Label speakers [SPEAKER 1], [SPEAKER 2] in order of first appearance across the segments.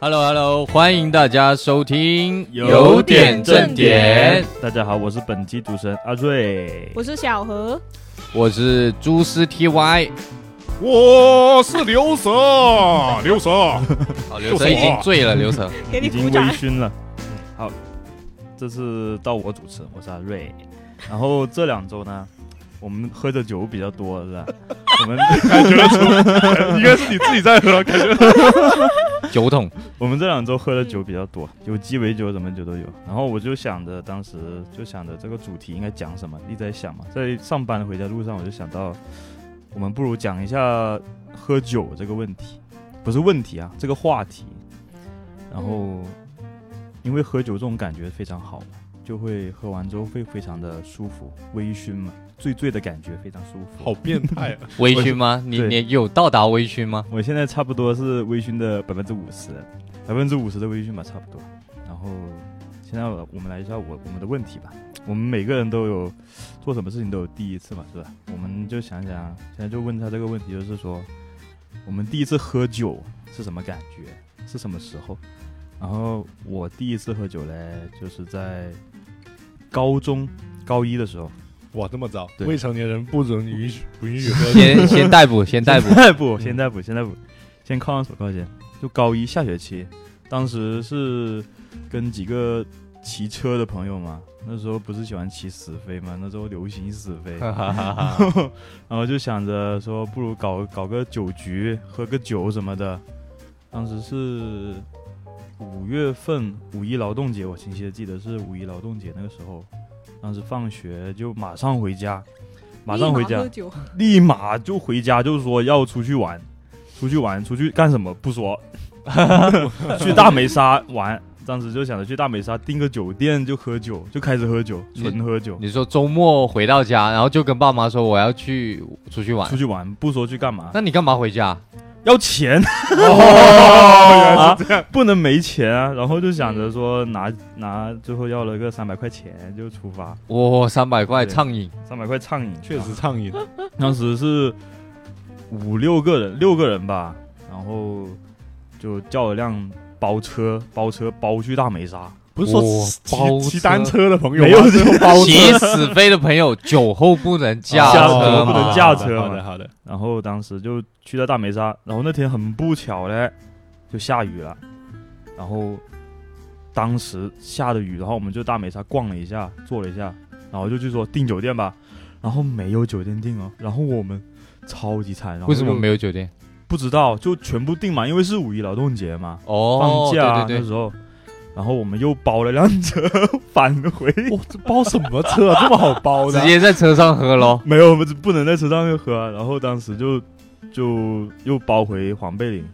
[SPEAKER 1] Hello Hello，欢迎大家收听，
[SPEAKER 2] 有点正
[SPEAKER 3] 点。
[SPEAKER 2] 大家好，我是本期主持人阿瑞。
[SPEAKER 3] 我是小何，
[SPEAKER 1] 我是蛛丝 TY。
[SPEAKER 4] 我是刘蛇，刘蛇，
[SPEAKER 1] 好，刘神已经醉了，刘神。
[SPEAKER 3] 给
[SPEAKER 2] 已
[SPEAKER 3] 你
[SPEAKER 2] 经
[SPEAKER 3] 鼓
[SPEAKER 2] 微
[SPEAKER 3] 掌。
[SPEAKER 2] 醺了。嗯好，这次到我主持，我是阿瑞。然后这两周呢，我们喝的酒比较多， 是吧？我们
[SPEAKER 4] 感觉得出， 应该是你自己在喝，感觉
[SPEAKER 1] 酒桶，
[SPEAKER 2] 我们这两周喝的酒比较多，有鸡尾酒，什么酒都有。然后我就想着，当时就想着这个主题应该讲什么，一直在想嘛。在上班回家路上，我就想到，我们不如讲一下喝酒这个问题，不是问题啊，这个话题。然后，因为喝酒这种感觉非常好，就会喝完之后会非常的舒服，微醺嘛，醉醉的感觉非常舒服。
[SPEAKER 4] 好变态啊！
[SPEAKER 1] 微醺吗？你
[SPEAKER 2] 对
[SPEAKER 1] 你有到达微醺吗？
[SPEAKER 2] 我现在差不多是微醺的百分之五十，百分之五十的微醺吧，差不多。然后现在我们来一下我我们的问题吧。我们每个人都有做什么事情都有第一次嘛，是吧？我们就想想，现在就问他这个问题，就是说我们第一次喝酒是什么感觉，是什么时候？然后我第一次喝酒嘞，就是在高中高一的时候，
[SPEAKER 4] 哇，这么早，
[SPEAKER 2] 对
[SPEAKER 4] 未成年人不准允许不允许喝 酒。
[SPEAKER 1] 先先逮捕，先逮捕。
[SPEAKER 2] 现在不，嗯现在不，现在不，先铐上手铐先。就高一下学期，当时是跟几个骑车的朋友嘛，那时候不是喜欢骑死飞嘛，那时候流行死飞，然后就想着说，不如搞搞个酒局，喝个酒什么的。当时是五月份五一劳动节，我清晰的记得是五一劳动节那个时候，当时放学就马上回家，马上回
[SPEAKER 3] 立
[SPEAKER 2] 家，
[SPEAKER 3] 喝酒，
[SPEAKER 2] 立马就回家，就说要出去玩，出去玩，出去干什么？不说， 去大梅沙玩。当时就想着去大梅沙订个酒店就喝酒，就开始喝酒，
[SPEAKER 1] 你
[SPEAKER 2] 纯喝酒，
[SPEAKER 1] 你说周末回到家，然后就跟爸妈说我要去出去玩
[SPEAKER 2] 出，去玩，不说去干嘛，
[SPEAKER 1] 那你干嘛回家？
[SPEAKER 2] 要钱
[SPEAKER 4] 哦，原来是这样，
[SPEAKER 2] 不能没钱啊。然后就想着说拿拿，最后要了个三百块钱就出发，
[SPEAKER 1] 哇、三百块
[SPEAKER 2] 对
[SPEAKER 1] 畅饮，
[SPEAKER 2] 三百块畅饮，
[SPEAKER 4] 确实畅饮。
[SPEAKER 2] 当时是五六个人，六个人吧，然后就叫了辆包车，包车包去大梅沙。
[SPEAKER 4] 不是说
[SPEAKER 1] 哇包
[SPEAKER 4] 骑骑单车的朋友
[SPEAKER 2] 没有
[SPEAKER 4] 吗？是包
[SPEAKER 1] 骑死飞的朋友，酒后不能驾
[SPEAKER 2] 驾
[SPEAKER 1] 车
[SPEAKER 2] 车不
[SPEAKER 1] 嘛。
[SPEAKER 2] 能驾车嘛
[SPEAKER 4] 好的，好的。
[SPEAKER 2] 然后当时就去到大梅沙，然后那天很不巧嘞，就下雨了，然后当时下的雨，然后我们就大梅沙逛了一下，坐了一下，然后就去说订酒店吧，然后没有酒店订哦，然后我们超级惨，然后
[SPEAKER 1] 为什么
[SPEAKER 2] 就
[SPEAKER 1] 没有酒店？
[SPEAKER 2] 不知道，就全部订满，因为是五一劳动节嘛，
[SPEAKER 1] 哦，
[SPEAKER 2] 放假啊、
[SPEAKER 1] 对对
[SPEAKER 2] 那
[SPEAKER 1] 对，
[SPEAKER 2] 时候，然后我们又包了辆车 返回，
[SPEAKER 4] 哇，哦这包什么 车啊？这么好包的
[SPEAKER 1] 直？接在车上喝咯。
[SPEAKER 2] 没有不不能在车上喝啊、然后当时就就又包回黄贝岭，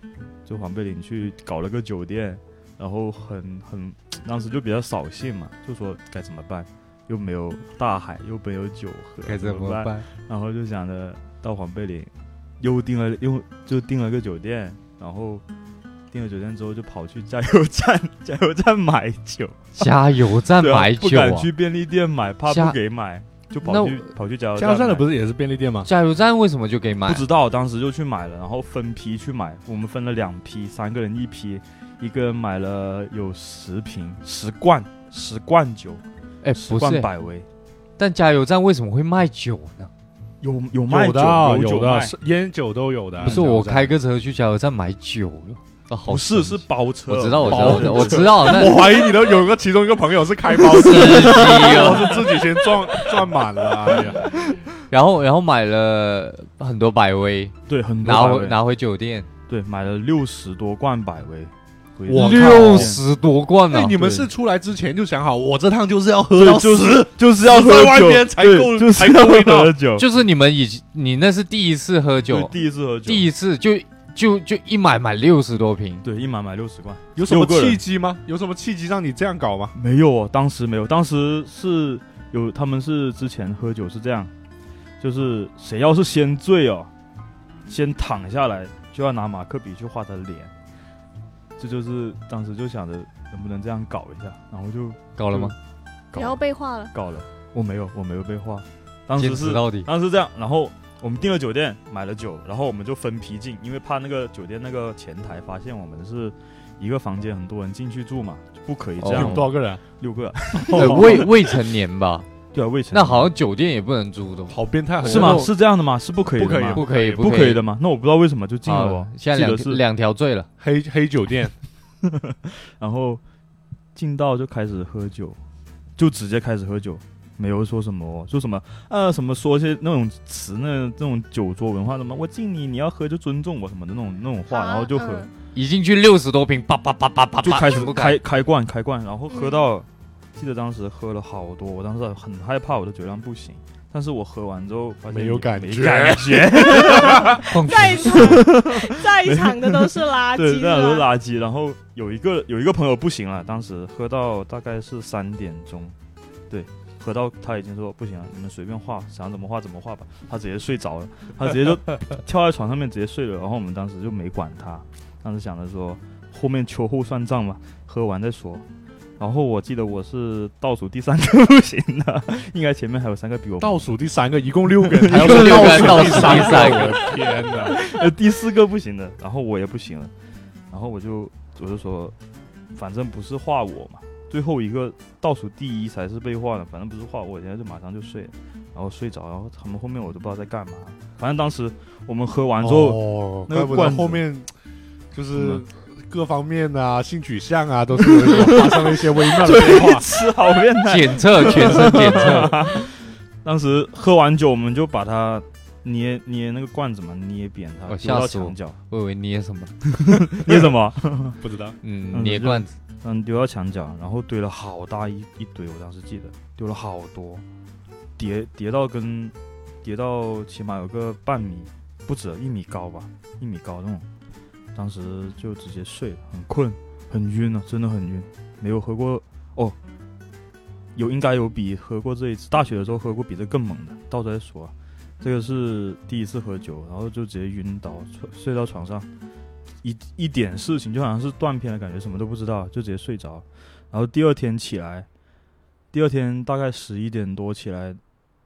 [SPEAKER 2] 就黄贝岭去搞了个酒店，然后很很当时就比较扫兴嘛，就说该怎么办，又没有大海，又没有酒喝，
[SPEAKER 1] 该怎么
[SPEAKER 2] 么办？
[SPEAKER 1] 办？
[SPEAKER 2] 然后就想着到黄贝岭，又订了又就订了个酒店，然后订了酒店之后就跑去加油站 加油站买酒。
[SPEAKER 1] 加油站
[SPEAKER 2] 对啊
[SPEAKER 1] 买
[SPEAKER 2] 不
[SPEAKER 1] 酒
[SPEAKER 2] 敢
[SPEAKER 1] 啊！
[SPEAKER 2] 去便利店买，怕
[SPEAKER 1] 加
[SPEAKER 2] 不给买，就
[SPEAKER 1] 那
[SPEAKER 2] 跑去跑去加油
[SPEAKER 4] 加油站的
[SPEAKER 2] 不
[SPEAKER 4] 不是也是便利店吗？
[SPEAKER 1] 加油站为什么就给买
[SPEAKER 2] 不？知道，当时就去买了，然后分批去买，我们分了两批，三个人一批，一个人买了有十瓶十罐十罐酒，
[SPEAKER 1] 哎，
[SPEAKER 2] 十
[SPEAKER 1] 不
[SPEAKER 2] 罐
[SPEAKER 1] 是，
[SPEAKER 2] 百威，
[SPEAKER 1] 但加油站为什么会卖酒呢？
[SPEAKER 2] 有有卖
[SPEAKER 4] 有
[SPEAKER 2] 酒，
[SPEAKER 4] 的啊，
[SPEAKER 2] 酒
[SPEAKER 4] 有的啊，
[SPEAKER 2] 卖，
[SPEAKER 4] 是烟酒都有的啊。
[SPEAKER 1] 不是
[SPEAKER 4] 加油
[SPEAKER 1] 我
[SPEAKER 4] 站
[SPEAKER 1] 开个车去加油站买酒了，啊好
[SPEAKER 2] 不是是
[SPEAKER 1] 神奇
[SPEAKER 2] 包车，
[SPEAKER 1] 我知道，我知道，
[SPEAKER 2] 包
[SPEAKER 1] 我知道我知道，那
[SPEAKER 4] 我怀疑你的有个其中一个朋友是开包车
[SPEAKER 1] 司
[SPEAKER 4] 的，
[SPEAKER 1] 机
[SPEAKER 4] 然
[SPEAKER 1] 哦。
[SPEAKER 4] 后是自己先赚赚满了，哎呀，
[SPEAKER 1] 然后，然后买了很多百威，
[SPEAKER 2] 对，很多
[SPEAKER 1] 拿
[SPEAKER 2] 百
[SPEAKER 1] 回
[SPEAKER 2] 威
[SPEAKER 1] 拿回酒店，
[SPEAKER 2] 对，买了六十多罐百威，回
[SPEAKER 4] 我靠
[SPEAKER 1] 六十多 罐
[SPEAKER 4] 那
[SPEAKER 1] 啊！
[SPEAKER 4] 哎你们
[SPEAKER 2] 对
[SPEAKER 4] 是出来之前就想好，我这趟就是要喝
[SPEAKER 2] 对
[SPEAKER 4] 到
[SPEAKER 2] 就
[SPEAKER 4] 死，
[SPEAKER 2] 是就是要喝
[SPEAKER 4] 在外
[SPEAKER 2] 酒
[SPEAKER 4] 面才
[SPEAKER 2] 对
[SPEAKER 4] 够
[SPEAKER 2] 就是
[SPEAKER 4] 才够味
[SPEAKER 2] 要
[SPEAKER 4] 道
[SPEAKER 2] 喝酒，
[SPEAKER 1] 就是你们已经，你那是第一次喝酒
[SPEAKER 2] 对，第一次喝酒，
[SPEAKER 1] 第一次就就就一买买六十多瓶，
[SPEAKER 2] 对一买买六十罐，
[SPEAKER 4] 有什么
[SPEAKER 2] 六个人
[SPEAKER 4] 契机吗？有什么契机让你这样搞吗？
[SPEAKER 2] 没有哦，当时没有，当时是有他们是之前喝酒是这样，就是谁要是先醉哦，先躺下来就要拿马克笔去画他的脸，这就是当时就想着能不能这样搞一下，然后就
[SPEAKER 1] 搞了吗？
[SPEAKER 2] 嗯搞
[SPEAKER 3] 然后被化了，
[SPEAKER 2] 搞了，我没有我没有被画，当
[SPEAKER 1] 坚
[SPEAKER 2] 时
[SPEAKER 1] 持
[SPEAKER 2] 是
[SPEAKER 1] 到底。
[SPEAKER 2] 当时这样，然后我们订了酒店，买了酒，然后我们就分批进，因为怕那个酒店那个前台发现我们是一个房间很多人进去住嘛，就不可以这
[SPEAKER 1] 哦
[SPEAKER 2] 样
[SPEAKER 1] 有
[SPEAKER 2] 嘛。
[SPEAKER 4] 多少个人？
[SPEAKER 2] 六 个，
[SPEAKER 1] 对呃未未成年吧？
[SPEAKER 2] 对啊，未成年
[SPEAKER 1] 那好像酒店也不能 住的
[SPEAKER 4] 好变态，
[SPEAKER 2] 是吗？是这样的吗？是不可以的
[SPEAKER 4] 不可以
[SPEAKER 2] 吗
[SPEAKER 1] 不可以，
[SPEAKER 2] 不
[SPEAKER 1] 可
[SPEAKER 2] 可以的吗？那我不知道为什么就进了哦
[SPEAKER 1] 啊，，现在
[SPEAKER 2] 记得
[SPEAKER 1] 两
[SPEAKER 2] 是，
[SPEAKER 1] 两条罪了，
[SPEAKER 4] 黑黑酒店，
[SPEAKER 2] 然后进到就开始喝酒，就直接开始喝酒，没有说什么哦，说什么呃什么说些那种词那那种酒桌文化什么我敬你，你要喝就尊重我什么的那种那种话，
[SPEAKER 3] 啊
[SPEAKER 2] 然后就喝、
[SPEAKER 3] 嗯
[SPEAKER 1] 已经去六十多瓶，叭叭叭叭叭
[SPEAKER 2] 就
[SPEAKER 1] 叭，
[SPEAKER 2] 开始
[SPEAKER 1] 全部
[SPEAKER 2] 开开罐开罐，然后喝
[SPEAKER 3] 嗯
[SPEAKER 2] 到，记得当时喝了好多，我当时很害怕我的酒量不行，但是我喝完之后发现
[SPEAKER 4] 没有
[SPEAKER 2] 也
[SPEAKER 4] 感
[SPEAKER 2] 没
[SPEAKER 4] 觉
[SPEAKER 2] 感觉，
[SPEAKER 1] 放
[SPEAKER 3] 在
[SPEAKER 1] 屁
[SPEAKER 3] 场在场的都是垃
[SPEAKER 2] 对，
[SPEAKER 3] 圾，啊
[SPEAKER 2] 那都
[SPEAKER 3] 是
[SPEAKER 2] 是
[SPEAKER 3] 吧？
[SPEAKER 2] 垃圾。然后有一个有一个朋友不行了，当时喝到大概是三点钟，对，喝到他已经说不行了，你们随便画，想怎么画怎么画吧。他直接睡着了，他直接就 跳在床上面直接睡了。然后我们当时就没管他，当时想着说后面秋后算账吧，喝完再说。然后我记得我是倒数第三个不行的，应该前面还有三个比我
[SPEAKER 4] 倒数第三个，一共六个人，还要
[SPEAKER 1] 一共六个人
[SPEAKER 4] 倒
[SPEAKER 1] 倒
[SPEAKER 4] 数
[SPEAKER 1] 数
[SPEAKER 4] 第
[SPEAKER 1] 第
[SPEAKER 4] 三
[SPEAKER 1] 三
[SPEAKER 4] 个，
[SPEAKER 1] 个
[SPEAKER 4] 我的天哪！
[SPEAKER 2] 呃，第四个不行的，然后我也不行了，然后我就我就说，反正不是画我嘛，最后一个倒数第一才是被画的，反正不是画我，现在就马上就睡了，然后睡着，然后他们后面我都不知道在干嘛，反正当时我们喝完之后，
[SPEAKER 4] 哦，
[SPEAKER 2] 那个
[SPEAKER 4] 怪不得
[SPEAKER 2] 罐子
[SPEAKER 4] 后面就是
[SPEAKER 2] 嗯。
[SPEAKER 4] 各方面啊、性取向啊，都是有发生了一些微妙的变化
[SPEAKER 2] 吃好 变态。
[SPEAKER 1] 检测全身检测，
[SPEAKER 2] 当时喝完酒，我们就把它捏捏那个罐子嘛，捏扁它，
[SPEAKER 1] 哦
[SPEAKER 2] 丢到
[SPEAKER 1] 吓死我
[SPEAKER 2] 墙角，
[SPEAKER 1] 我以为捏什么，
[SPEAKER 2] 捏什么？
[SPEAKER 4] 不知道，
[SPEAKER 1] 嗯，
[SPEAKER 2] 嗯
[SPEAKER 1] 捏
[SPEAKER 2] 就
[SPEAKER 1] 罐子，
[SPEAKER 2] 嗯，丢到墙角，然后堆了好大一一堆，我当时记得丢了好多，叠叠到跟叠到起码有个半米，不止一米高吧，一米高那种。当时就直接睡了，很困，很晕啊，真的很晕。没有喝过哦，有应该有比喝过这一次，大学的时候喝过比这更猛的，到时候再说啊。这个是第一次喝酒，然后就直接晕倒，睡睡到床上，一一点事情就好像是断片的感觉，什么都不知道，就直接睡着。然后第二天起来，第二天大概十一点多起来，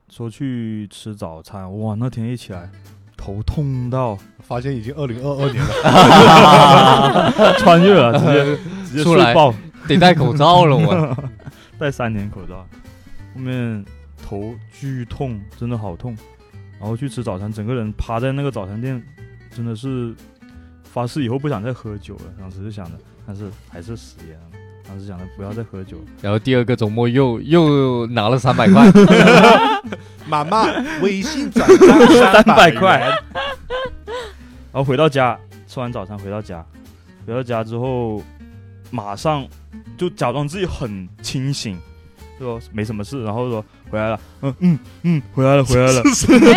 [SPEAKER 2] 说去吃早餐，哇，那天一起来头痛到
[SPEAKER 4] 发现已经二零二二年了，
[SPEAKER 2] 穿越了，直接直接
[SPEAKER 1] 出
[SPEAKER 2] 睡
[SPEAKER 1] 来
[SPEAKER 2] 爆，
[SPEAKER 1] 得戴口罩了 我。
[SPEAKER 2] 戴三年口罩，后面头巨痛，真的好痛。然后去吃早餐，整个人趴在那个早餐店，真的是发誓以后不想再喝酒了。当时就想着，但是还是食言了。当时想着不要再喝酒了，
[SPEAKER 1] 然后第二个周末又又拿了三百 块，
[SPEAKER 4] 妈妈微信转账
[SPEAKER 2] 300块。然后回到家，吃完早餐回到家，回到家之后，马上就假装自己很清醒，就说没什么事，然后说回来了，嗯嗯嗯，回来了回来了，
[SPEAKER 4] 是什么？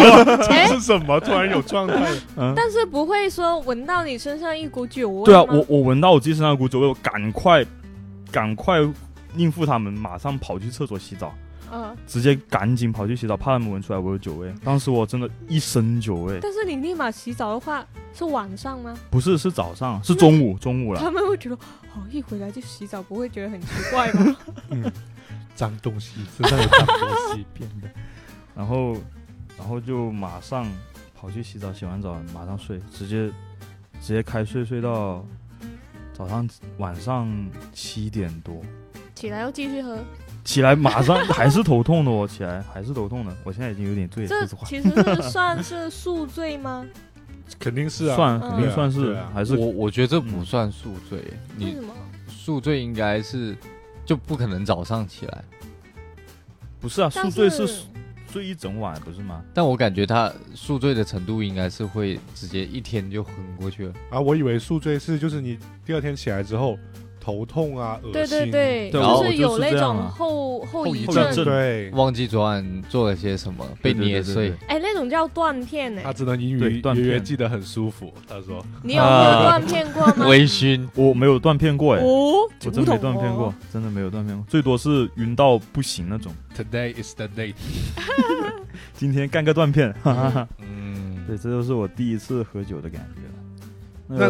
[SPEAKER 3] 哎
[SPEAKER 4] 这是什么？突然有状态，
[SPEAKER 2] 嗯。
[SPEAKER 3] 但是不会说闻到你身上一股酒味
[SPEAKER 2] 对啊，
[SPEAKER 3] 吗
[SPEAKER 2] 我我闻到我自己身上的股酒味，我赶快赶快应付他们，马上跑去厕所洗澡，
[SPEAKER 3] 嗯，
[SPEAKER 2] 直接赶紧跑去洗澡，怕他们闻出来我有酒味。当时我真的一身酒味，
[SPEAKER 3] 但是你立马洗澡的话是晚上吗？
[SPEAKER 2] 不是是早上，是中 午中午了。
[SPEAKER 3] 他们会觉得哦，一回来就洗澡，不会觉得很奇怪吗？
[SPEAKER 4] 嗯， 脏东西，身上有脏东西，变的。
[SPEAKER 2] 然后然后就马上跑去洗澡，洗完澡马上睡，直接直接开睡睡到早上晚上七点多。
[SPEAKER 3] 起来又继续喝，
[SPEAKER 2] 起来马上 还是头痛的哦，起来还是头痛的，我现在已经有点醉了，
[SPEAKER 3] 这
[SPEAKER 2] 说实话，
[SPEAKER 3] 其实是算是宿 醉吗？
[SPEAKER 4] 肯定是啊，
[SPEAKER 2] 算
[SPEAKER 3] 嗯
[SPEAKER 2] 肯定算是、
[SPEAKER 4] 对啊
[SPEAKER 2] 还是
[SPEAKER 1] 我我觉得这不算宿醉，
[SPEAKER 3] 为
[SPEAKER 1] 你
[SPEAKER 3] 什么？
[SPEAKER 2] 啊
[SPEAKER 1] 宿醉应该是就不可能早上起来，
[SPEAKER 2] 不是啊，
[SPEAKER 3] 但
[SPEAKER 2] 宿醉是
[SPEAKER 3] 是
[SPEAKER 2] 睡一整晚，不是吗？
[SPEAKER 1] 但我感觉他宿醉的程度应该是会直接一天就昏过去了，
[SPEAKER 4] 啊，我以为宿醉是就是你第二天起来之后头痛啊、恶心，
[SPEAKER 3] 对对对，
[SPEAKER 2] 对
[SPEAKER 1] 我
[SPEAKER 2] 就
[SPEAKER 3] 就
[SPEAKER 2] 是是
[SPEAKER 3] 有那
[SPEAKER 2] 这样
[SPEAKER 3] 种
[SPEAKER 2] 啊
[SPEAKER 3] 后后
[SPEAKER 4] 后遗
[SPEAKER 3] 遗
[SPEAKER 2] 症
[SPEAKER 3] 症，
[SPEAKER 4] 对，
[SPEAKER 1] 忘记昨晚做了些什么，被
[SPEAKER 2] 对对
[SPEAKER 1] 捏
[SPEAKER 2] 对对
[SPEAKER 1] 碎
[SPEAKER 2] 对。
[SPEAKER 3] 哎，那种叫断片欸
[SPEAKER 4] 他
[SPEAKER 3] 呢。
[SPEAKER 4] 只能隐
[SPEAKER 2] 对
[SPEAKER 4] 约
[SPEAKER 2] 断
[SPEAKER 4] 隐约
[SPEAKER 2] 片
[SPEAKER 4] 记得很舒服。他说
[SPEAKER 3] 你有没有
[SPEAKER 2] 啊
[SPEAKER 3] 断片过吗？
[SPEAKER 1] 微醺，
[SPEAKER 2] 我没有断片过哎、
[SPEAKER 3] 哦，
[SPEAKER 2] 我真没断片过，
[SPEAKER 3] 啊
[SPEAKER 2] 真的没有断片过，最多是晕到不行那种。
[SPEAKER 4] ：“Today is the day。
[SPEAKER 2] 今天干个断片，哈哈哈。
[SPEAKER 1] 嗯，
[SPEAKER 2] 对，这就是我第一次喝酒的感觉了。”
[SPEAKER 4] 那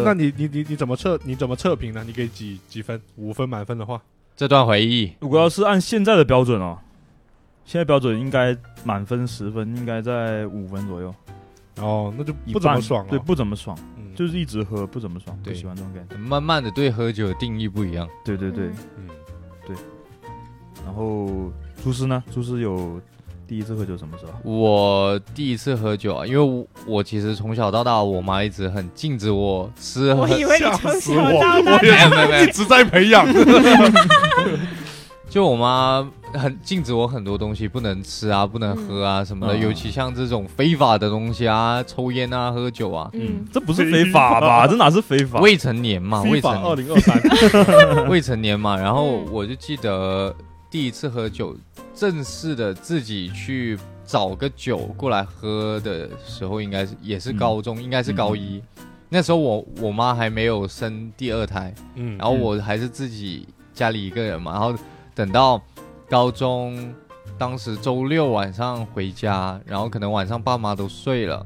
[SPEAKER 2] 个
[SPEAKER 4] 那你你你你怎么测？你怎么测评呢？你给几几分？五分满分的话，
[SPEAKER 1] 这段回忆
[SPEAKER 2] 如果要是按现在的标准哦，现在标准应该满分十分，应该在五分左右。
[SPEAKER 4] 哦，那就
[SPEAKER 2] 一
[SPEAKER 4] 不怎么
[SPEAKER 2] 半
[SPEAKER 4] 爽了。
[SPEAKER 2] 对，不怎么爽，啊
[SPEAKER 4] 嗯，
[SPEAKER 2] 就是一直喝不怎么爽，不
[SPEAKER 1] 对
[SPEAKER 2] 喜欢这种感觉。
[SPEAKER 1] 慢慢的对喝酒的定义不一样。
[SPEAKER 2] 对对对，
[SPEAKER 4] 嗯，
[SPEAKER 2] 然后厨师呢？厨师有第一次喝酒什么时候？
[SPEAKER 1] 我第一次喝酒啊，因为我我其实从小到大，我妈一直很禁止我吃喝
[SPEAKER 3] 我以为你从小到
[SPEAKER 4] 我
[SPEAKER 3] 大
[SPEAKER 4] 也
[SPEAKER 1] 没有没有
[SPEAKER 4] 一直在培 养。
[SPEAKER 1] 就我妈很禁止我很多东西不能吃啊，不能喝啊什么的，
[SPEAKER 2] 嗯
[SPEAKER 1] 尤其像这种非法的东西啊，抽烟啊、喝酒啊，
[SPEAKER 3] 嗯，
[SPEAKER 2] 这不是非法 吧？这哪是非法？
[SPEAKER 1] 未成年嘛，未
[SPEAKER 4] 法二
[SPEAKER 1] 成
[SPEAKER 4] 零二 三，
[SPEAKER 1] 未成年嘛。然后
[SPEAKER 3] 嗯
[SPEAKER 1] 我就记得第一次喝酒，正式的自己去找个酒过来喝的时候，应该是也是
[SPEAKER 2] 嗯
[SPEAKER 1] 高中，应该是高一。那时候我我妈还没有生第二胎，
[SPEAKER 4] 嗯
[SPEAKER 1] 然后我还是自己家里一个人嘛，然后等到高中，当时周六晚上回家，然后可能晚上爸妈都睡了，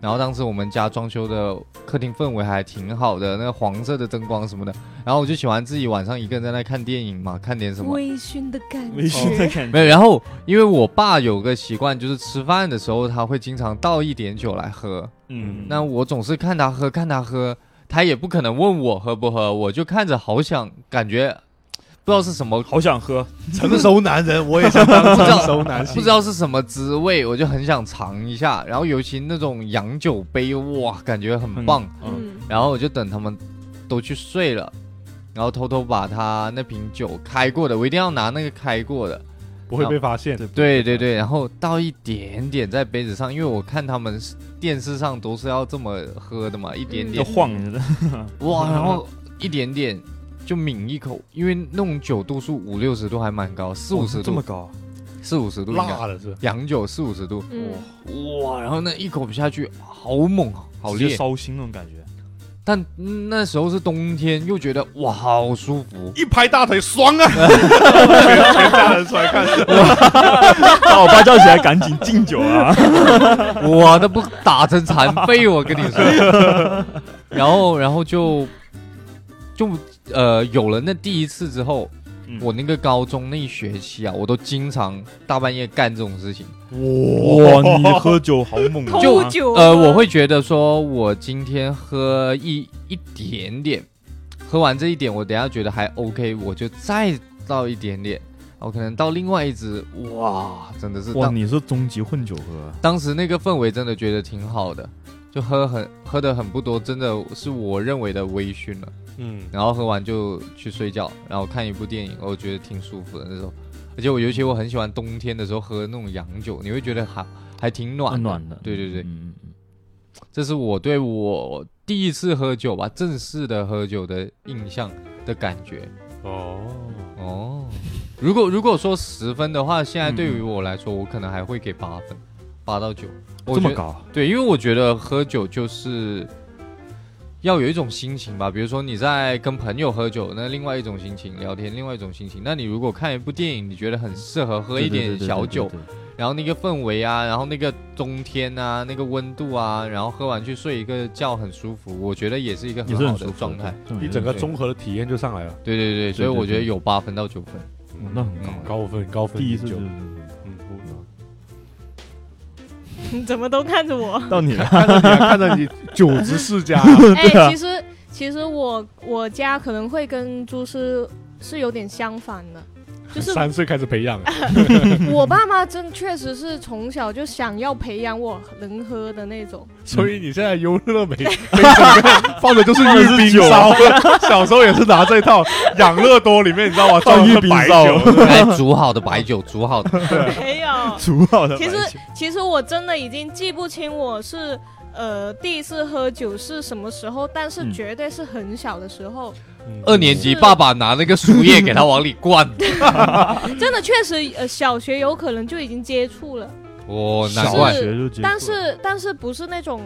[SPEAKER 1] 然后当时我们家装修的客厅氛围还挺好的，那个黄色的灯光什么的，然后我就喜欢自己晚上一个人在那看电影嘛，看点什么。
[SPEAKER 3] 微醺的感觉，
[SPEAKER 2] 微醺的感觉。
[SPEAKER 1] 没有，然后因为我爸有个习惯，就是吃饭的时候他会经常倒一点酒来喝，
[SPEAKER 2] 嗯，
[SPEAKER 1] 那我总是看他喝，看他喝，他也不可能问我喝不喝，我就看着好想，感觉不知道是什么，
[SPEAKER 2] 好想喝，
[SPEAKER 4] 成熟男人，我也想当
[SPEAKER 1] 知道
[SPEAKER 4] 成熟男性。
[SPEAKER 1] 不知道是什么滋味，我就很想尝一下。然后尤其那种洋酒杯，哇，感觉很棒。
[SPEAKER 2] 嗯
[SPEAKER 3] 嗯，
[SPEAKER 1] 然后我就等他们都去睡了，然后偷偷把他那瓶酒开过的，我一定要拿那个开过的。
[SPEAKER 4] 不会被发现。
[SPEAKER 1] 对对对，然后倒一点点在杯子上，因为我看他们电视上都是要这么喝的嘛，一点
[SPEAKER 3] 嗯
[SPEAKER 1] 点
[SPEAKER 2] 要晃 着的，
[SPEAKER 1] 哇，
[SPEAKER 2] 嗯
[SPEAKER 1] 然后一点点就抿一口，因为那种酒度数五六十度还蛮高，四五十
[SPEAKER 2] 这
[SPEAKER 1] 度
[SPEAKER 2] 么，高，
[SPEAKER 1] 四五十度应该
[SPEAKER 4] 辣的是吧，，
[SPEAKER 1] 洋酒四五十度，
[SPEAKER 3] 嗯，
[SPEAKER 1] 哇，然后那一口下去好猛，啊好
[SPEAKER 2] 直接
[SPEAKER 1] 烈，
[SPEAKER 2] 烧心那种感 觉。
[SPEAKER 1] 但嗯那时候是冬天，又觉得哇好舒服
[SPEAKER 4] 一拍大腿，爽啊！全全家人出来看，
[SPEAKER 2] 哦把我爸叫起来，赶紧敬 酒啊！
[SPEAKER 1] 我都不打成残废，我跟你 说，然后然后就就呃有了那第一次之后，
[SPEAKER 2] 嗯
[SPEAKER 1] 我那个高中那一学期啊，我都经常大半夜干这种事情。
[SPEAKER 2] 哇，你喝酒好猛啊！
[SPEAKER 1] 就
[SPEAKER 3] 偷酒啊，
[SPEAKER 1] 呃，我会觉得说，我今天喝一一点点，喝完这一点，我等下觉得还 OK，我就再倒一点点，我可能到另外一支，哇，真的是
[SPEAKER 2] 哇，
[SPEAKER 1] 当
[SPEAKER 2] 你是终极混酒喝，
[SPEAKER 1] 当时那个氛围真的觉得挺好的，就喝很喝的很不多，真的是我认为的微醺了。
[SPEAKER 4] 嗯，
[SPEAKER 1] 然后喝完就去睡觉，然后看一部电影，我觉得挺舒服的那时候。而且我尤其我很喜欢冬天的时候喝那种洋酒，你会觉得还还挺暖的
[SPEAKER 2] 暖暖的。
[SPEAKER 1] 对对对，
[SPEAKER 2] 嗯，嗯
[SPEAKER 1] 这是我对我第一次喝酒吧，正式的喝酒的印象的感觉。
[SPEAKER 4] 哦，
[SPEAKER 1] 哦，如果如果说十分的话，现在
[SPEAKER 2] 嗯
[SPEAKER 1] 对于我来说，我可能还会给八分，八到九。
[SPEAKER 2] 嗯
[SPEAKER 1] 我
[SPEAKER 2] 这么
[SPEAKER 1] 觉得？
[SPEAKER 4] 啊
[SPEAKER 2] 高，
[SPEAKER 1] 对，因为我觉得喝酒就是要有一种心情吧，比如说你在跟朋友喝酒，那另外一种心情聊天，另外一种心情。那你如果看一部电影，你觉得很适合喝一
[SPEAKER 2] 对对
[SPEAKER 1] 点
[SPEAKER 2] 对对
[SPEAKER 1] 小
[SPEAKER 2] 对
[SPEAKER 1] 酒，
[SPEAKER 2] 对对
[SPEAKER 1] 然后那个氛围啊，然后那个冬天啊，那个温度啊，然后喝完去睡一个觉很舒服，我觉得也是一个
[SPEAKER 2] 也是
[SPEAKER 1] 很好
[SPEAKER 2] 很
[SPEAKER 1] 的
[SPEAKER 2] 舒服
[SPEAKER 1] 状态。，
[SPEAKER 2] 对
[SPEAKER 4] 一整个综合的体验就上来了，
[SPEAKER 1] 对对对，所以
[SPEAKER 2] 对对
[SPEAKER 1] 我觉得
[SPEAKER 2] 对
[SPEAKER 1] 有八分到九分。
[SPEAKER 2] 哦那很高
[SPEAKER 1] 嗯，
[SPEAKER 4] 高分高分，
[SPEAKER 2] 第一次
[SPEAKER 4] 就
[SPEAKER 2] 就
[SPEAKER 4] 嗯，
[SPEAKER 3] 你怎么都看着我？
[SPEAKER 2] 到你了，
[SPEAKER 4] 看着你啊，看着你酒之世家，
[SPEAKER 3] 哎、
[SPEAKER 2] 对啊
[SPEAKER 3] 其实其实我我家可能会跟朱师是有点相反 的，就是
[SPEAKER 4] 三岁开始培养，
[SPEAKER 3] 我爸妈真确实是从小就想要培养我能喝的那种。
[SPEAKER 4] 所以你现在优乐 美美整个放的就是玉冰烧，小时候也是拿这套养乐多里面你知道吗？
[SPEAKER 2] 放
[SPEAKER 4] 装
[SPEAKER 2] 玉
[SPEAKER 4] 一
[SPEAKER 2] 冰
[SPEAKER 4] 瓶白
[SPEAKER 2] 烧
[SPEAKER 4] 酒，
[SPEAKER 1] 哎，煮好的白酒，煮好的，
[SPEAKER 3] 没有，
[SPEAKER 2] 主要 的
[SPEAKER 3] 其实
[SPEAKER 2] 白酒
[SPEAKER 3] 其实我真的已经记不清我是呃第一次喝酒是什么时候，但是
[SPEAKER 2] 嗯
[SPEAKER 3] 绝对是很小的时候。
[SPEAKER 4] 嗯
[SPEAKER 1] 二年级
[SPEAKER 3] 是
[SPEAKER 1] 爸爸拿那个输液给他往里 灌，
[SPEAKER 3] 真的确实，呃，小学有可能就已经接触了，
[SPEAKER 1] 哦，难
[SPEAKER 3] 小
[SPEAKER 1] 怪
[SPEAKER 3] 是
[SPEAKER 2] 学就接触了
[SPEAKER 3] 但是但是不是那种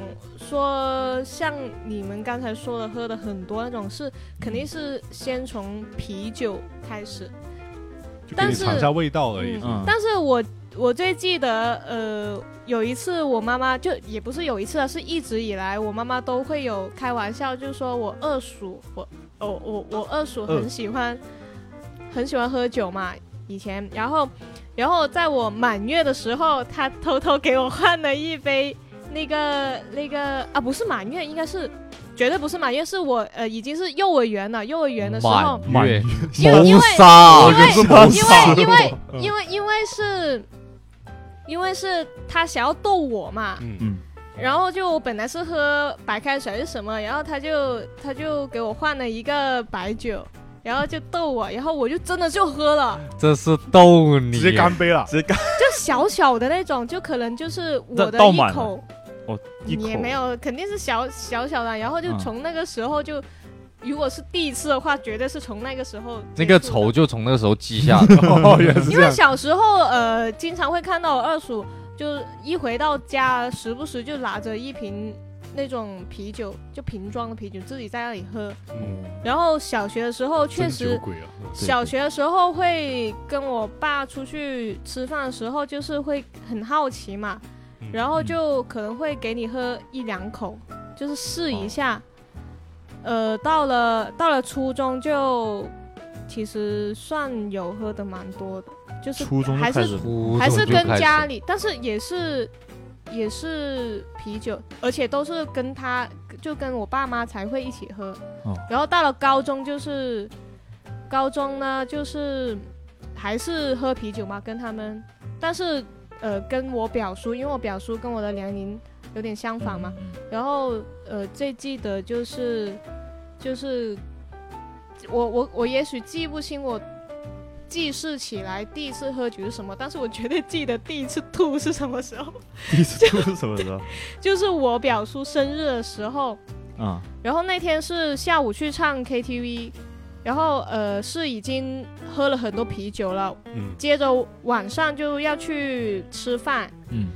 [SPEAKER 3] 说像你们刚才说的喝的很多那种，是肯定是先从啤酒开始。
[SPEAKER 4] 就给
[SPEAKER 3] 但
[SPEAKER 4] 你
[SPEAKER 3] 是
[SPEAKER 4] 尝一下味道而已。
[SPEAKER 2] 嗯
[SPEAKER 3] 但是我我最记得，呃，有一次我妈妈就也不是有一次啊，是一直以来我妈妈都会有开玩笑，就说我二叔，我哦我我二叔很喜欢、很喜欢喝酒嘛，以前，然后然后在我满月的时候，他偷偷给我换了一杯。那个那个啊，不是满月，应该是绝对不是满月，是我呃已经是幼儿园了，幼儿园的时候，
[SPEAKER 1] 满月
[SPEAKER 3] 因为因为
[SPEAKER 1] 杀
[SPEAKER 3] 因为
[SPEAKER 4] 是
[SPEAKER 3] 因
[SPEAKER 4] 谋杀
[SPEAKER 3] 为因为
[SPEAKER 2] 嗯
[SPEAKER 3] 因为因为是，因为是他想要逗我嘛，
[SPEAKER 4] 嗯，
[SPEAKER 2] 嗯，
[SPEAKER 3] 然后就我本来是喝白开水还是什么，然后他就他就给我换了一个白酒，然后就逗我，然后我就真的就喝了，
[SPEAKER 1] 这是逗你，
[SPEAKER 4] 直接干杯了，
[SPEAKER 2] 直接干
[SPEAKER 3] 就小小的那种，就可能就是我的
[SPEAKER 2] 倒
[SPEAKER 3] 一
[SPEAKER 2] 满了
[SPEAKER 3] 口，
[SPEAKER 2] 哦，一口
[SPEAKER 3] 也没有，肯定是小小小的，然后就
[SPEAKER 2] 嗯
[SPEAKER 3] 从那个时候就。如果是第一次的话，绝对是从那个时候
[SPEAKER 1] 那个
[SPEAKER 3] 接触的
[SPEAKER 1] 仇就从那时候记下了。
[SPEAKER 4] 哦，原来是
[SPEAKER 3] 因
[SPEAKER 4] 这
[SPEAKER 3] 为
[SPEAKER 4] 样，
[SPEAKER 3] 小时候呃，经常会看到我二叔，就一回到家，时不时就拿着一瓶那种啤酒，就瓶装的啤酒，自己在那里喝。
[SPEAKER 4] 嗯，
[SPEAKER 3] 然后小学的时候，嗯确
[SPEAKER 4] 真酒
[SPEAKER 3] 实，
[SPEAKER 4] 鬼啊，嗯
[SPEAKER 3] 小学的时候会跟我爸出去吃饭的时候，就是会很好奇嘛，
[SPEAKER 4] 嗯
[SPEAKER 3] 然后就可能会给你喝一两口，就是试一下。
[SPEAKER 2] 哦
[SPEAKER 3] 呃，到了到了初中就其实算有喝的蛮多的，就是
[SPEAKER 2] 初中就
[SPEAKER 3] 还
[SPEAKER 2] 开
[SPEAKER 3] 是
[SPEAKER 2] 始
[SPEAKER 3] 还是跟家里，但是也是也是啤酒，而且都是跟他就跟我爸妈才会一起喝。
[SPEAKER 2] 哦
[SPEAKER 3] 然后到了高中就是高中呢，就是还是喝啤酒嘛，跟他们，但是呃跟我表叔，因为我表叔跟我的年龄有点相反嘛，
[SPEAKER 2] 嗯
[SPEAKER 3] 然后呃最记得就是就是我我我也许记不清我记事起来第一次喝酒是什么，但是我绝对记得第一次吐是什么时候，
[SPEAKER 2] 第一次吐是什么时 候？
[SPEAKER 3] 就是我表叔生日的时候，
[SPEAKER 2] 啊，
[SPEAKER 3] 然后那天是下午去唱 KTV，然后呃是已经喝了很多啤酒了，
[SPEAKER 4] 嗯，
[SPEAKER 3] 接着晚上就要去吃饭。
[SPEAKER 2] 嗯，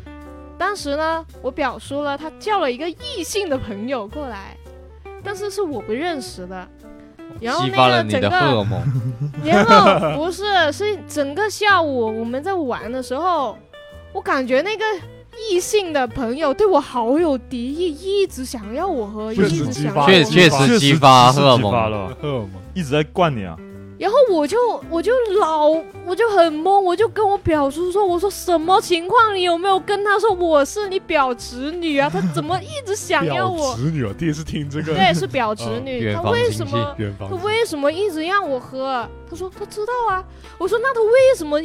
[SPEAKER 3] 当时呢，我表叔呢，他叫了一个异性的朋友过来，但是是我不认识的。然后
[SPEAKER 1] 激发了
[SPEAKER 3] 那个
[SPEAKER 1] 你
[SPEAKER 3] 整
[SPEAKER 1] 的
[SPEAKER 3] 个
[SPEAKER 1] 荷尔蒙。
[SPEAKER 3] 然后不是，是整个下午我们在玩的时候，我感觉那个异性的朋友对我好有敌意，一直想要我喝，一
[SPEAKER 4] 确实
[SPEAKER 3] 直
[SPEAKER 4] 激
[SPEAKER 3] 想
[SPEAKER 4] 发
[SPEAKER 3] 要
[SPEAKER 4] 了
[SPEAKER 3] 我
[SPEAKER 1] 确
[SPEAKER 3] 喝。
[SPEAKER 1] 确实激发荷尔蒙
[SPEAKER 2] 激发
[SPEAKER 3] 哦
[SPEAKER 2] 了，
[SPEAKER 4] 荷尔蒙
[SPEAKER 2] 一直在灌你啊，
[SPEAKER 3] 然后我就我就老我就很懵，我就跟我表叔说，我说什么情况？你有没有跟他说我是你表侄女啊？他怎么一直想要
[SPEAKER 4] 表
[SPEAKER 3] 我？
[SPEAKER 4] 侄女啊，第一次听这个，
[SPEAKER 3] 对，是表侄女，
[SPEAKER 1] 哦远
[SPEAKER 3] 他
[SPEAKER 1] 房
[SPEAKER 3] 为
[SPEAKER 1] 亲
[SPEAKER 3] 什
[SPEAKER 1] 戚哦
[SPEAKER 3] 么？
[SPEAKER 4] 远方
[SPEAKER 3] 他， 为什么一直让我喝？他说他知道啊。我说那他为什么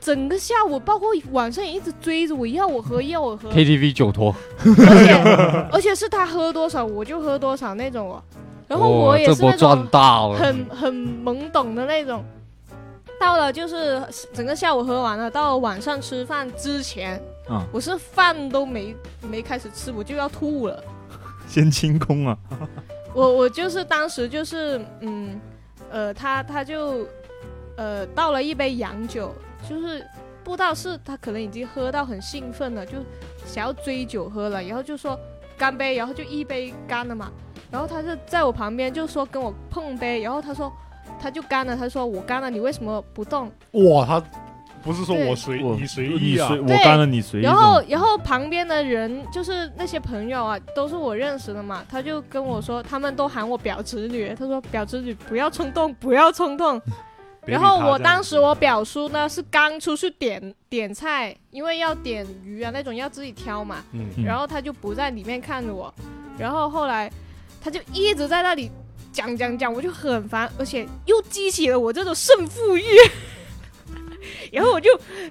[SPEAKER 3] 整个下午，包括晚上也一直追着我要我喝，要我喝，
[SPEAKER 1] KTV 酒托，
[SPEAKER 3] 而 且而且是他喝多少我就喝多少那种哦。然后我
[SPEAKER 1] 哇
[SPEAKER 3] 也
[SPEAKER 1] 这
[SPEAKER 3] 是
[SPEAKER 1] 波
[SPEAKER 3] 那
[SPEAKER 1] 赚
[SPEAKER 3] 种
[SPEAKER 1] 大了，
[SPEAKER 3] 很很懵懂的那种。到了就是整个下午喝完了，到了晚上吃饭之前，
[SPEAKER 2] 嗯
[SPEAKER 3] 我是饭都没没开始吃，我就要吐了。
[SPEAKER 2] 先清空啊，
[SPEAKER 3] 我我就是当时就是嗯，呃，他他就呃倒了一杯洋酒，就是不知道是他可能已经喝到很兴奋了，就想要追酒喝了，然后就说干杯，然后就一杯干了嘛，然后他就在我旁边就说跟我碰杯，然后他说他就干了，他说我干了，你为什么不动？
[SPEAKER 4] 哇，他不是说我随
[SPEAKER 2] 我
[SPEAKER 4] 你随
[SPEAKER 2] 你
[SPEAKER 4] 意啊，
[SPEAKER 2] 随我
[SPEAKER 3] 对
[SPEAKER 2] 干了你随意这
[SPEAKER 3] 然
[SPEAKER 2] 种。
[SPEAKER 3] 后，然后旁边的人就是那些朋友啊，都是我认识的嘛，他就跟我说，他们都喊我表侄女，他说表侄女不要冲动，不要冲动。
[SPEAKER 4] 嗯别
[SPEAKER 3] 然
[SPEAKER 4] 理
[SPEAKER 3] 后
[SPEAKER 4] 他
[SPEAKER 3] 我
[SPEAKER 4] 这样
[SPEAKER 3] 当
[SPEAKER 4] 子
[SPEAKER 3] 时我表叔呢是刚出去点点菜，因为要点鱼啊那种要自己挑嘛，
[SPEAKER 4] 嗯
[SPEAKER 2] 嗯
[SPEAKER 3] 然后他就不在里面看着我，然后后来他就一直在那里讲讲讲，我就很烦，而且又激起了我这种胜负欲，然后我就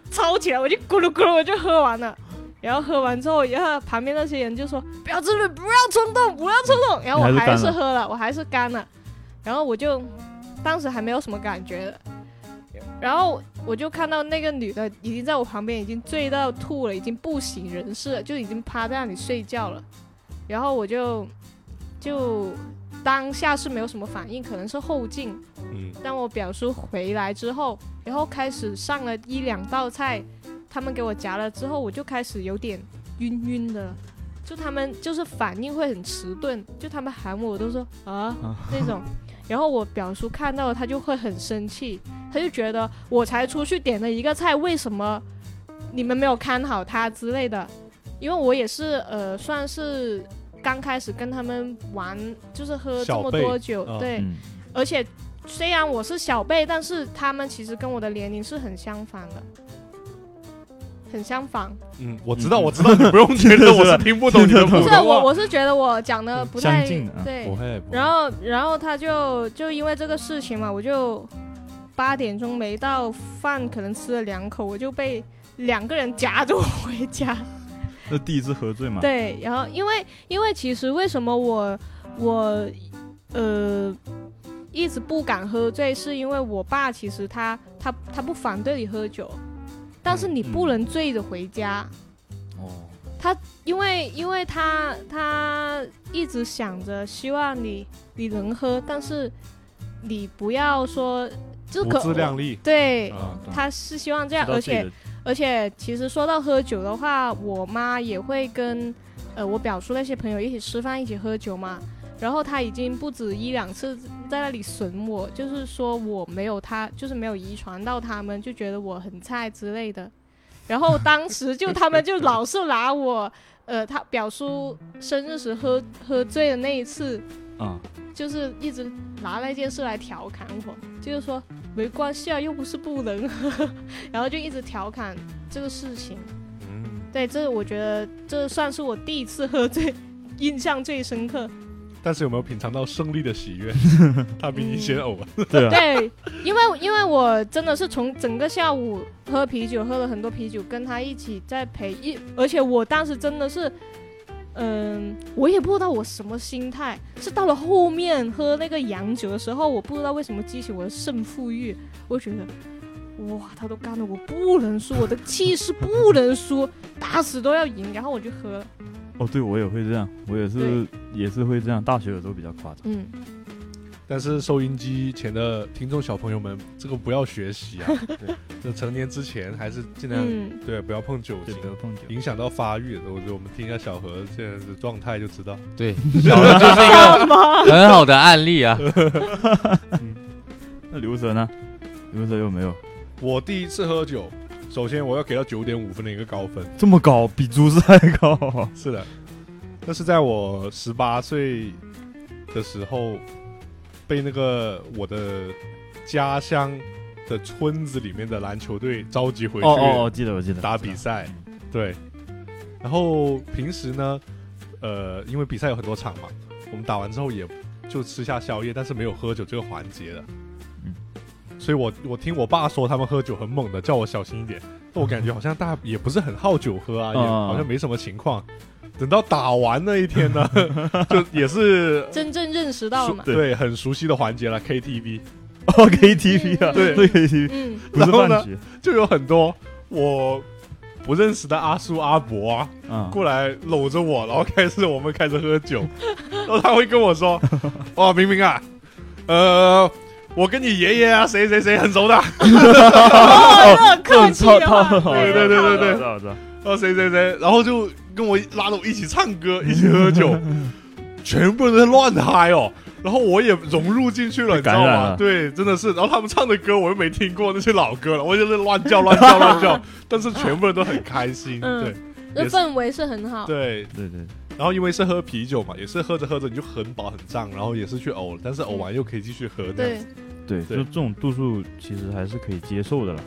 [SPEAKER 3] 抄起来，我就咕噜咕噜我就喝完了。然后喝完之后，然后旁边那些人就说：“不要自律，不要冲动，不要冲动。”然后我
[SPEAKER 2] 你还是
[SPEAKER 3] 还
[SPEAKER 2] 干
[SPEAKER 3] 是
[SPEAKER 2] 了
[SPEAKER 3] 喝了，我还是干了。然后我就当时还没有什么感觉的，然后我就看到那个女的已经在我旁边，已经醉到吐了，已经不省人事了，就已经趴在那里睡觉了。然后我就就当下是没有什么反应，可能是后劲。
[SPEAKER 4] 嗯
[SPEAKER 3] 当我表叔回来之后，然后开始上了一两道菜，他们给我夹了之后，我就开始有点晕晕的了。就他们就是反应会很迟钝，就他们喊我都说啊
[SPEAKER 2] 啊
[SPEAKER 3] 那种，然后我表叔看到了他就会很生气，他就觉得我才出去点了一个菜，为什么你们没有看好他之类的？因为我也是呃算是刚开始跟他们玩，就是喝这
[SPEAKER 4] 小
[SPEAKER 3] 么
[SPEAKER 4] 辈
[SPEAKER 3] 多酒，
[SPEAKER 4] 嗯
[SPEAKER 3] 对，
[SPEAKER 2] 嗯，
[SPEAKER 3] 而且虽然我是小辈，但是他们其实跟我的年龄是很相反的。很相仿。
[SPEAKER 4] 嗯，我知道，我知道，你不用 觉得我是听不懂你的普
[SPEAKER 3] 是我
[SPEAKER 4] 通话。
[SPEAKER 3] 我是觉得我讲的不太
[SPEAKER 2] 相近啊
[SPEAKER 3] 对
[SPEAKER 4] 不，会，不会
[SPEAKER 3] 然后然后他就就因为这个事情嘛，我就八点钟没到饭，可能吃了两口，我就被两个人夹着我回家。
[SPEAKER 2] 那第一次喝醉嘛，
[SPEAKER 3] 对，然后因为因为其实为什么我我呃一直不敢喝醉，是因为我爸其实他他他不反对你喝酒，但是你不能醉着回家，
[SPEAKER 2] 哦，
[SPEAKER 3] 因为因为他他一直想着希望你你能喝，但是你不要说就
[SPEAKER 4] 不
[SPEAKER 3] 可
[SPEAKER 4] 自量力。
[SPEAKER 3] 对。
[SPEAKER 2] 啊，懂
[SPEAKER 3] 他是希望这样，
[SPEAKER 2] 知道
[SPEAKER 3] 而
[SPEAKER 2] 自己
[SPEAKER 3] 且
[SPEAKER 2] 的
[SPEAKER 3] 而且其实说到喝酒的话，我妈也会跟呃我表叔那些朋友一起吃饭，一起喝酒嘛。然后她已经不止一两次在那里损我，就是说我没有她，就是没有遗传到他们，就觉得我很菜之类的。然后当时就他们就老是拿我，呃，他表叔生日时喝喝醉的那一次，
[SPEAKER 2] 啊，
[SPEAKER 3] 就是一直拿那件事来调侃我，就是说没关系啊，又不是不能 喝，然后就一直调侃这个事情。
[SPEAKER 4] 嗯，
[SPEAKER 3] 对，这我觉得这算是我第一次喝醉，印象最深刻。
[SPEAKER 4] 但是有没有品尝到胜利的喜 悦？他比你先呕啊！
[SPEAKER 2] 对啊，
[SPEAKER 3] 对，因为因为我真的是从整个下午喝啤酒，喝了很多啤酒，跟他一起在陪一，而且我当时真的是，嗯、我也不知道我什么心态，是到了后面喝那个洋酒的时候，我不知道为什么激起我的胜负欲，我觉得。哇，他都干了，我不能输，我的气势不能输，打死都要赢。然后我就喝了，
[SPEAKER 2] 哦，对我也会这样，我也是也是会这样，大学的时候比较夸张，
[SPEAKER 3] 嗯，
[SPEAKER 4] 但是收音机前的听众小朋友们，这个不要学习啊！对，这成年之前还是尽量、
[SPEAKER 3] 嗯，
[SPEAKER 4] 对，不要碰酒
[SPEAKER 2] 对，
[SPEAKER 4] 精，
[SPEAKER 2] 不要碰酒，
[SPEAKER 4] 影响到发育。我觉得我们听一下小何现在的状态就 知道。
[SPEAKER 1] 对，小何就是一个很好的案例啊。
[SPEAKER 2] 那刘哲呢？刘哲有没有
[SPEAKER 4] 我第一次喝酒，首先我要给到九点五分的一个高分。
[SPEAKER 2] 这么高？比朱氏还高啊？
[SPEAKER 4] 是的，那是在我十八岁的时候，被那个我的家乡的村子里面的篮球队召集回去
[SPEAKER 2] 哦哦哦，记得我记得
[SPEAKER 4] 打比，赛。对，然后平时呢，呃，因为比赛有很多场嘛，我们打完之后也就吃下宵夜，但是没有喝酒这个环节的。
[SPEAKER 2] 嗯
[SPEAKER 4] 所以我我听我爸说他们喝酒很猛的，叫我小心一点。但我感觉好像大家也不是很好酒喝啊，也
[SPEAKER 2] 啊
[SPEAKER 4] 好像没什么情况。等到打完那一天呢，就也是
[SPEAKER 3] 真正认识到了嘛，
[SPEAKER 2] 对
[SPEAKER 4] 对很熟悉的环节了，KTV。
[SPEAKER 2] 哦 KTV 啊，
[SPEAKER 4] 对
[SPEAKER 2] 对 KTV
[SPEAKER 3] 嗯，
[SPEAKER 2] 不是
[SPEAKER 4] 然后呢
[SPEAKER 2] 饭局
[SPEAKER 4] 就有很多我不认识的阿叔阿伯啊，
[SPEAKER 2] 啊，
[SPEAKER 4] 过来搂着我，然后开始我们开始喝酒，然后他会跟我说：“ 哦，明明啊，呃，我跟你爷爷啊，谁谁谁很熟的，
[SPEAKER 3] 哦，这客气
[SPEAKER 2] 套
[SPEAKER 3] 的
[SPEAKER 2] 套
[SPEAKER 3] 话，
[SPEAKER 2] 很好，
[SPEAKER 4] 对对对对对
[SPEAKER 2] 知道知道，
[SPEAKER 4] 哦谁谁谁，然后就跟我拉着我一起唱歌，一起 喝酒，全部人都在乱嗨哦。”然后我也融入进去了，你知道
[SPEAKER 2] 感染
[SPEAKER 4] 吗
[SPEAKER 2] 了？
[SPEAKER 4] 对，真的是。然后他们唱的歌我又没听过那些老歌了，我就是乱叫乱叫 乱叫，但是全部人都很开心。
[SPEAKER 3] 嗯
[SPEAKER 4] 对
[SPEAKER 3] 这
[SPEAKER 4] 也是
[SPEAKER 3] 氛围是很好。
[SPEAKER 4] 对，
[SPEAKER 2] 对对，
[SPEAKER 4] 然后因为是喝啤酒嘛，也是喝着喝着你就很饱很胀，然后也是去呕了，但是呕完又可以继续喝这样
[SPEAKER 3] 对
[SPEAKER 4] 子。，
[SPEAKER 2] 对，
[SPEAKER 4] 对
[SPEAKER 2] 就这种度数其实还是可以接受的了。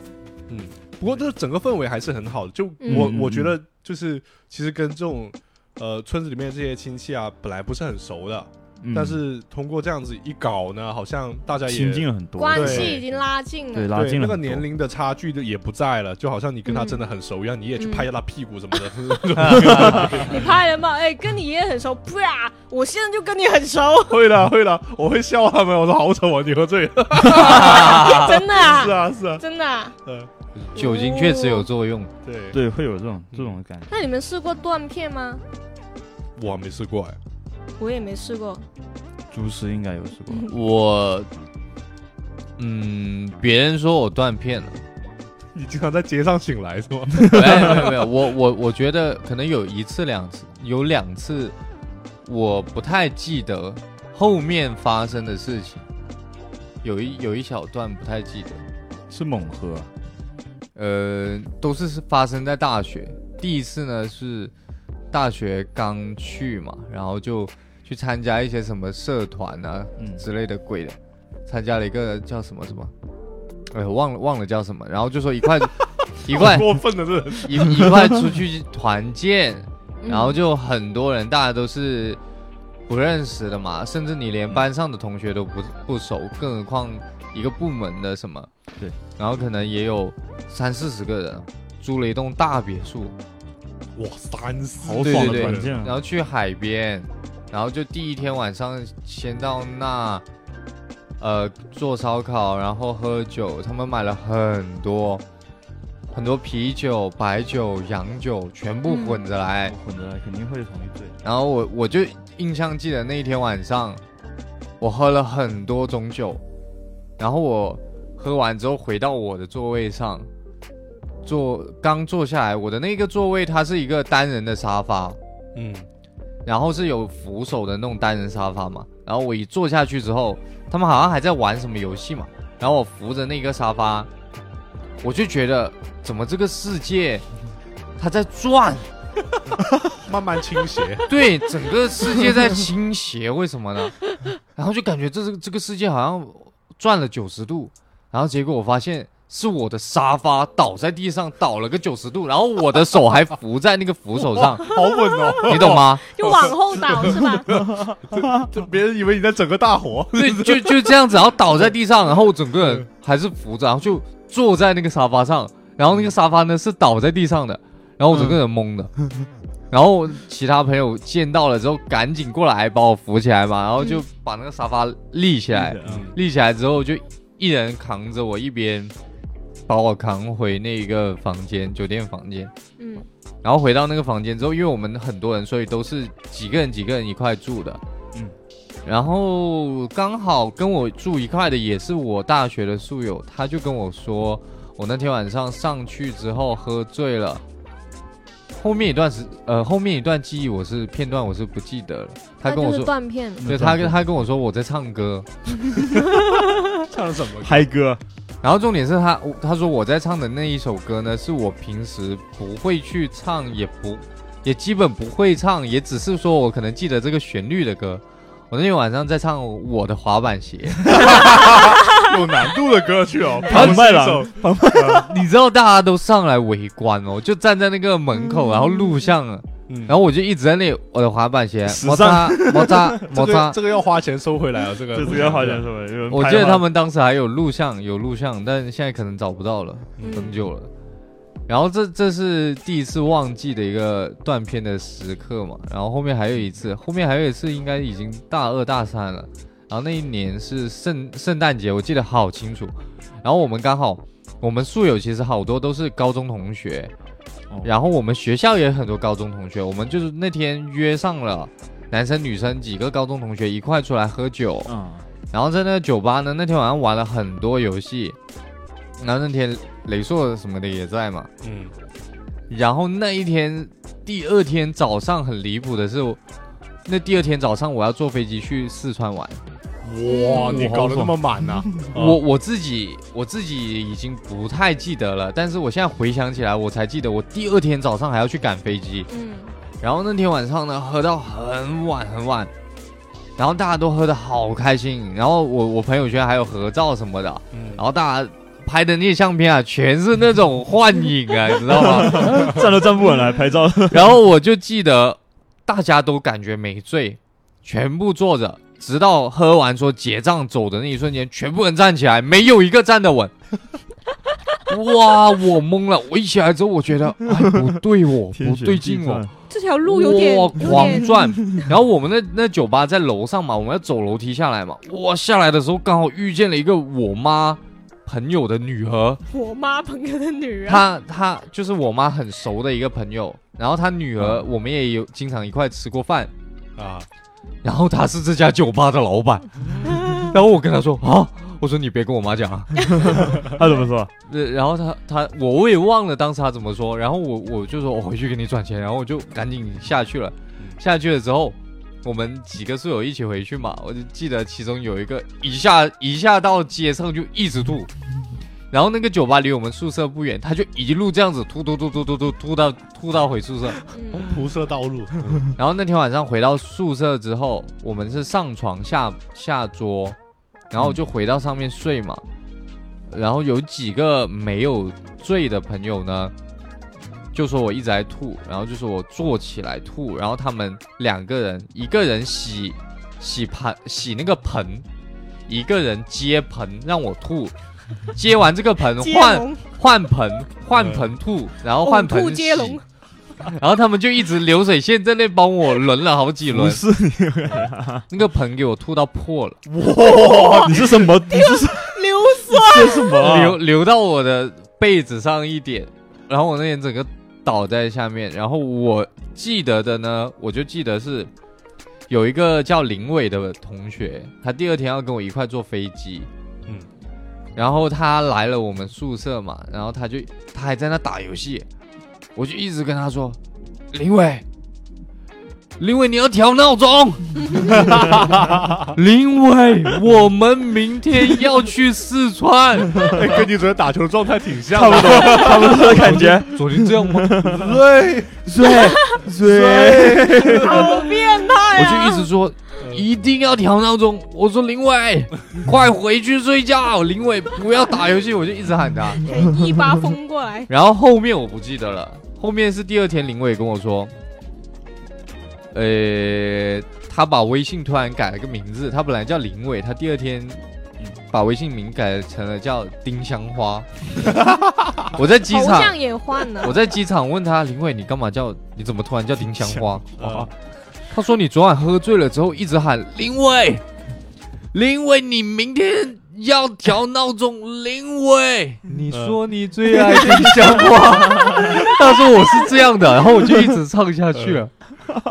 [SPEAKER 4] 不过这整个氛围还是很好的，就我、
[SPEAKER 3] 嗯
[SPEAKER 2] 嗯
[SPEAKER 4] 我觉得就是其实跟这种呃村子里面这些亲戚啊本来不是很熟的，
[SPEAKER 2] 嗯
[SPEAKER 4] 但是通过这样子一搞呢，好像大家也
[SPEAKER 2] 亲近了很多，
[SPEAKER 3] 关
[SPEAKER 4] 对
[SPEAKER 3] 系已经拉近
[SPEAKER 2] 对
[SPEAKER 3] 了。
[SPEAKER 2] 拉
[SPEAKER 4] 对
[SPEAKER 2] 近了
[SPEAKER 4] 那
[SPEAKER 2] 很多
[SPEAKER 4] 个年龄的差距的也不在了，就好像你跟他真的很熟一样，你也去拍下他屁股什么 的，
[SPEAKER 3] 你拍人嘛？哎，跟你也很熟，不呀？我现在就跟你很熟，
[SPEAKER 4] 会的会的，我会笑他们，我说好丑啊，你喝醉了，
[SPEAKER 3] 真的
[SPEAKER 4] 是
[SPEAKER 3] 啊，
[SPEAKER 4] 啊是啊，
[SPEAKER 3] 真的啊。
[SPEAKER 4] 嗯
[SPEAKER 1] 酒精确实有作用，
[SPEAKER 3] 哦
[SPEAKER 4] 对，
[SPEAKER 2] 对会有这种这种感觉。
[SPEAKER 3] 那你们试过断片吗？
[SPEAKER 4] 我没试过哎，
[SPEAKER 3] 我也没试过。
[SPEAKER 2] 朱师应该有试过吧，
[SPEAKER 1] 我。嗯，别人说我断片了，
[SPEAKER 4] 你经常在街上醒来是吗？
[SPEAKER 1] 哎，没有没有，我我我觉得可能有一次两次，有两次我不太记得后面发生的事情，有一有一小段不太记得，
[SPEAKER 2] 是猛喝啊，
[SPEAKER 1] 呃，都是是发生在大学。第一次呢是大学刚去嘛，然后就去参加一些什么社团啊
[SPEAKER 2] 嗯
[SPEAKER 1] 之类的鬼的，参加了一个叫什么什么，哎，忘了忘了叫什么，然后就说一块。一块
[SPEAKER 4] 过分的这人，
[SPEAKER 1] 一一块出去团建，
[SPEAKER 3] 嗯
[SPEAKER 1] 然后就很多人，大家都是不认识的嘛，甚至你连班上的同学都不不熟，更何况一个部门的什么？
[SPEAKER 2] 对，
[SPEAKER 1] 然后可能也有三四十个人，租了一栋大别墅，
[SPEAKER 4] 哇，三四
[SPEAKER 2] 好
[SPEAKER 1] 对
[SPEAKER 2] 爽
[SPEAKER 1] 对
[SPEAKER 2] 的
[SPEAKER 1] 对
[SPEAKER 2] 团建
[SPEAKER 1] 然
[SPEAKER 2] 啊！
[SPEAKER 1] 后去海边，然后就第一天晚上先到那，呃，做烧烤，然后喝酒，他们买了很多很多啤酒、白酒、洋酒，全部
[SPEAKER 3] 嗯
[SPEAKER 1] 混着来。
[SPEAKER 2] 混着来肯定会容易醉。
[SPEAKER 1] 然后我我就印象记得那一天晚上，我喝了很多种酒，然后我喝完之后回到我的座位上，坐刚坐下来，我的那个座位它是一个单人的沙发，
[SPEAKER 4] 嗯，
[SPEAKER 1] 然后是有扶手的那种单人沙发嘛。然后我一坐下去之后，他们好像还在玩什么游戏嘛。然后我扶着那个沙发，我就觉得怎么这个世界它在转，
[SPEAKER 4] 慢慢倾斜，
[SPEAKER 1] 对，整个世界在倾斜，为什么呢？然后就感觉这是这个世界好像转了九十度，然后结果我发现是我的沙发倒在地上倒了个九十度，然后我的手还扶在那个扶手上，
[SPEAKER 4] 好稳哦，
[SPEAKER 1] 你懂？ 吗？
[SPEAKER 3] 就往后倒是 吧？
[SPEAKER 4] 这别人以为你在整个大火，
[SPEAKER 1] 对，嗯就就这样子，然后倒在地上，然后我整个人还是扶着，然后就坐在那个沙发上，然后那个沙发呢是倒在地上的，然后我整个人懵的， 然后其他朋友见到了之后赶紧过来把我扶起来嘛，然后就把那个沙发立起来，
[SPEAKER 2] 嗯
[SPEAKER 1] 立起来之后就一人扛着我，一边把我扛回那个房间，酒店房间。
[SPEAKER 3] 嗯
[SPEAKER 1] 然后回到那个房间之后，因为我们很多人，所以都是几个人几个人一块住的。
[SPEAKER 2] 嗯，
[SPEAKER 1] 然后刚好跟我住一块的也是我大学的宿友，他就跟我说，我那天晚上上去之后喝醉了。后面一段时，呃，后面一段记忆我是片段我是不记得了。他跟我
[SPEAKER 3] 就是
[SPEAKER 1] 说，
[SPEAKER 3] 断片了。
[SPEAKER 1] 对他跟他跟我说我在唱歌，
[SPEAKER 4] 唱的什么？
[SPEAKER 2] 嗨歌，
[SPEAKER 1] 然后重点是他，我他说我在唱的那一首歌呢，是我平时不会去唱，也不，也基本不会唱，也只是说我可能记得这个旋律的歌。我那天晚上在唱《我的滑板鞋
[SPEAKER 4] 有难度的歌曲 哦，
[SPEAKER 2] 庞麦
[SPEAKER 1] 啊
[SPEAKER 4] 不
[SPEAKER 2] 郎
[SPEAKER 4] 是一首，
[SPEAKER 2] 庞麦》，
[SPEAKER 1] 你知道大家都上来围观哦，就站在那个门口，然后录像啊，
[SPEAKER 4] 嗯
[SPEAKER 1] 然后我就一直在那里我的滑板鞋
[SPEAKER 2] 时
[SPEAKER 1] 摩擦摩擦摩
[SPEAKER 4] 这个
[SPEAKER 1] 擦。
[SPEAKER 4] 这个要花钱收回来啊，这个
[SPEAKER 2] 这这个好像是吧？有人
[SPEAKER 1] 我
[SPEAKER 2] 拍
[SPEAKER 1] 记得
[SPEAKER 2] 的
[SPEAKER 1] 他
[SPEAKER 2] 话
[SPEAKER 1] 们当时还有录像，有录像，但现在可能找不到了。很
[SPEAKER 3] 嗯，
[SPEAKER 1] 久了。然后这这是第一次忘记的一个断片的时刻嘛，然后后面还有一次，后面还有一次应该已经大二大三了，然后那一年是圣圣诞节，我记得好清楚。然后我们刚好，我们宿友其实好多都是高中同学，
[SPEAKER 2] 哦
[SPEAKER 1] 然后我们学校也有很多高中同学，我们就是那天约上了男生女生几个高中同学一块出来喝酒，
[SPEAKER 2] 嗯，
[SPEAKER 1] 然后在那个酒吧呢，那天晚上玩了很多游戏，然后那天雷硕什么的也在嘛。
[SPEAKER 4] 嗯，
[SPEAKER 1] 然后那一天，第二天早上很离谱的是，我那第二天早上我要坐飞机去四川玩，
[SPEAKER 4] 哇，你搞得那么满啊呐，
[SPEAKER 1] 我我自己我自己已经不太记得了，但是我现在回想起来，我才记得我第二天早上还要去赶飞机，
[SPEAKER 3] 嗯
[SPEAKER 1] 然后那天晚上呢，喝到很晚很晚，然后大家都喝的好开心，然后我我朋友圈还有合照什么的，
[SPEAKER 4] 嗯
[SPEAKER 1] 然后大家拍的那些相片啊，全是那种幻影啊，你知道吗？
[SPEAKER 2] 嗯站都站不稳了，还拍照。
[SPEAKER 1] 然后我就记得大家都感觉没醉，全部坐着，直到喝完说结账走的那一瞬间，全部人站起来，没有一个站得稳。哇，我懵了！我一起来之后，我觉得哎不对我，
[SPEAKER 2] 天
[SPEAKER 1] 不
[SPEAKER 2] 旋
[SPEAKER 1] 对
[SPEAKER 2] 地
[SPEAKER 1] 劲哦我
[SPEAKER 2] 转，
[SPEAKER 3] 这条路有点
[SPEAKER 1] 哇
[SPEAKER 3] 有
[SPEAKER 1] 狂
[SPEAKER 3] 点
[SPEAKER 1] 转。然后我们那那酒吧在楼上嘛，我们要走楼梯下来嘛。哇，下来的时候刚好遇见了一个我妈朋友的女儿，
[SPEAKER 3] 我妈朋友的女儿，
[SPEAKER 1] 她她就是我妈很熟的一个朋友，然后她女儿我们也有经常一块吃过饭，
[SPEAKER 4] 啊，
[SPEAKER 1] 然后她是这家酒吧的老板， 然后我跟她说啊，我说你别跟我妈讲啊，
[SPEAKER 2] 他怎么说？
[SPEAKER 1] 呃然后她她我我也忘了当时她怎么说，然后我我就说我回去给你转钱，然后我就赶紧下去了，下去了之后。我们几个宿友一起回去嘛，我就记得其中有一个一下一下到街上就一直吐，然后那个酒吧离我们宿舍不远，他就一路这样子吐吐吐吐吐吐吐到吐到回宿舍。
[SPEAKER 3] 嗯
[SPEAKER 4] 铺设道路，
[SPEAKER 1] 然后那天晚上回到宿舍之后，我们是上床下下桌，然后我就回到上面睡嘛。然后有几个没有醉的朋友呢，就说我一直在吐，然后就说我坐起来吐，然后他们两个人，一个人洗洗盘洗那个盆，一个人接盆让我吐，接完这个盆
[SPEAKER 3] 接
[SPEAKER 1] 换
[SPEAKER 3] 龙
[SPEAKER 1] 换盆换盆吐，然后换
[SPEAKER 3] 呕
[SPEAKER 1] 盆
[SPEAKER 3] 哦吐接
[SPEAKER 1] 洗
[SPEAKER 3] 龙，
[SPEAKER 1] 然后他们就一直流水线在那帮我轮了好几
[SPEAKER 2] 不
[SPEAKER 1] 轮，
[SPEAKER 2] 是你，
[SPEAKER 1] 那个盆给我吐到破了，哦
[SPEAKER 2] 哇， 你是什 么？你是
[SPEAKER 3] 流
[SPEAKER 2] 这什么啊？
[SPEAKER 1] 流流到我的被子上一点，然后我那天整个倒在下面，然后我记得的呢，我就记得是有一个叫林伟的同学，他第二天要跟我一块坐飞机，嗯
[SPEAKER 4] 嗯，
[SPEAKER 1] 然后他来了我们宿舍嘛，然后他就他还在那打游戏，我就一直跟他说，林伟。林伟，你要调闹钟。 林伟，我们明天要去四川。
[SPEAKER 4] 哎跟你昨天打球的状态挺像
[SPEAKER 2] 差不
[SPEAKER 4] 的。
[SPEAKER 2] 多，差不多的感觉。
[SPEAKER 1] 昨天这样吗？啊
[SPEAKER 4] 对，
[SPEAKER 2] 对对，
[SPEAKER 3] 好变态
[SPEAKER 1] 我就
[SPEAKER 3] 啊！
[SPEAKER 1] 一直说一定要调闹钟。我说林伟，快回去睡觉。啊林伟不要打游戏，我就一直喊他。，
[SPEAKER 3] 一一巴风过来
[SPEAKER 1] 然后后面我不记得了，后面是第二天林伟跟我说，呃，他把微信突然改了个名字，他本来叫林伟，他第二天。把微信名改成了叫丁香花，我在机
[SPEAKER 3] 头
[SPEAKER 1] 场，
[SPEAKER 3] 像也换了
[SPEAKER 1] 我。在机场问他林伟，你干嘛叫？你怎么突然叫丁香花？
[SPEAKER 4] 啊
[SPEAKER 1] 他说你昨晚喝醉了之后一直喊林伟，林伟，你明天要调闹钟，林伟。你说你最爱听讲话，他说我是这样的，然后我就一直唱下去了。
[SPEAKER 4] 哇，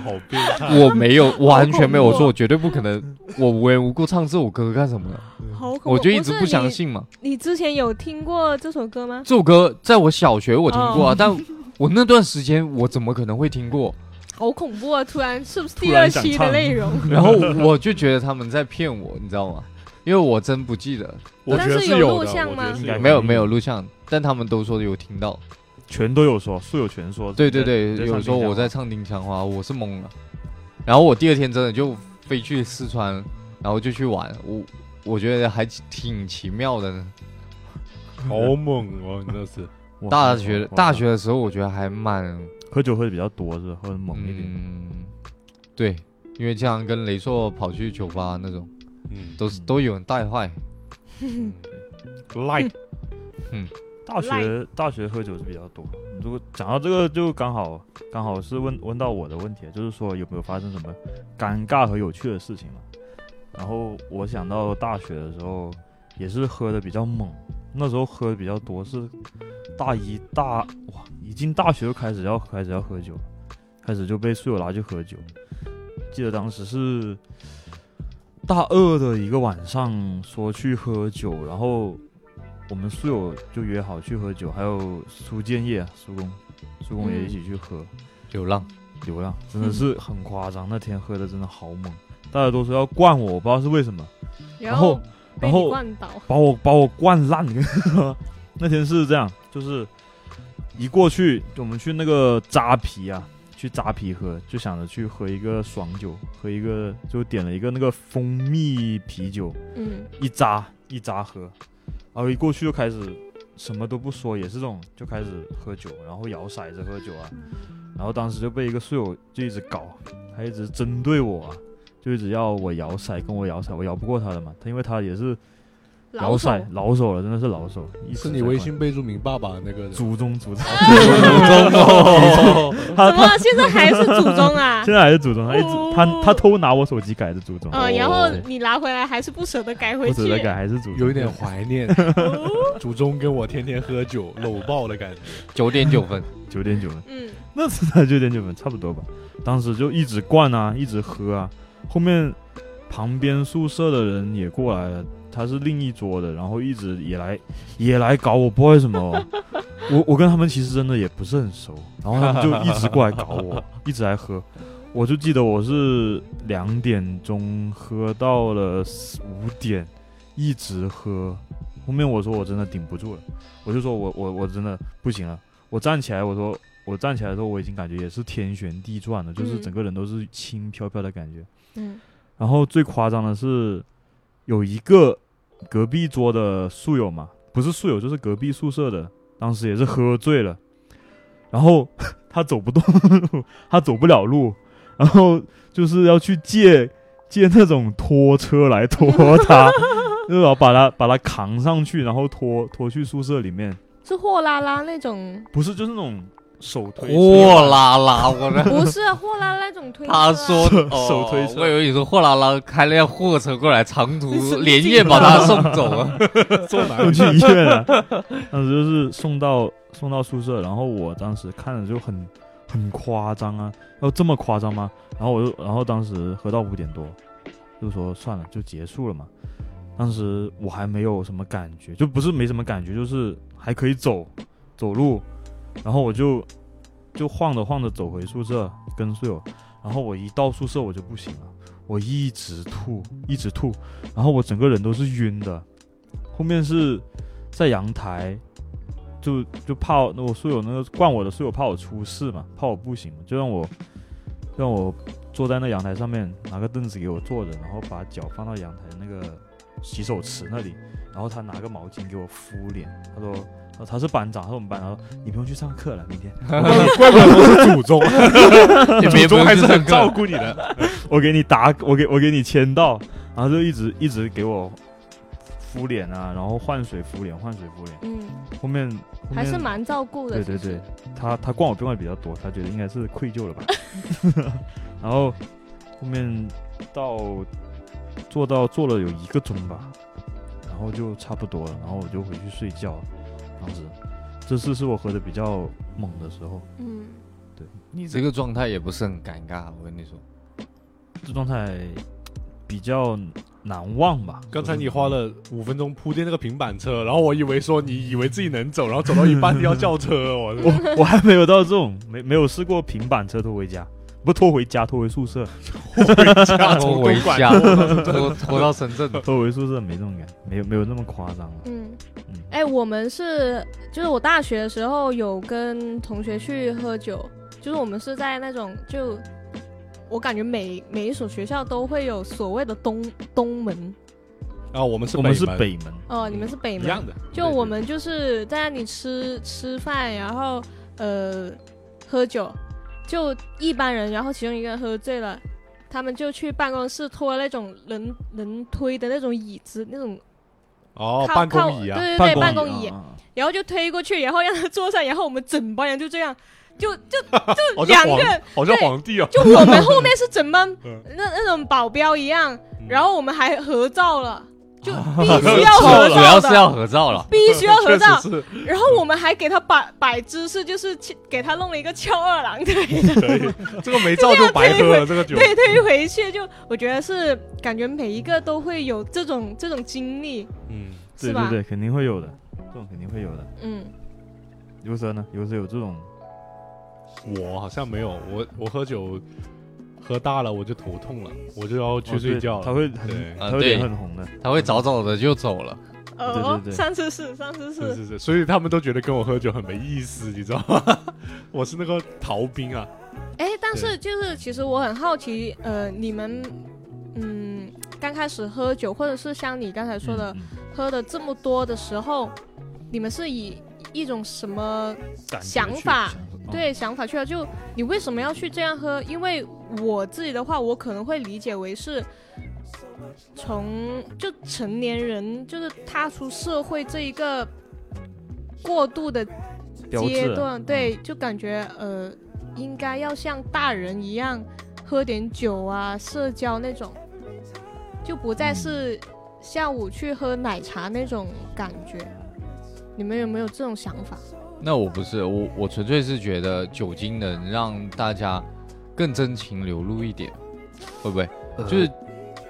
[SPEAKER 4] 好变态！
[SPEAKER 1] 我没有，我完全没有，
[SPEAKER 3] 好恐怖哦
[SPEAKER 1] 我说我绝对不可能，我无缘无故唱这首歌干什么 呢？
[SPEAKER 3] 好恐怖！
[SPEAKER 1] 我就一直
[SPEAKER 3] 是
[SPEAKER 1] 不相信嘛。
[SPEAKER 3] 你。你之前有听过这首歌吗？
[SPEAKER 1] 这首歌在我小学我听过啊
[SPEAKER 3] 哦，
[SPEAKER 1] 但我那段时间我怎么可能会听过？
[SPEAKER 3] 好恐怖啊！突然是不是
[SPEAKER 2] 突
[SPEAKER 3] 第
[SPEAKER 2] 然
[SPEAKER 3] 二
[SPEAKER 2] 想
[SPEAKER 3] 期
[SPEAKER 2] 唱
[SPEAKER 3] 的内容？
[SPEAKER 1] 然后我就觉得他们在骗我，你知道吗？因为我真不记得，
[SPEAKER 4] 我觉得
[SPEAKER 3] 但是
[SPEAKER 4] 有
[SPEAKER 3] 有
[SPEAKER 4] 的，
[SPEAKER 3] 录
[SPEAKER 4] 我觉
[SPEAKER 3] 像
[SPEAKER 4] 得
[SPEAKER 3] 吗
[SPEAKER 4] 是
[SPEAKER 2] 应该
[SPEAKER 1] 没有没有录像，但他们都说有听到。
[SPEAKER 2] 全都有说，素有全说。
[SPEAKER 1] 对对对，
[SPEAKER 2] 在
[SPEAKER 1] 有时候我在，唱《丁香花》，我是懵了。然后我第二天真的就飞去四川，然后就去玩，我我觉得还挺奇妙的呢。
[SPEAKER 4] 好猛哦，你那是。
[SPEAKER 2] 我
[SPEAKER 1] 大学
[SPEAKER 2] 我
[SPEAKER 1] 大学的时候，我觉得还蛮
[SPEAKER 2] 喝酒喝的比较多，是吧喝的猛一点。
[SPEAKER 1] 嗯，对，因为经常跟雷硕跑去酒吧那种，
[SPEAKER 4] 嗯
[SPEAKER 1] 都是
[SPEAKER 2] 嗯
[SPEAKER 1] 都有人带坏。
[SPEAKER 4] ，like
[SPEAKER 2] 大学大学喝酒是比较多。如果讲到这个，就刚好刚好是问问到我的问题，就是说有没有发生什么尴尬和有趣的事情嘛？然后我想到大学的时候也是喝的比较猛，那时候喝的比较多，是大一大哇，一进大学就开始要开始要喝酒，开始就被室友拉去喝酒。记得当时是大二的一个晚上，说去喝酒，然后我们室友就约好去喝酒，还有苏建业、啊苏工、苏工也一起去喝。
[SPEAKER 1] 流浪，
[SPEAKER 2] 流量，真的是很夸张。那天喝的真的好猛，大家都说要灌我，我不知道是为什么，
[SPEAKER 3] 然后被
[SPEAKER 2] 然
[SPEAKER 3] 你
[SPEAKER 2] 后
[SPEAKER 3] 灌倒，
[SPEAKER 2] 把我把我灌烂。 那天是这样，就是一过去，我们去那个扎啤啊，去扎啤喝，就想着去喝一个爽酒，喝一个就点了一个那个蜂蜜啤酒，
[SPEAKER 3] 嗯，
[SPEAKER 2] 一扎一扎喝，然后一过去就开始什么都不说，也是这种就开始喝酒，然后摇骰子喝酒啊，然后当时就被一个室友就一直搞，他一直针对我、啊，就一直要我摇骰，跟我摇骰，我摇不过他的嘛，他因为他也是
[SPEAKER 3] 老手
[SPEAKER 2] 骰老手了，真的是老手，一直
[SPEAKER 4] 是
[SPEAKER 2] 在
[SPEAKER 4] 你
[SPEAKER 2] 灌
[SPEAKER 4] 微信备注名爸爸那个人。
[SPEAKER 2] 祖宗祖宗，
[SPEAKER 3] 啊
[SPEAKER 2] 他
[SPEAKER 3] 怎
[SPEAKER 2] 他
[SPEAKER 3] 么现在还是祖宗 啊？
[SPEAKER 2] 现在还是祖宗，他一直他他偷拿我手机改的祖宗，
[SPEAKER 3] 呃，哦然后
[SPEAKER 2] 对
[SPEAKER 3] 你拿回来还是不舍得改回
[SPEAKER 2] 不值得
[SPEAKER 3] 去，
[SPEAKER 2] 改还是祖宗，
[SPEAKER 4] 有一点怀念，
[SPEAKER 3] 哦
[SPEAKER 4] 祖宗跟我天天 喝酒搂抱的感觉。
[SPEAKER 1] 九点九分，
[SPEAKER 2] 九点九分。
[SPEAKER 3] 嗯，
[SPEAKER 2] 那次才九点九分，差不多吧。当时就一直灌啊，一直喝啊。后面旁边宿舍的人也过来了，他是另一桌的，然后一直也来也来搞我，不知道为什么哦、我我跟他们其实真的也不是很熟，然后他们就一直过来搞我，一直来喝。我就记得我是两点钟喝到了五点，一直喝。后面我说我真的顶不住了，我就说我我我真的不行了，我站起来，我说我站起来的时候我已经感觉也是天旋地转了，就是
[SPEAKER 3] 嗯
[SPEAKER 2] 整个人都是轻飘飘的感觉。
[SPEAKER 3] 嗯，
[SPEAKER 2] 然后最夸张的是，有一个隔壁桌的宿友嘛，不是宿友就是隔壁宿舍的，当时也是喝醉了，然后 他走不动，他走不了路，然后就是要去借借那种拖车来拖他， 就是要把他把他扛上去，然后拖拖去宿舍里面，
[SPEAKER 3] 是货拉拉那种，
[SPEAKER 2] 不是就是那种手推车
[SPEAKER 1] 货拉拉，我这
[SPEAKER 3] 不是货拉拉那种推车 啊、
[SPEAKER 1] 他说
[SPEAKER 2] 手
[SPEAKER 1] 哦
[SPEAKER 2] 手推车
[SPEAKER 1] 我以为你说货拉拉开了辆货 车过来，长
[SPEAKER 3] 你是
[SPEAKER 1] 途
[SPEAKER 3] 不是
[SPEAKER 1] 连夜把他送走啊了。
[SPEAKER 4] 坐 哪
[SPEAKER 2] 送去医院了。当时就是送到送到宿舍，然后我当时看着就很很夸张啊，要这么夸张吗？然后我就然后当时喝到五点多，就说算了，就结束了嘛。当时我还没有什么感觉，就不是没什么感觉，就是还可以走走路，然后我就就晃着晃着走回宿舍跟室友，然后我一到宿舍我就不行了，我一直吐一直吐，然后我整个人都是晕的，后面是在阳台，就就怕我那我室友那个灌我的室友怕我出事嘛，怕我不行嘛，就让我让我坐在那阳台上面，拿个凳子给我坐着，然后把脚放到阳台那个洗手池那里，然后他拿个毛巾给我敷脸，他说。呃他是班长，他是我们班长。他说你不用去上课了，明天
[SPEAKER 4] 怪不得都是祖宗，祖
[SPEAKER 1] 别
[SPEAKER 4] 宗还是很照顾你的。
[SPEAKER 2] 我给你打，我给我给你签到，然后就一直一直给我敷脸啊，然后换水敷脸，换水敷脸。
[SPEAKER 3] 嗯，
[SPEAKER 2] 后面后面
[SPEAKER 3] 还是蛮照顾的。
[SPEAKER 2] 对对
[SPEAKER 3] 其实
[SPEAKER 2] 对，他他逛我病院比较多，他觉得应该是愧疚了吧。 然后后面到做到做了有一个钟吧，然后就差不多了，然后我就回去睡觉了。当时这次是我喝的比较猛的时候，
[SPEAKER 3] 嗯，
[SPEAKER 1] 你这个状态也不是很尴尬，我跟你说，
[SPEAKER 2] 这状态比较难忘吧。
[SPEAKER 4] 刚才
[SPEAKER 2] 就是
[SPEAKER 4] 你花了五分钟铺垫那个平板车，然后我以为说你以为自己能走，然后走到一半要叫 车，我
[SPEAKER 2] 我我还没有到这种没没有试过平板车拖回家，不拖回家拖回宿舍，
[SPEAKER 4] 家
[SPEAKER 1] 拖
[SPEAKER 4] 从
[SPEAKER 1] 回
[SPEAKER 4] 东莞
[SPEAKER 1] 家，
[SPEAKER 4] 过 来
[SPEAKER 1] 拖拖到深圳。
[SPEAKER 2] 拖回宿舍没这种感，没有没有那么夸张了。
[SPEAKER 3] 嗯
[SPEAKER 2] 嗯，
[SPEAKER 3] 哎，我们是就是我大学的时候有跟同学去喝酒，就是我们是在那种就我感觉每每一所学校都会有所谓的东东门
[SPEAKER 4] 啊，我们是
[SPEAKER 2] 我们是
[SPEAKER 4] 门
[SPEAKER 2] 北门，
[SPEAKER 3] 哦、你们是北
[SPEAKER 4] 一
[SPEAKER 3] 门，
[SPEAKER 4] 样的，
[SPEAKER 3] 就我们就是在那里吃吃饭，然后呃喝酒，就一般人，然后其中一个人喝醉了。他们就去办公室拖那种人人推的那种椅子，那种
[SPEAKER 4] 哦
[SPEAKER 3] 靠
[SPEAKER 4] 办
[SPEAKER 3] 靠
[SPEAKER 4] 公椅啊，
[SPEAKER 3] 对对对，办
[SPEAKER 2] 公
[SPEAKER 3] 公椅，
[SPEAKER 2] 啊啊啊
[SPEAKER 3] 然后就推过去，然后让他坐上，然后我们整班人就这样，就 就
[SPEAKER 4] 好像
[SPEAKER 3] 两个
[SPEAKER 4] 哦皇
[SPEAKER 3] 人，
[SPEAKER 4] 好像皇帝啊，
[SPEAKER 3] 就我们后面是整班
[SPEAKER 4] 嗯
[SPEAKER 3] 那那种保镖一样，然后我们还合照了，就
[SPEAKER 2] 嗯
[SPEAKER 3] 必须
[SPEAKER 1] 主
[SPEAKER 3] 要合
[SPEAKER 1] 主要
[SPEAKER 3] 照
[SPEAKER 1] 是要
[SPEAKER 3] 的，
[SPEAKER 1] 合照了。
[SPEAKER 3] 必须要合照
[SPEAKER 4] 确。实是
[SPEAKER 3] 然后我们还给他摆摆姿势，就是去给他弄了一个翘二郎 腿的，
[SPEAKER 4] 可以，嗯这个没照
[SPEAKER 3] 啊
[SPEAKER 4] 就白喝了这个酒，
[SPEAKER 3] 推推回去。就我觉得是感觉每一个都会有这种这种经历，
[SPEAKER 4] 嗯，
[SPEAKER 2] 对
[SPEAKER 3] 是
[SPEAKER 2] 对
[SPEAKER 3] 吧？
[SPEAKER 2] 对，肯定会有的，这种肯定会有的。
[SPEAKER 3] 嗯，
[SPEAKER 2] 刘蛇呢？刘蛇有这种
[SPEAKER 4] 我好像没有，我我喝酒喝大了我就头痛了，我就要去
[SPEAKER 2] 哦
[SPEAKER 4] 睡
[SPEAKER 2] 对
[SPEAKER 4] 觉
[SPEAKER 2] 他
[SPEAKER 4] 了。
[SPEAKER 2] 会很
[SPEAKER 4] 对
[SPEAKER 2] 他
[SPEAKER 1] 啊
[SPEAKER 2] 会脸
[SPEAKER 1] 对
[SPEAKER 2] 很红的。
[SPEAKER 1] 他会早早的就走了，
[SPEAKER 3] 哦
[SPEAKER 2] 对，对
[SPEAKER 3] 上次是上次
[SPEAKER 4] 是
[SPEAKER 3] 是，
[SPEAKER 4] 是是，所以他们都觉得跟我喝酒很没意思，你知道吗？我是那个逃兵啊，
[SPEAKER 3] 哎，但是就是其实我很好奇，呃，你们嗯刚开始喝酒，或者是像你刚才说的、
[SPEAKER 2] 嗯嗯
[SPEAKER 3] 喝的这么多的时候，你们是以一种什么
[SPEAKER 2] 感觉
[SPEAKER 3] 想
[SPEAKER 2] 去
[SPEAKER 3] 法
[SPEAKER 2] 享受，
[SPEAKER 3] 对想法去了，就你为什么要去这样喝？因为我自己的话，我可能会理解为是从就成年人就是踏出社会这一个过渡的
[SPEAKER 2] 哦标
[SPEAKER 3] 阶
[SPEAKER 2] 志
[SPEAKER 3] 段，对，就感觉呃应该要像大人一样喝点酒啊，社交那种，就不再
[SPEAKER 2] 嗯
[SPEAKER 3] 是下午去喝奶茶那种感觉。你们有没有这种想法？
[SPEAKER 1] 那我不是我，我纯粹是觉得酒精能让大家更真情流露一点，会不会？就是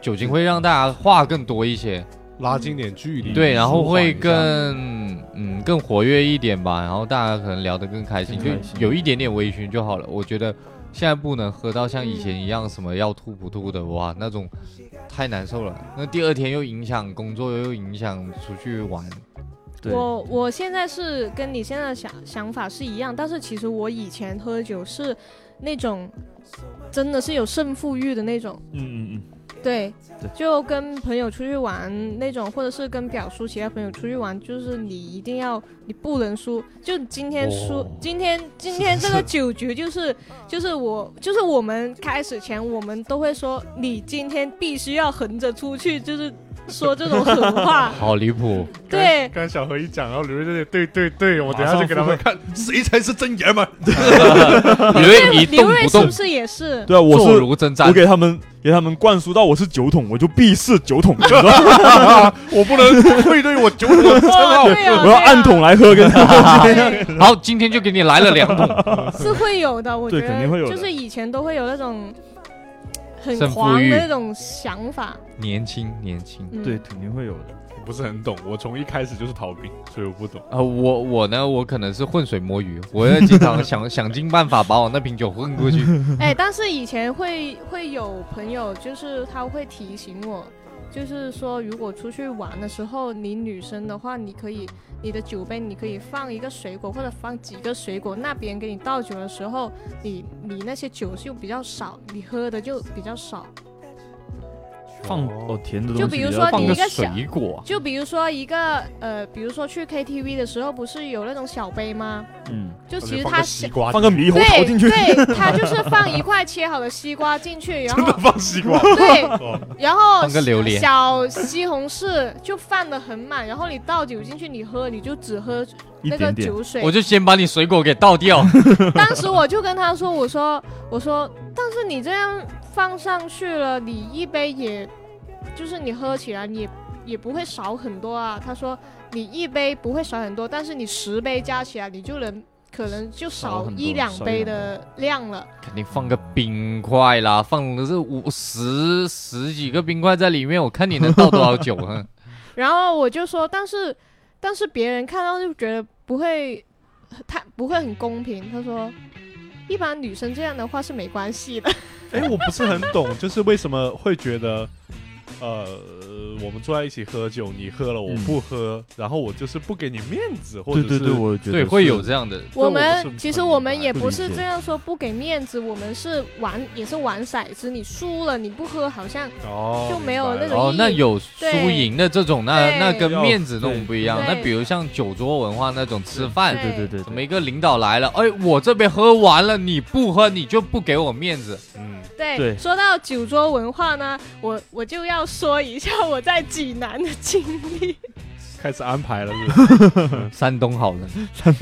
[SPEAKER 1] 酒精会让大家话更多一些，
[SPEAKER 4] 拉近点距离，
[SPEAKER 1] 对，然后会
[SPEAKER 4] 舒缓一下
[SPEAKER 1] 更嗯更活跃一点吧，然后大家可能聊得更开心，就
[SPEAKER 2] 更开心
[SPEAKER 1] 有一点点微醺就好了。我觉得现在不能喝到像以前一样什么要吐不吐的，哇，那种太难受了。那第二天又影响工作，又影响出去玩，。
[SPEAKER 2] 对
[SPEAKER 3] 我我现在是跟你现在的想想法是一样，但是其实我以前喝酒是那种真的是有胜负欲的那种，
[SPEAKER 2] 嗯嗯嗯，
[SPEAKER 3] 对
[SPEAKER 2] 对，
[SPEAKER 3] 就跟朋友出去玩那种，或者是跟表叔其他朋友出去玩，就是你一定要，你不能输。就今天输，
[SPEAKER 4] 哦
[SPEAKER 3] 今天今天这个酒局就是 就是我就是我们开始前，我们都会说你今天必须要横着出去，就是说这种狠 话
[SPEAKER 1] 好离谱，
[SPEAKER 3] 对
[SPEAKER 4] 刚刚小何一讲，然后刘瑞在那对对对，我等一下
[SPEAKER 2] 马上
[SPEAKER 4] 就给他们
[SPEAKER 2] 附
[SPEAKER 4] 看谁才是真爷们儿。
[SPEAKER 1] 李瑞一
[SPEAKER 3] 刘
[SPEAKER 1] 动
[SPEAKER 3] 瑞
[SPEAKER 1] 不
[SPEAKER 3] 是不
[SPEAKER 1] 动，
[SPEAKER 3] 是也是？
[SPEAKER 2] 对啊，我
[SPEAKER 1] 坐
[SPEAKER 2] 是
[SPEAKER 1] 如针毡
[SPEAKER 2] 我。给他们给他们灌输到我是酒桶，我就必是酒桶，你知道吗
[SPEAKER 4] 我不能愧对我酒桶称
[SPEAKER 3] 哦，
[SPEAKER 4] 号。
[SPEAKER 3] 对 呀、啊，
[SPEAKER 2] 我要按桶来喝，跟他
[SPEAKER 3] 对
[SPEAKER 1] 好，今天就给你来了两桶，
[SPEAKER 3] 是会有的，我觉
[SPEAKER 2] 对
[SPEAKER 3] 得
[SPEAKER 2] 肯定会有的
[SPEAKER 3] 就是以前都会有那种很
[SPEAKER 1] 胜负
[SPEAKER 3] 狂
[SPEAKER 1] 欲
[SPEAKER 3] 的那种想法。
[SPEAKER 1] 年轻年轻。
[SPEAKER 3] 嗯、
[SPEAKER 2] 对，肯定会有的。
[SPEAKER 4] 我不是很懂，我从一开始就是逃兵，所以我不懂。
[SPEAKER 1] 啊、我我呢，我可能是浑水摸鱼，我也经常想 想尽办法把我那瓶酒混过去。
[SPEAKER 3] 哎，但是以前会会有朋友，就是他会提醒我，就是说如果出去玩的时候，你女生的话，你可以你的酒杯你可以放一个水果或者放几个水果，那别人给你倒酒的时候，你你那些酒就比较少，你喝的就比较少。
[SPEAKER 2] 放哦甜的东西，
[SPEAKER 3] 就比如说
[SPEAKER 1] 放
[SPEAKER 3] 你一
[SPEAKER 1] 个
[SPEAKER 3] 个小
[SPEAKER 1] 水果，
[SPEAKER 3] 就比如说一个呃，比如说去 KTV 的时候，不是有那种小杯吗？
[SPEAKER 2] 嗯，
[SPEAKER 3] 就
[SPEAKER 4] 我
[SPEAKER 3] 其
[SPEAKER 4] 就
[SPEAKER 3] 实
[SPEAKER 4] 放
[SPEAKER 3] 他
[SPEAKER 4] 个
[SPEAKER 3] 是
[SPEAKER 4] 西瓜，
[SPEAKER 2] 放个猕猴桃进去，
[SPEAKER 3] 对对，他就是放一块切好的西瓜进去，然
[SPEAKER 4] 真的
[SPEAKER 3] 后
[SPEAKER 4] 放西瓜。
[SPEAKER 3] 对，
[SPEAKER 4] 哦
[SPEAKER 3] 然后
[SPEAKER 1] 放个榴莲
[SPEAKER 3] 小西红柿就放的很满，然后你倒酒进去，你喝你就只喝
[SPEAKER 2] 一
[SPEAKER 3] 那个
[SPEAKER 2] 点点。
[SPEAKER 3] 酒水。
[SPEAKER 1] 我就先把你水果给倒掉。
[SPEAKER 3] 当时我就跟他说，我说我说，但是你这样放上去了，你一杯也，就是你喝起来你也也不会少很多啊。他说你一杯不会少很多，但是你十杯加起来，你就能可能就
[SPEAKER 2] 少
[SPEAKER 3] 少
[SPEAKER 2] 很多
[SPEAKER 3] 一两
[SPEAKER 2] 少一
[SPEAKER 3] 杯
[SPEAKER 2] 两
[SPEAKER 3] 的量了。
[SPEAKER 1] 肯定放个冰块啦，放了这五十十几个冰块在里面，我看你能倒多少酒啊？
[SPEAKER 3] 然后我就说，但是但是别人看到就觉得不会，他不会很公平。他说，一般女生这样的话是没关系的。
[SPEAKER 4] 哎，我不是很懂，就是为什么会觉得，呃，我们坐在一起喝酒，你喝了我
[SPEAKER 2] 嗯
[SPEAKER 4] 不喝，然后我就是不给你面子，或者
[SPEAKER 2] 对
[SPEAKER 4] 是
[SPEAKER 2] 对对，我觉得
[SPEAKER 1] 对，会
[SPEAKER 2] 是
[SPEAKER 1] 有这样的。
[SPEAKER 3] 我
[SPEAKER 4] 我不
[SPEAKER 3] 们
[SPEAKER 4] 是
[SPEAKER 3] 其实
[SPEAKER 4] 很明
[SPEAKER 3] 我们
[SPEAKER 4] 白
[SPEAKER 3] 也
[SPEAKER 2] 不
[SPEAKER 3] 不
[SPEAKER 2] 理
[SPEAKER 3] 是
[SPEAKER 2] 解
[SPEAKER 3] 这样说不给面子，我们是玩也是玩骰子，你输了你不喝好像
[SPEAKER 4] 哦
[SPEAKER 3] 就没有
[SPEAKER 4] 明白
[SPEAKER 3] 那
[SPEAKER 4] 了
[SPEAKER 3] 种
[SPEAKER 1] 哦，那有输
[SPEAKER 3] 对
[SPEAKER 1] 赢的这种，那
[SPEAKER 3] 对
[SPEAKER 1] 那跟面子那种不一样。
[SPEAKER 3] 对
[SPEAKER 1] 那比如像酒桌文化那种吃饭，
[SPEAKER 2] 对对对
[SPEAKER 1] 怎
[SPEAKER 2] 对，
[SPEAKER 1] 么一个领导来了，哎，我这边喝完了，你不喝你就不给我面子，
[SPEAKER 4] 嗯，
[SPEAKER 3] 对，
[SPEAKER 2] 对
[SPEAKER 3] 说到酒桌文化呢，我我就要说一下我在济南的经历。
[SPEAKER 4] 开始安排了，是吧
[SPEAKER 1] 山东好人，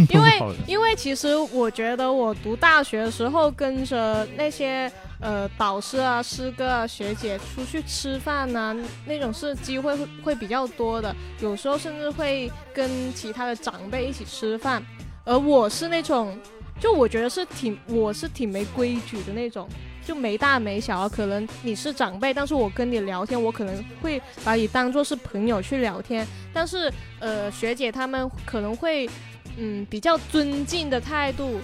[SPEAKER 3] 因为
[SPEAKER 2] 好人
[SPEAKER 3] 因为其实我觉得我读大学的时候，跟着那些呃导师啊、师哥啊、学姐出去吃饭呐、那种是机会会会比较多的。有时候甚至会跟其他的长辈一起吃饭，而我是那种，就我觉得是挺我是挺没规矩的那种。就没大没小啊，可能你是长辈，但是我跟你聊天，我可能会把你当做是朋友去聊天，但是呃，学姐她们可能会嗯比较尊敬的态度，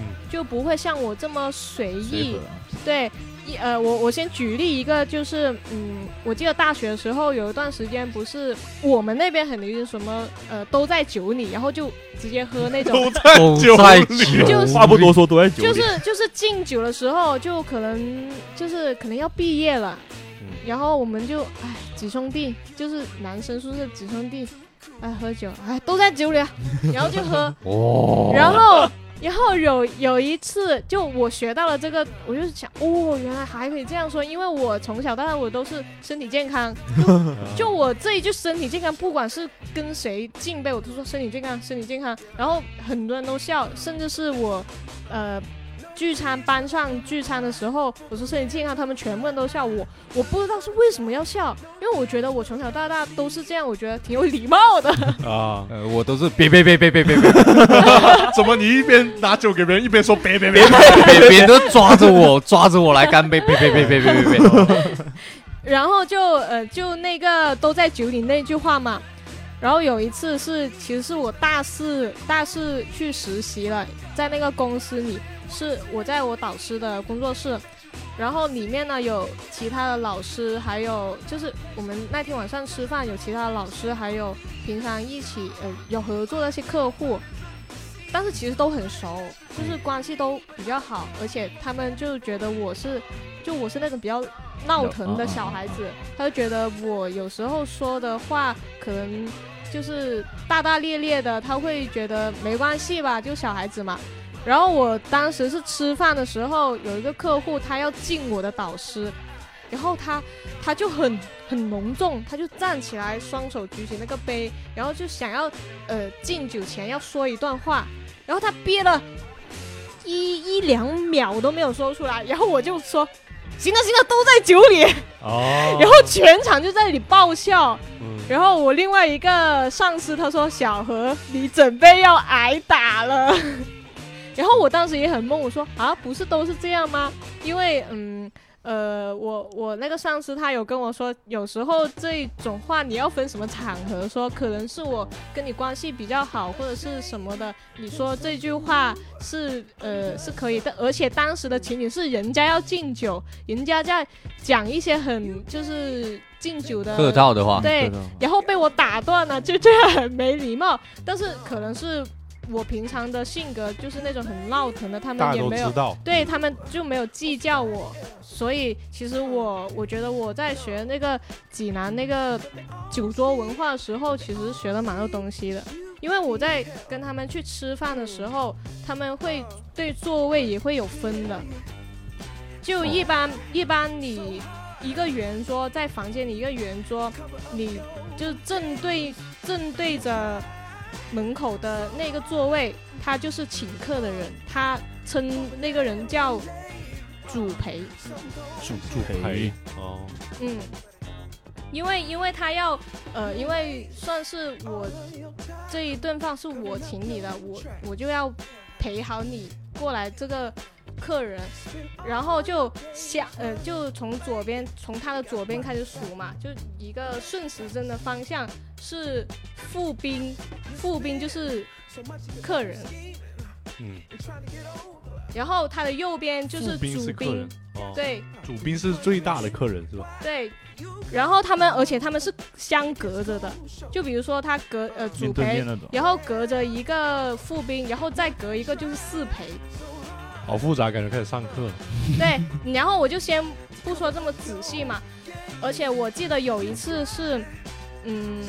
[SPEAKER 4] 嗯
[SPEAKER 3] 就不会像我这么随
[SPEAKER 2] 随
[SPEAKER 3] 意
[SPEAKER 2] 和。
[SPEAKER 3] 对，一呃，我我先举例一个，就是嗯，我记得大学的时候有一段时间，不是我们那边很流行什么呃都在酒里，然后就直接喝那 种
[SPEAKER 4] 都。在酒
[SPEAKER 1] 在
[SPEAKER 4] 里，
[SPEAKER 3] 就是
[SPEAKER 2] 话不多说，都在酒里。
[SPEAKER 3] 就是就是敬酒的时候，就可能就是可能要毕业了，
[SPEAKER 4] 嗯
[SPEAKER 3] 然后我们就哎几兄弟，就是男生宿舍几兄弟，哎喝酒，哎都在酒里啊，然后就喝，
[SPEAKER 1] 哦，
[SPEAKER 3] 然后然后有有一次就我学到了这个，我就想哦原来还可以这样说，因为我从小到大我都是身体健康，就我这一句身体健康，不管是跟谁敬杯，我都说身体健康，身体健康。然后很多人都笑，甚至是我，呃，聚餐班上聚餐的时候，我说身体健康，他们全部人都笑我。我不知道是为什么要笑，因为我觉得我从小到大都是这样，我觉得挺有礼貌的。
[SPEAKER 4] 啊，
[SPEAKER 1] 呃，我都是别别别别别别别
[SPEAKER 4] 怎么你一边拿酒给别人，一边说别别别
[SPEAKER 1] 别别别都抓着我抓着我来干杯，别别别别别别别，
[SPEAKER 3] 然后就呃就那个都在酒里那句话嘛。然后有一次是，其实是我大四大四去实习了，在那个公司里，是我在我导师的工作室，然后里面呢有其他的老师，还有就是我们那天晚上吃饭有其他的老师，还有平常一起呃有合作的一些客户，但是其实都很熟，就是关系都比较好，而且他们就觉得我是就我是那种比较闹腾的小孩子，他就觉得我有时候说的话可能就是大大咧咧的，他会觉得没关系吧，就小孩子嘛。然后我当时是吃饭的时候，有一个客户他要敬我的导师，然后他他就很很隆重，他就站起来，双手举起那个杯，然后就想要呃敬酒前要说一段话，然后他憋了一一两秒都没有说出来，然后我就说。行了行了，都在酒里，
[SPEAKER 4] 哦
[SPEAKER 3] 然后全场就在那里爆笑。
[SPEAKER 4] 嗯
[SPEAKER 3] 然后我另外一个上司他说：“小何，你准备要挨打了。” 然后我当时也很懵，我说：“啊，不是都是这样吗？”因为嗯呃，我我那个上司他有跟我说，有时候这种话你要分什么场合说，可能是我跟你关系比较好或者是什么的，你说这句话是呃是可以的，而且当时的情景是人家要敬酒，人家在讲一些很就是敬酒的
[SPEAKER 1] 客套的话，
[SPEAKER 3] 对，然后被我打断了，就这样很没礼貌。但是可能是我平常的性格就是那种很闹腾的，他们
[SPEAKER 4] 大家
[SPEAKER 3] 也
[SPEAKER 4] 都
[SPEAKER 3] 没
[SPEAKER 4] 知
[SPEAKER 3] 有
[SPEAKER 4] 道，
[SPEAKER 3] 对他们就没有计较我，所以其实我我觉得我在学那个济南那个酒桌文化的时候，其实学了蛮多东西的。因为我在跟他们去吃饭的时候，他们会对座位也会有分的。就一般、一般你一个圆桌在房间里一个圆桌，你就正对正对着门口的那个座位，他就是请客的人，他称那个人叫主陪，
[SPEAKER 2] 主
[SPEAKER 4] 主陪哦，
[SPEAKER 3] 嗯，因为因为他要呃，因为算是我这一顿饭是我请你的，我我就要陪好你过来这个客人，然后就下呃就从左边从他的左边开始数嘛，就一个顺时针的方向是副宾，副宾就是客人，
[SPEAKER 4] 嗯，
[SPEAKER 3] 然后他的右边就是
[SPEAKER 4] 驻兵
[SPEAKER 3] 主
[SPEAKER 4] 是客
[SPEAKER 3] 宾
[SPEAKER 4] 人，，哦，
[SPEAKER 3] 对
[SPEAKER 4] 主宾是最大的客人是吧？
[SPEAKER 3] 对。然后他们，而且他们是相隔着的，就比如说他隔呃主
[SPEAKER 2] 面对
[SPEAKER 3] 陪
[SPEAKER 2] 面那种，
[SPEAKER 3] 然后隔着一个副兵，然后再隔一个就是四陪。
[SPEAKER 4] 好复杂，感觉开始上课了。
[SPEAKER 3] 对，然后我就先不说这么仔细嘛，而且我记得有一次是，嗯，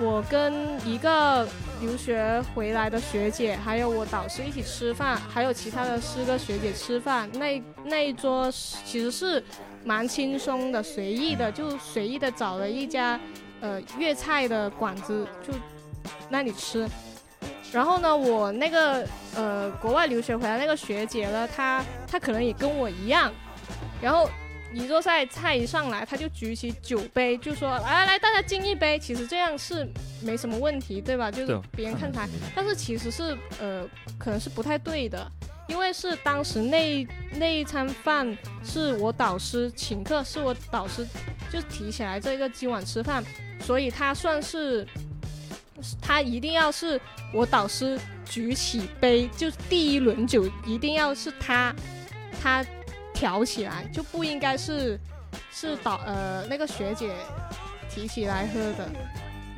[SPEAKER 3] 我跟一个留学回来的学姐，还有我导师一起吃饭，还有其他的师哥学姐吃饭，那那一桌其实是蛮轻松的，随意的，就随意的找了一家呃粤菜的馆子就那里吃。然后呢，我那个呃国外留学回来那个学姐呢，她她可能也跟我一样，然后一桌菜菜一上来，她就举起酒杯，就说来来来，大家敬一杯。其实这样是没什么问题，对吧？就是
[SPEAKER 2] 对
[SPEAKER 3] 别人看台
[SPEAKER 2] 没什么，
[SPEAKER 3] 但是其实是呃可能是不太对的，因为是当时那那一餐饭是我导师请客，是我导师就提起来这个今晚吃饭，所以他算是他一定要是我导师举起杯，就是第一轮酒一定要是他他挑起来，就不应该是是导呃那个学姐提起来喝的。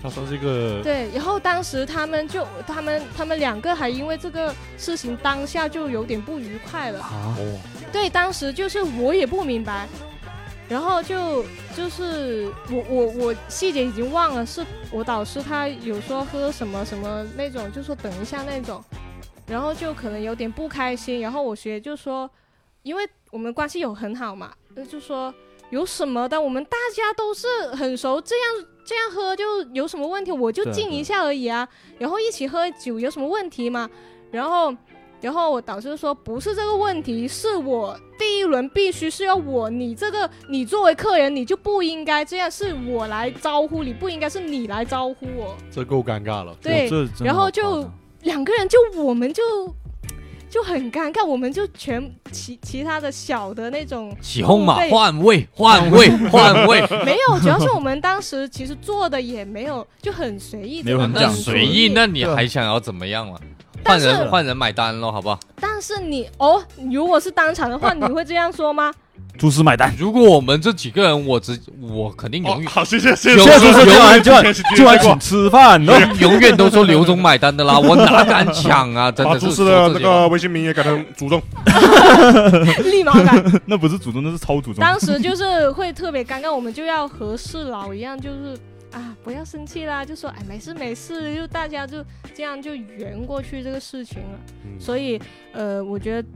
[SPEAKER 4] 他算是一个
[SPEAKER 3] 对，然后当时他们就他们他们两个还因为这个事情当下就有点不愉快了。
[SPEAKER 1] 啊，
[SPEAKER 4] 哦，
[SPEAKER 3] 对，当时就是我也不明白，然后就就是我我我细节已经忘了，是我导师他有说喝什么什么那种，就说等一下那种，然后就可能有点不开心，然后我学姐就说，因为我们关系有很好嘛，呃就说有什么的，我们大家都是很熟，这样这样喝就有什么问题，我就
[SPEAKER 2] 对啊
[SPEAKER 3] 敬
[SPEAKER 2] 对
[SPEAKER 3] 一
[SPEAKER 2] 啊
[SPEAKER 3] 下而已啊，然后一起喝酒有什么问题吗？然后。然后我导师就说不是这个问题，是我第一轮必须是要我，你这个你作为客人你就不应该这样，是我来招呼你，不应该是你来招呼我。
[SPEAKER 4] 这够尴尬了。
[SPEAKER 3] 对
[SPEAKER 2] 哇这真的
[SPEAKER 3] 然后
[SPEAKER 2] 好夸
[SPEAKER 3] 就
[SPEAKER 2] 张
[SPEAKER 3] 两个人就我们就就很尴尬，我们就全其其他的小的那种
[SPEAKER 1] 起哄嘛
[SPEAKER 3] 后，辈
[SPEAKER 1] 换 位，换位，换位，
[SPEAKER 3] 没有，主要是我们当时其实做的也没有就很随意，
[SPEAKER 2] 没有很
[SPEAKER 3] 真的
[SPEAKER 1] 那
[SPEAKER 2] 讲究
[SPEAKER 1] 随意，那你
[SPEAKER 2] 对
[SPEAKER 1] 还想要怎么样嘛？换
[SPEAKER 3] 但是
[SPEAKER 1] 人，换人买单喽，好不好？
[SPEAKER 3] 但是你哦，如果是当场的话，你会这样说吗？
[SPEAKER 2] 蛛丝买单。
[SPEAKER 1] 如果我们这几个人，我只我肯定永
[SPEAKER 4] 哦，
[SPEAKER 1] 远、
[SPEAKER 4] 好，谢谢谢
[SPEAKER 1] 有
[SPEAKER 4] 谢
[SPEAKER 2] 现在
[SPEAKER 1] 时
[SPEAKER 2] 说
[SPEAKER 1] 候
[SPEAKER 2] 是
[SPEAKER 1] 有
[SPEAKER 2] 今晚今
[SPEAKER 4] 有
[SPEAKER 2] 晚今晚
[SPEAKER 4] 有有
[SPEAKER 2] 请吃饭，
[SPEAKER 1] 永永远都说刘总买单的啦，我哪敢抢啊？真
[SPEAKER 4] 把
[SPEAKER 1] 的
[SPEAKER 4] 朱
[SPEAKER 1] 是
[SPEAKER 4] 师
[SPEAKER 1] 说
[SPEAKER 4] 的
[SPEAKER 1] 这
[SPEAKER 4] 那
[SPEAKER 1] 些话
[SPEAKER 4] 个微信名也改成祖宗，
[SPEAKER 3] 立马改。
[SPEAKER 2] 那不是主动，那是超主动。
[SPEAKER 3] 当时就是会特别尴尬，我们就要和事佬一样，就是啊，不要生气啦，就说哎，没事没事，就大家就这样就圆过去这个事情了。
[SPEAKER 2] 嗯
[SPEAKER 3] 所以呃，我觉得，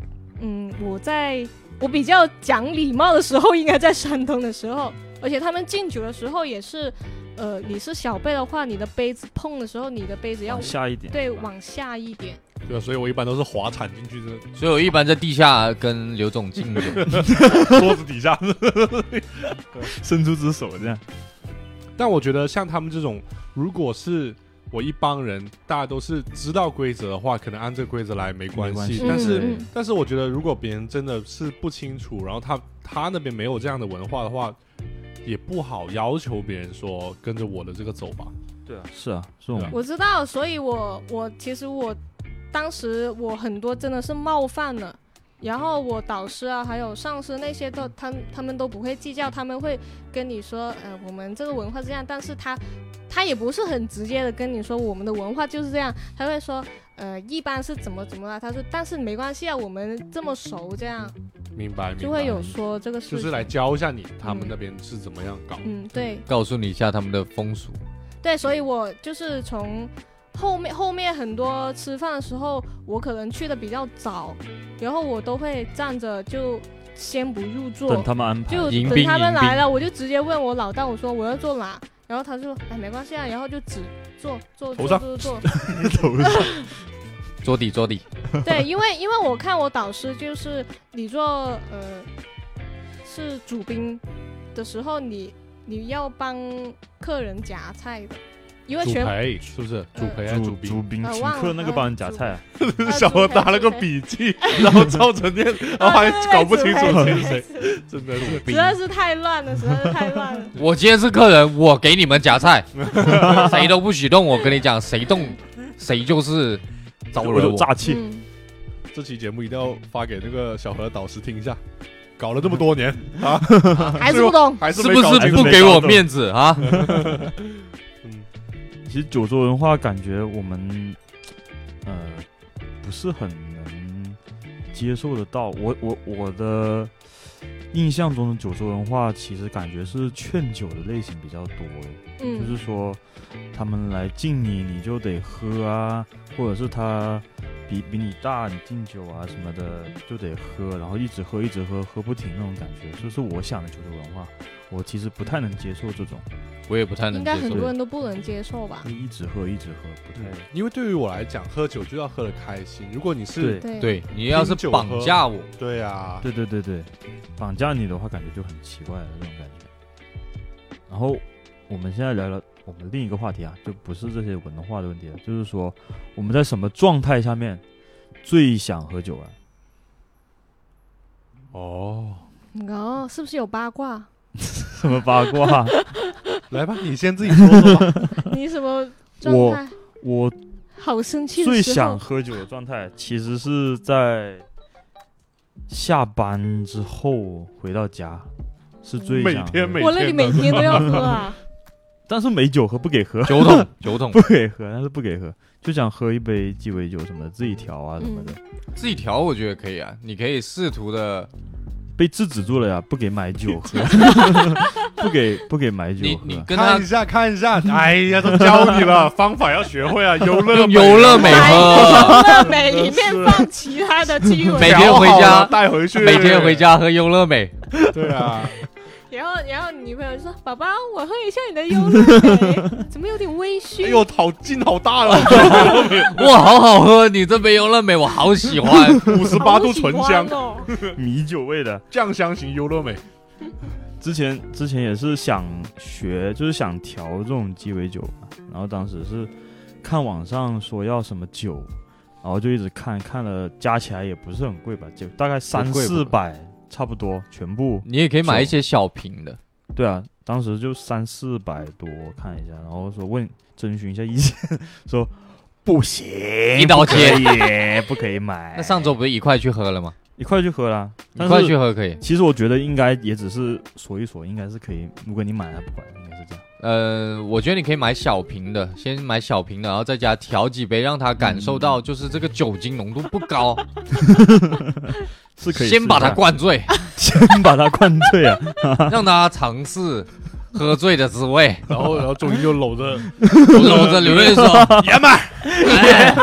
[SPEAKER 3] 嗯，我在我比较讲礼貌的时候，应该在山东的时候，而且他们敬酒的时候也是，呃，你是小辈的话，你的杯子碰的时候，你的杯子要
[SPEAKER 2] 往下一点，
[SPEAKER 3] 对 往下一点。
[SPEAKER 4] 对啊，所以我一般都是滑铲进去的，
[SPEAKER 1] 所以我一般在地下跟刘总敬酒。
[SPEAKER 4] 桌子 底下。
[SPEAKER 2] 伸出只手这样。
[SPEAKER 4] 但我觉得像他们这种，如果是我一帮人，大家都是知道规则的话，可能按这个规则来没关
[SPEAKER 2] 没关
[SPEAKER 4] 系
[SPEAKER 2] 系。
[SPEAKER 4] 但是，
[SPEAKER 3] 嗯嗯
[SPEAKER 4] 但是我觉得如果别人真的是不清楚，然后他他那边没有这样的文化的话，也不好要求别人说跟着我的这个走吧。
[SPEAKER 2] 对啊，是啊，是我们
[SPEAKER 3] 我知道，所以我我其实我当时我很多真的是冒犯了，然后我导师啊，还有上司那些都他他们都不会计较，他们会跟你说，呃，我们这个文化是这样，但是他他也不是很直接的跟你说我们的文化就是这样，他会说，呃，一般是怎么怎么了，他说，但是没关系啊，我们这么熟，这样
[SPEAKER 4] 明白，明白
[SPEAKER 3] 就会有说这个事
[SPEAKER 4] 就
[SPEAKER 3] 情，
[SPEAKER 4] 是来教一下你他们那边是怎么样搞。
[SPEAKER 3] 嗯，对，
[SPEAKER 1] 告诉你一下他们的风俗，
[SPEAKER 3] 对，所以我就是从后面后面很多吃饭的时候，我可能去的比较早，然后我都会站着就先不入座
[SPEAKER 2] 等，他们安排。
[SPEAKER 3] 就
[SPEAKER 1] 迎
[SPEAKER 3] 等
[SPEAKER 1] 宾
[SPEAKER 3] 他们
[SPEAKER 1] 迎宾
[SPEAKER 3] 来了，我就直接问我老大，我说我要坐哪，然后他就哎没关系啊，然后就只坐坐坐
[SPEAKER 4] 头上
[SPEAKER 3] 坐坐，
[SPEAKER 2] 头上
[SPEAKER 1] 桌底桌底，
[SPEAKER 3] 对，因为因为我看我导师就是你做呃是主宾的时候你，你要帮客人夹菜的，因为
[SPEAKER 4] 主
[SPEAKER 3] 全。
[SPEAKER 4] 陪是不是？主陪还是主
[SPEAKER 2] 主
[SPEAKER 4] 宾？
[SPEAKER 2] 宾
[SPEAKER 3] 啊
[SPEAKER 2] 请
[SPEAKER 3] 忘了
[SPEAKER 2] 客那个帮人夹菜啊，
[SPEAKER 3] 呃
[SPEAKER 4] 小何打了个，笔记，然后照着念，
[SPEAKER 2] 啊
[SPEAKER 4] 然后还
[SPEAKER 3] 啊
[SPEAKER 4] 搞不清楚谁是谁，
[SPEAKER 3] 谁。
[SPEAKER 4] 真的是。
[SPEAKER 3] 实在是太乱了，实在是太乱 了。
[SPEAKER 1] 我今天是客人，我给你们夹菜，谁都不许动。我跟你讲，谁动，谁就是招
[SPEAKER 2] 我
[SPEAKER 1] 惹
[SPEAKER 2] 有
[SPEAKER 1] 我。
[SPEAKER 2] 炸气。
[SPEAKER 3] 嗯，
[SPEAKER 4] 这期节目一定要发给那个小何导师听一下，搞了这么多年啊，
[SPEAKER 3] 还是不懂。
[SPEAKER 4] 还
[SPEAKER 1] 是
[SPEAKER 4] 没
[SPEAKER 1] 不
[SPEAKER 4] 搞
[SPEAKER 1] 是
[SPEAKER 4] 清
[SPEAKER 1] 不
[SPEAKER 4] 楚
[SPEAKER 1] 给我面子啊？
[SPEAKER 4] 嗯
[SPEAKER 2] 其实九州文化感觉我们呃不是很能接受得到。我我我的印象中的九州文化，其实感觉是劝酒的类型比较多，就
[SPEAKER 3] 嗯
[SPEAKER 2] 是说他们来敬你，你就得喝啊，或者是他比比你大，你敬酒啊什么的就得喝，然后一直喝一直喝，喝不停那种感觉，这是我想的九州文化。我其实不太能接受这种，
[SPEAKER 1] 我也不太能
[SPEAKER 3] 应
[SPEAKER 1] 接
[SPEAKER 3] 该很
[SPEAKER 1] 受。
[SPEAKER 3] 多人都不能接受吧
[SPEAKER 2] 就？一直喝一直喝，不太
[SPEAKER 4] 嗯，因为对于我来讲，喝酒就要喝的开心。如果你
[SPEAKER 2] 对
[SPEAKER 4] 是
[SPEAKER 3] 对，
[SPEAKER 1] 对你要是
[SPEAKER 4] 拼酒喝
[SPEAKER 1] 绑架我，
[SPEAKER 4] 对啊，
[SPEAKER 2] 对对对对，绑架你的话，感觉就很奇怪了这种感觉。然后我们现在聊聊我们另一个话题啊，就不是这些文化的问题了，就是说我们在什么状态下面最想喝酒啊？
[SPEAKER 4] 哦，
[SPEAKER 3] 哦，是不是有八卦？
[SPEAKER 2] 什么八卦？啊
[SPEAKER 4] 来吧，你先自己说说吧。
[SPEAKER 3] 你什么状态？
[SPEAKER 2] 我
[SPEAKER 3] 好生气
[SPEAKER 2] 最
[SPEAKER 3] 的时
[SPEAKER 2] 想
[SPEAKER 3] 候，
[SPEAKER 2] 喝酒的状态，其实是在下班之后回到家，是最
[SPEAKER 4] 每
[SPEAKER 2] 想喝
[SPEAKER 4] 天每
[SPEAKER 3] 我那里每天都要喝啊。
[SPEAKER 2] 但是没酒喝不给喝，
[SPEAKER 1] 酒桶酒桶
[SPEAKER 2] 不给喝，但是不给喝，就想喝一杯鸡尾酒什么的，自己调啊什
[SPEAKER 3] 嗯
[SPEAKER 2] 么的。
[SPEAKER 1] 自己调，我觉得可以啊。你可以试图的，
[SPEAKER 2] 被制止住了呀，不给买酒喝，不给不给买酒
[SPEAKER 1] 你
[SPEAKER 2] 喝
[SPEAKER 1] 你， 跟他嗯
[SPEAKER 4] 看一下看一下，哎呀，都教你了，方法要学会 啊，优乐
[SPEAKER 1] 用游乐美
[SPEAKER 3] 买
[SPEAKER 1] 喝，
[SPEAKER 3] 乐美里面放其他的鸡
[SPEAKER 1] 每
[SPEAKER 3] 尾，
[SPEAKER 1] 天回家
[SPEAKER 4] 带回去，
[SPEAKER 1] 每天回。家喝优乐美，
[SPEAKER 4] 对 啊，
[SPEAKER 3] 然后然后你女朋友就说：“宝宝，我喝一下你的优乐美， 怎么有点微
[SPEAKER 4] 哎
[SPEAKER 3] 醺
[SPEAKER 4] 呦，好劲好大啊了，
[SPEAKER 1] 哇，好好喝！你这杯优乐美我好喜欢，
[SPEAKER 4] 五十？”八度醇香
[SPEAKER 3] 好喜欢，哦，
[SPEAKER 2] 米酒味的。
[SPEAKER 4] 酱香型优乐美。
[SPEAKER 2] 之前之前也是想学，就是想调这种鸡尾酒嘛，然后当时是看网上说要什么酒，然后就一直看，看了加起来也不是很贵吧，就大概三
[SPEAKER 1] 不贵不
[SPEAKER 2] 四
[SPEAKER 1] 贵
[SPEAKER 2] 百差不多全部。
[SPEAKER 1] 你也可以买一些小瓶的，
[SPEAKER 2] 对啊，当时就三四百多，看一下，然后说问征询一下意见，说不行，
[SPEAKER 1] 一刀切
[SPEAKER 2] 不可以，不可以买。
[SPEAKER 1] 那上周不是一块去喝了吗？
[SPEAKER 2] 一块去喝啦。
[SPEAKER 1] 一
[SPEAKER 2] 但
[SPEAKER 1] 块
[SPEAKER 2] 是
[SPEAKER 1] 去喝可以。
[SPEAKER 2] 其实我觉得应该也只是锁一锁，应该是可以。如果你买了不管，应该是这样。
[SPEAKER 1] 呃，我觉得你可以买小瓶的，先买小瓶的，然后在家调几杯，让他感受到就是这个酒精浓度不高，
[SPEAKER 2] 是可以
[SPEAKER 1] 先把他
[SPEAKER 2] 灌，
[SPEAKER 1] 灌醉，
[SPEAKER 2] 先把它灌醉啊！
[SPEAKER 1] 让他尝试喝醉的滋味，
[SPEAKER 4] 然后然后终于就搂着，
[SPEAKER 1] 搂着刘瑞说：“爷们儿，哎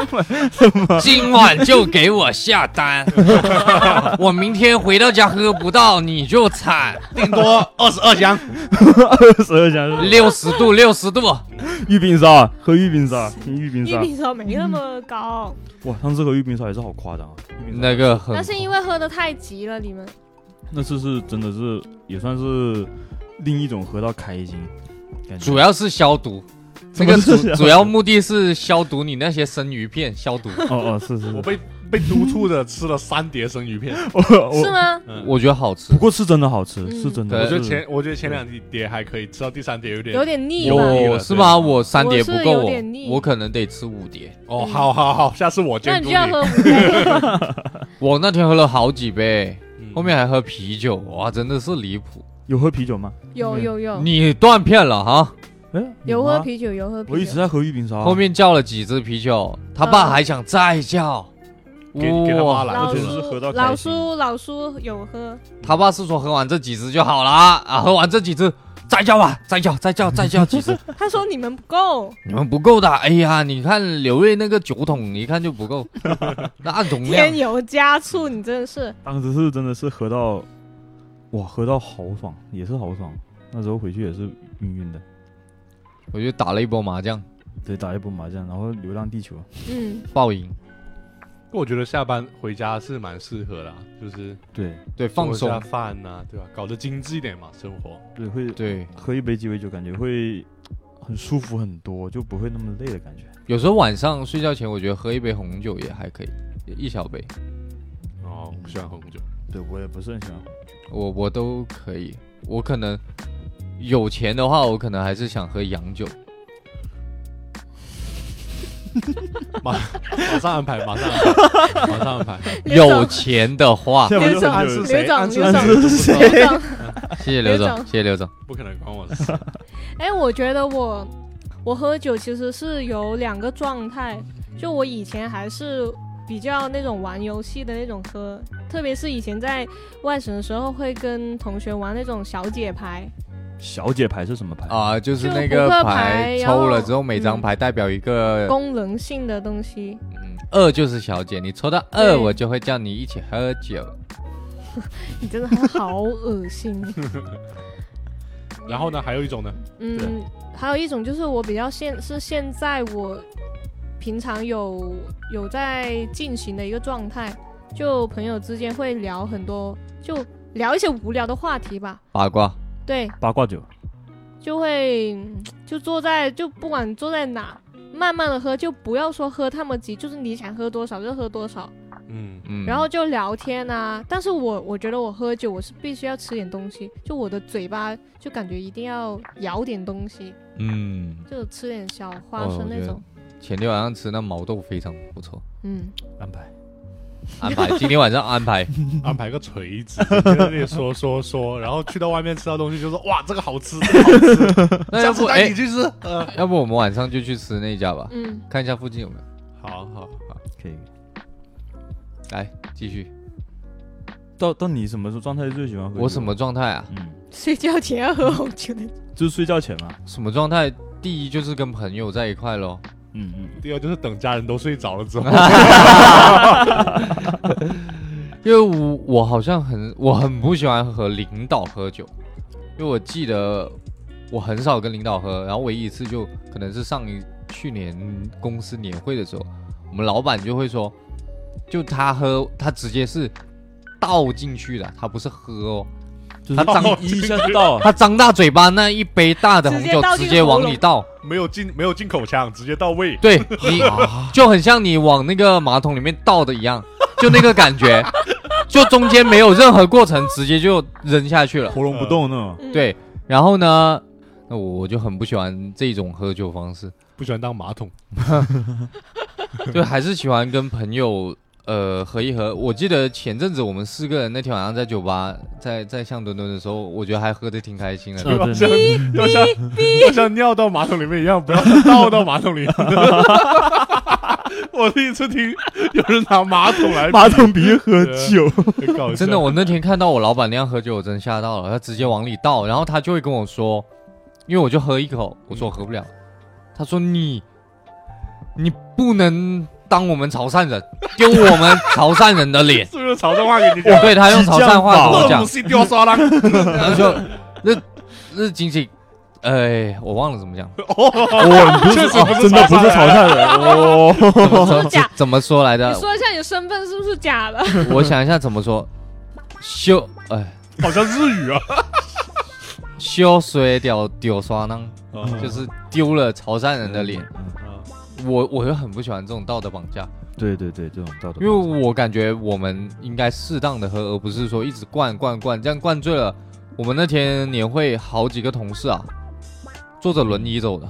[SPEAKER 1] 今晚就给我下单，我明天回到家喝不到你就惨，
[SPEAKER 4] 顶多二十二箱，
[SPEAKER 2] 二十二箱
[SPEAKER 1] 六十度六十度。”
[SPEAKER 2] 玉冰沙啊，喝玉冰沙，听玉冰
[SPEAKER 3] 一
[SPEAKER 2] 沙。
[SPEAKER 3] 米烧没那么高，
[SPEAKER 2] 哇，上次喝玉冰沙也是好夸张啊！玉冰沙
[SPEAKER 1] 那个很
[SPEAKER 3] 那是因为喝的太急了，你们
[SPEAKER 2] 那次是真的是也算是另一种喝到开心，感觉
[SPEAKER 1] 主要是消毒，这
[SPEAKER 2] 怎么
[SPEAKER 1] 个
[SPEAKER 2] 是
[SPEAKER 1] 主
[SPEAKER 2] 消毒
[SPEAKER 1] 主要目的是消毒你那些生鱼片，消毒。
[SPEAKER 2] 哦哦是是是，
[SPEAKER 4] 我被被督促着吃了三碟生鱼片。
[SPEAKER 2] 我 我
[SPEAKER 3] 是吗？
[SPEAKER 4] 嗯，
[SPEAKER 1] 我觉得好吃
[SPEAKER 2] 不，过是真的好吃，
[SPEAKER 3] 嗯
[SPEAKER 2] 是真的。
[SPEAKER 1] 对
[SPEAKER 4] 我觉
[SPEAKER 2] 是
[SPEAKER 4] 得前我觉得前两碟还可以，吃到第三碟有点
[SPEAKER 3] 有点腻
[SPEAKER 4] 我
[SPEAKER 3] 了。
[SPEAKER 4] 腻了
[SPEAKER 1] 是吗？我三碟不够
[SPEAKER 3] 我是有
[SPEAKER 1] 我
[SPEAKER 3] 点腻，
[SPEAKER 1] 我可能得吃五碟。
[SPEAKER 4] 哦，好好好，下次我
[SPEAKER 3] 那
[SPEAKER 4] 监
[SPEAKER 3] 你
[SPEAKER 4] 督
[SPEAKER 3] 就要喝 五杯，
[SPEAKER 1] 我那天喝了好几杯，
[SPEAKER 4] 嗯
[SPEAKER 1] 后面还喝啤酒，哇，真的是离谱！
[SPEAKER 2] 有喝啤酒吗？
[SPEAKER 3] 有有有，
[SPEAKER 1] 你断片了哈！
[SPEAKER 2] 哎，
[SPEAKER 3] 有
[SPEAKER 2] 吗
[SPEAKER 3] 喝。啤酒，有喝啤酒。
[SPEAKER 2] 我一直在喝玉冰沙啊，
[SPEAKER 1] 后面叫了几支啤酒，他爸还想再叫，
[SPEAKER 4] 给给他妈
[SPEAKER 1] 哇，
[SPEAKER 4] 来
[SPEAKER 3] 老
[SPEAKER 4] 我
[SPEAKER 3] 叔
[SPEAKER 4] 觉得
[SPEAKER 2] 是喝到
[SPEAKER 3] 老
[SPEAKER 2] 开心
[SPEAKER 3] 叔老叔有喝，
[SPEAKER 1] 他爸是说喝完这几支就好啦，啊，喝完这几支再叫吧，再叫，再叫，再叫几 支，
[SPEAKER 3] 他说你们不够，
[SPEAKER 1] 你们不够的。哎呀，你看刘瑞那个酒桶，一看就不 够，那容量
[SPEAKER 3] 添油加醋，你真的是
[SPEAKER 2] 当时是真的是喝到，哇，喝到好爽，也是好爽。那时候回去也是晕晕的，
[SPEAKER 1] 我就打了一波麻将，
[SPEAKER 2] 对，打一波麻将，然后流浪地球，
[SPEAKER 3] 嗯，
[SPEAKER 1] 爆赢，
[SPEAKER 4] 我觉得下班回家是蛮适合的啊，就是
[SPEAKER 2] 对
[SPEAKER 1] 对，放
[SPEAKER 4] 做一下
[SPEAKER 1] 松，
[SPEAKER 4] 饭呐，对吧？搞得精致一点嘛，生活。
[SPEAKER 2] 对，会
[SPEAKER 1] 对。
[SPEAKER 2] 喝一杯鸡尾酒，感觉会很舒服很多，就不会那么累的感觉。
[SPEAKER 1] 有时候晚上睡觉前，我觉得喝一杯红酒也还可以，一小杯，
[SPEAKER 4] 哦，我不喜欢 喝红酒，
[SPEAKER 2] 对我也不是很喜欢，
[SPEAKER 1] 我我都可以。我可能有钱的话，我可能还是想喝洋酒。
[SPEAKER 4] 马上安排，马上安排，马上安排。
[SPEAKER 3] 刘总
[SPEAKER 1] 有钱的 话，
[SPEAKER 2] 要不
[SPEAKER 3] 刘
[SPEAKER 2] 就
[SPEAKER 3] 总
[SPEAKER 4] 暗
[SPEAKER 2] 很
[SPEAKER 4] 示
[SPEAKER 2] 久
[SPEAKER 4] 谁？
[SPEAKER 3] 刘总
[SPEAKER 4] 暗示
[SPEAKER 3] 刘总
[SPEAKER 4] 谁？
[SPEAKER 2] 谁
[SPEAKER 3] 刘总
[SPEAKER 1] 谢谢刘
[SPEAKER 3] 刘
[SPEAKER 1] 总，
[SPEAKER 3] 总
[SPEAKER 1] 谢谢刘总。
[SPEAKER 4] 不可能关我的事。
[SPEAKER 3] 哎，我觉得我我喝酒其实是有两个状态，就我以前还是比较那种玩游戏的那种喝，特别是以前在外省的时候会跟同学玩那种小姐牌，
[SPEAKER 2] 小姐牌是什么牌？
[SPEAKER 1] 啊，就是
[SPEAKER 3] 就
[SPEAKER 1] 那
[SPEAKER 3] 扑
[SPEAKER 1] 个
[SPEAKER 3] 克牌
[SPEAKER 1] 牌
[SPEAKER 3] 然
[SPEAKER 1] 抽
[SPEAKER 3] 后
[SPEAKER 1] 了之后，每张
[SPEAKER 3] 嗯
[SPEAKER 1] 牌代表一个，
[SPEAKER 3] 功能性的东西。
[SPEAKER 1] 嗯，二就是小姐，你抽到
[SPEAKER 3] 对
[SPEAKER 1] 二，我就会叫你一起喝酒。
[SPEAKER 3] 你真的很好恶心。
[SPEAKER 4] 然后呢，还有一种呢，
[SPEAKER 3] 嗯，还有一种就是我比较现是现在我平常有有在进行的一个状态，就朋友之间会聊很多，就聊一些无聊的话题吧。
[SPEAKER 1] 八卦，
[SPEAKER 3] 对，
[SPEAKER 2] 八卦酒，
[SPEAKER 3] 就会嗯就坐在就不管坐在哪，慢慢的喝，就不要说喝那么急，就是你想喝多少就喝多少，
[SPEAKER 4] 嗯，
[SPEAKER 1] 嗯，
[SPEAKER 3] 然后就聊天啊。但是我我觉得我喝酒我是必须要吃点东西，就我的嘴巴就感觉一定要咬点东西，
[SPEAKER 1] 嗯，
[SPEAKER 3] 就吃点小花
[SPEAKER 1] 哦
[SPEAKER 3] 生
[SPEAKER 1] 我觉
[SPEAKER 3] 那
[SPEAKER 1] 得
[SPEAKER 3] 种。
[SPEAKER 1] 前天晚上吃那毛豆非常不 错，
[SPEAKER 3] 嗯，
[SPEAKER 2] 安排。
[SPEAKER 1] 安排今天晚上安 排，
[SPEAKER 4] 安排个锤子，就在那里说说说，然后去到外面吃到东西就说哇，这个好吃，这个好吃，
[SPEAKER 1] 那
[SPEAKER 4] 下
[SPEAKER 1] 要
[SPEAKER 4] 次
[SPEAKER 1] 不
[SPEAKER 4] 带
[SPEAKER 1] 哎
[SPEAKER 4] 你，去吃。呃，
[SPEAKER 1] 要不我们晚上就去吃那家吧，
[SPEAKER 3] 嗯，
[SPEAKER 1] 看一下附近有没有。
[SPEAKER 4] 好好好，
[SPEAKER 2] 可以。
[SPEAKER 1] 来继续，
[SPEAKER 2] 到到你什么时候状态最喜欢喝酒？
[SPEAKER 1] 我什么状态啊？
[SPEAKER 2] 嗯，
[SPEAKER 3] 睡觉前要喝红酒的。
[SPEAKER 2] 就是睡觉前嘛。
[SPEAKER 1] 什么状态？第一就是跟朋友在一块咯，
[SPEAKER 2] 嗯嗯，
[SPEAKER 4] 第二就是等家人都睡着了之后，
[SPEAKER 1] 因为我我好像很我很不喜欢和领导喝酒，因为我记得我很少跟领导喝，然后唯一一次就可能是上一去年公司年会的时候，我们老板就会说，就他喝他直接是倒进去的，他不是喝哦，
[SPEAKER 2] 就是
[SPEAKER 1] 他张
[SPEAKER 2] 一下就到啊，
[SPEAKER 1] 他张大嘴巴那一杯大的红
[SPEAKER 3] 直接
[SPEAKER 1] 酒
[SPEAKER 3] 倒进
[SPEAKER 1] 直接往里倒，
[SPEAKER 4] 没有进没有进口腔，直接到胃。
[SPEAKER 1] 对你就很像你往那个马桶里面倒的一样，就那个感觉，就中间没有任何过程，直接就扔下去了。
[SPEAKER 2] 喉咙不动那 种。
[SPEAKER 3] 嗯，
[SPEAKER 1] 对，然后呢，那我我就很不喜欢这种喝酒方式，
[SPEAKER 4] 不喜欢当马桶，
[SPEAKER 1] 就还是喜欢跟朋友呃，合一合，我记得前阵子我们四个人那天晚上在酒吧，在在向墩墩的时候，我觉得还喝得挺开心的。
[SPEAKER 2] 啊对
[SPEAKER 4] 像 要像要像尿到马桶里面一样，不要像倒到马桶里。 我第一次听有人拿马桶来比，
[SPEAKER 2] 马桶鼻喝酒，
[SPEAKER 4] 很搞笑
[SPEAKER 1] 真的，我那天看到我老板那样喝酒，我真吓到了，他直接往里倒，然后他就会跟我说，因为我就喝一口，我
[SPEAKER 4] 嗯
[SPEAKER 1] 说我喝不了，他说你你不能当我们潮汕
[SPEAKER 4] ，
[SPEAKER 1] 人，丢我们潮汕人的脸
[SPEAKER 4] 是不是潮汕话给你讲？哦
[SPEAKER 1] 对他用潮汕话跟我
[SPEAKER 4] 我
[SPEAKER 1] 讲
[SPEAKER 4] 不，是掉沙拉，
[SPEAKER 1] 他说那那仅仅，哎，我忘了怎么 讲，
[SPEAKER 2] 我不是
[SPEAKER 4] 确实
[SPEAKER 2] 哦
[SPEAKER 4] 不是
[SPEAKER 2] 真的不是潮汕人哦。
[SPEAKER 1] 怎么
[SPEAKER 3] 真假
[SPEAKER 1] 怎怎么说来
[SPEAKER 3] 你
[SPEAKER 1] 的？
[SPEAKER 3] 说一下你的身份是不是 假的？
[SPEAKER 1] 我想一下怎么 说，修哎
[SPEAKER 4] 好像日语啊。
[SPEAKER 1] 修水掉丢刷呢，
[SPEAKER 4] 就
[SPEAKER 1] 就是是丢了潮汕人的脸。
[SPEAKER 2] 嗯，
[SPEAKER 1] 我我又很不喜欢这种道德绑架，
[SPEAKER 2] 对对对，这种道德
[SPEAKER 1] 因为我感觉我们应该适当的喝，而不是说一直灌灌灌，这样灌醉了。我们那天年会好几个同事啊，坐着轮椅走的，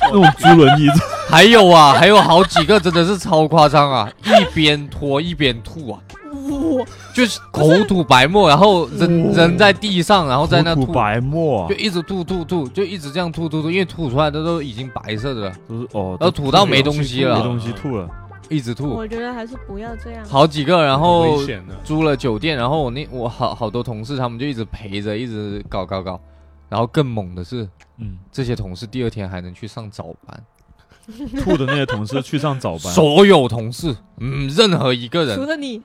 [SPEAKER 2] 那种猪轮椅，
[SPEAKER 1] 还有 啊，还有好几个真的是超夸张 啊，一边拖一边吐啊，
[SPEAKER 3] 我
[SPEAKER 1] 就是口吐白沫，然后人
[SPEAKER 2] 哦
[SPEAKER 1] 人在地上，然后在那
[SPEAKER 2] 吐
[SPEAKER 1] 吐，
[SPEAKER 2] 白沫啊
[SPEAKER 1] 就，一直吐吐吐，就一直这样吐吐吐，因为吐出来的都已经白色的了，
[SPEAKER 2] 就是哦，
[SPEAKER 1] 然后吐到没东西
[SPEAKER 2] 没
[SPEAKER 1] 了，
[SPEAKER 2] 东西吐了，
[SPEAKER 1] 一直吐，
[SPEAKER 3] 我觉得还是不要这样。
[SPEAKER 1] 好几个，然后
[SPEAKER 4] 危险的，啊
[SPEAKER 1] 租了酒店，然后我那我好好多同事他们就一直陪着，一直搞搞搞，然后更猛的是，
[SPEAKER 2] 嗯，
[SPEAKER 1] 这些同事第二天还能去上早班，
[SPEAKER 2] 吐的那些同事去上早班，
[SPEAKER 1] 所有同事，嗯，任何一个
[SPEAKER 3] 除
[SPEAKER 1] 人，
[SPEAKER 3] 了你，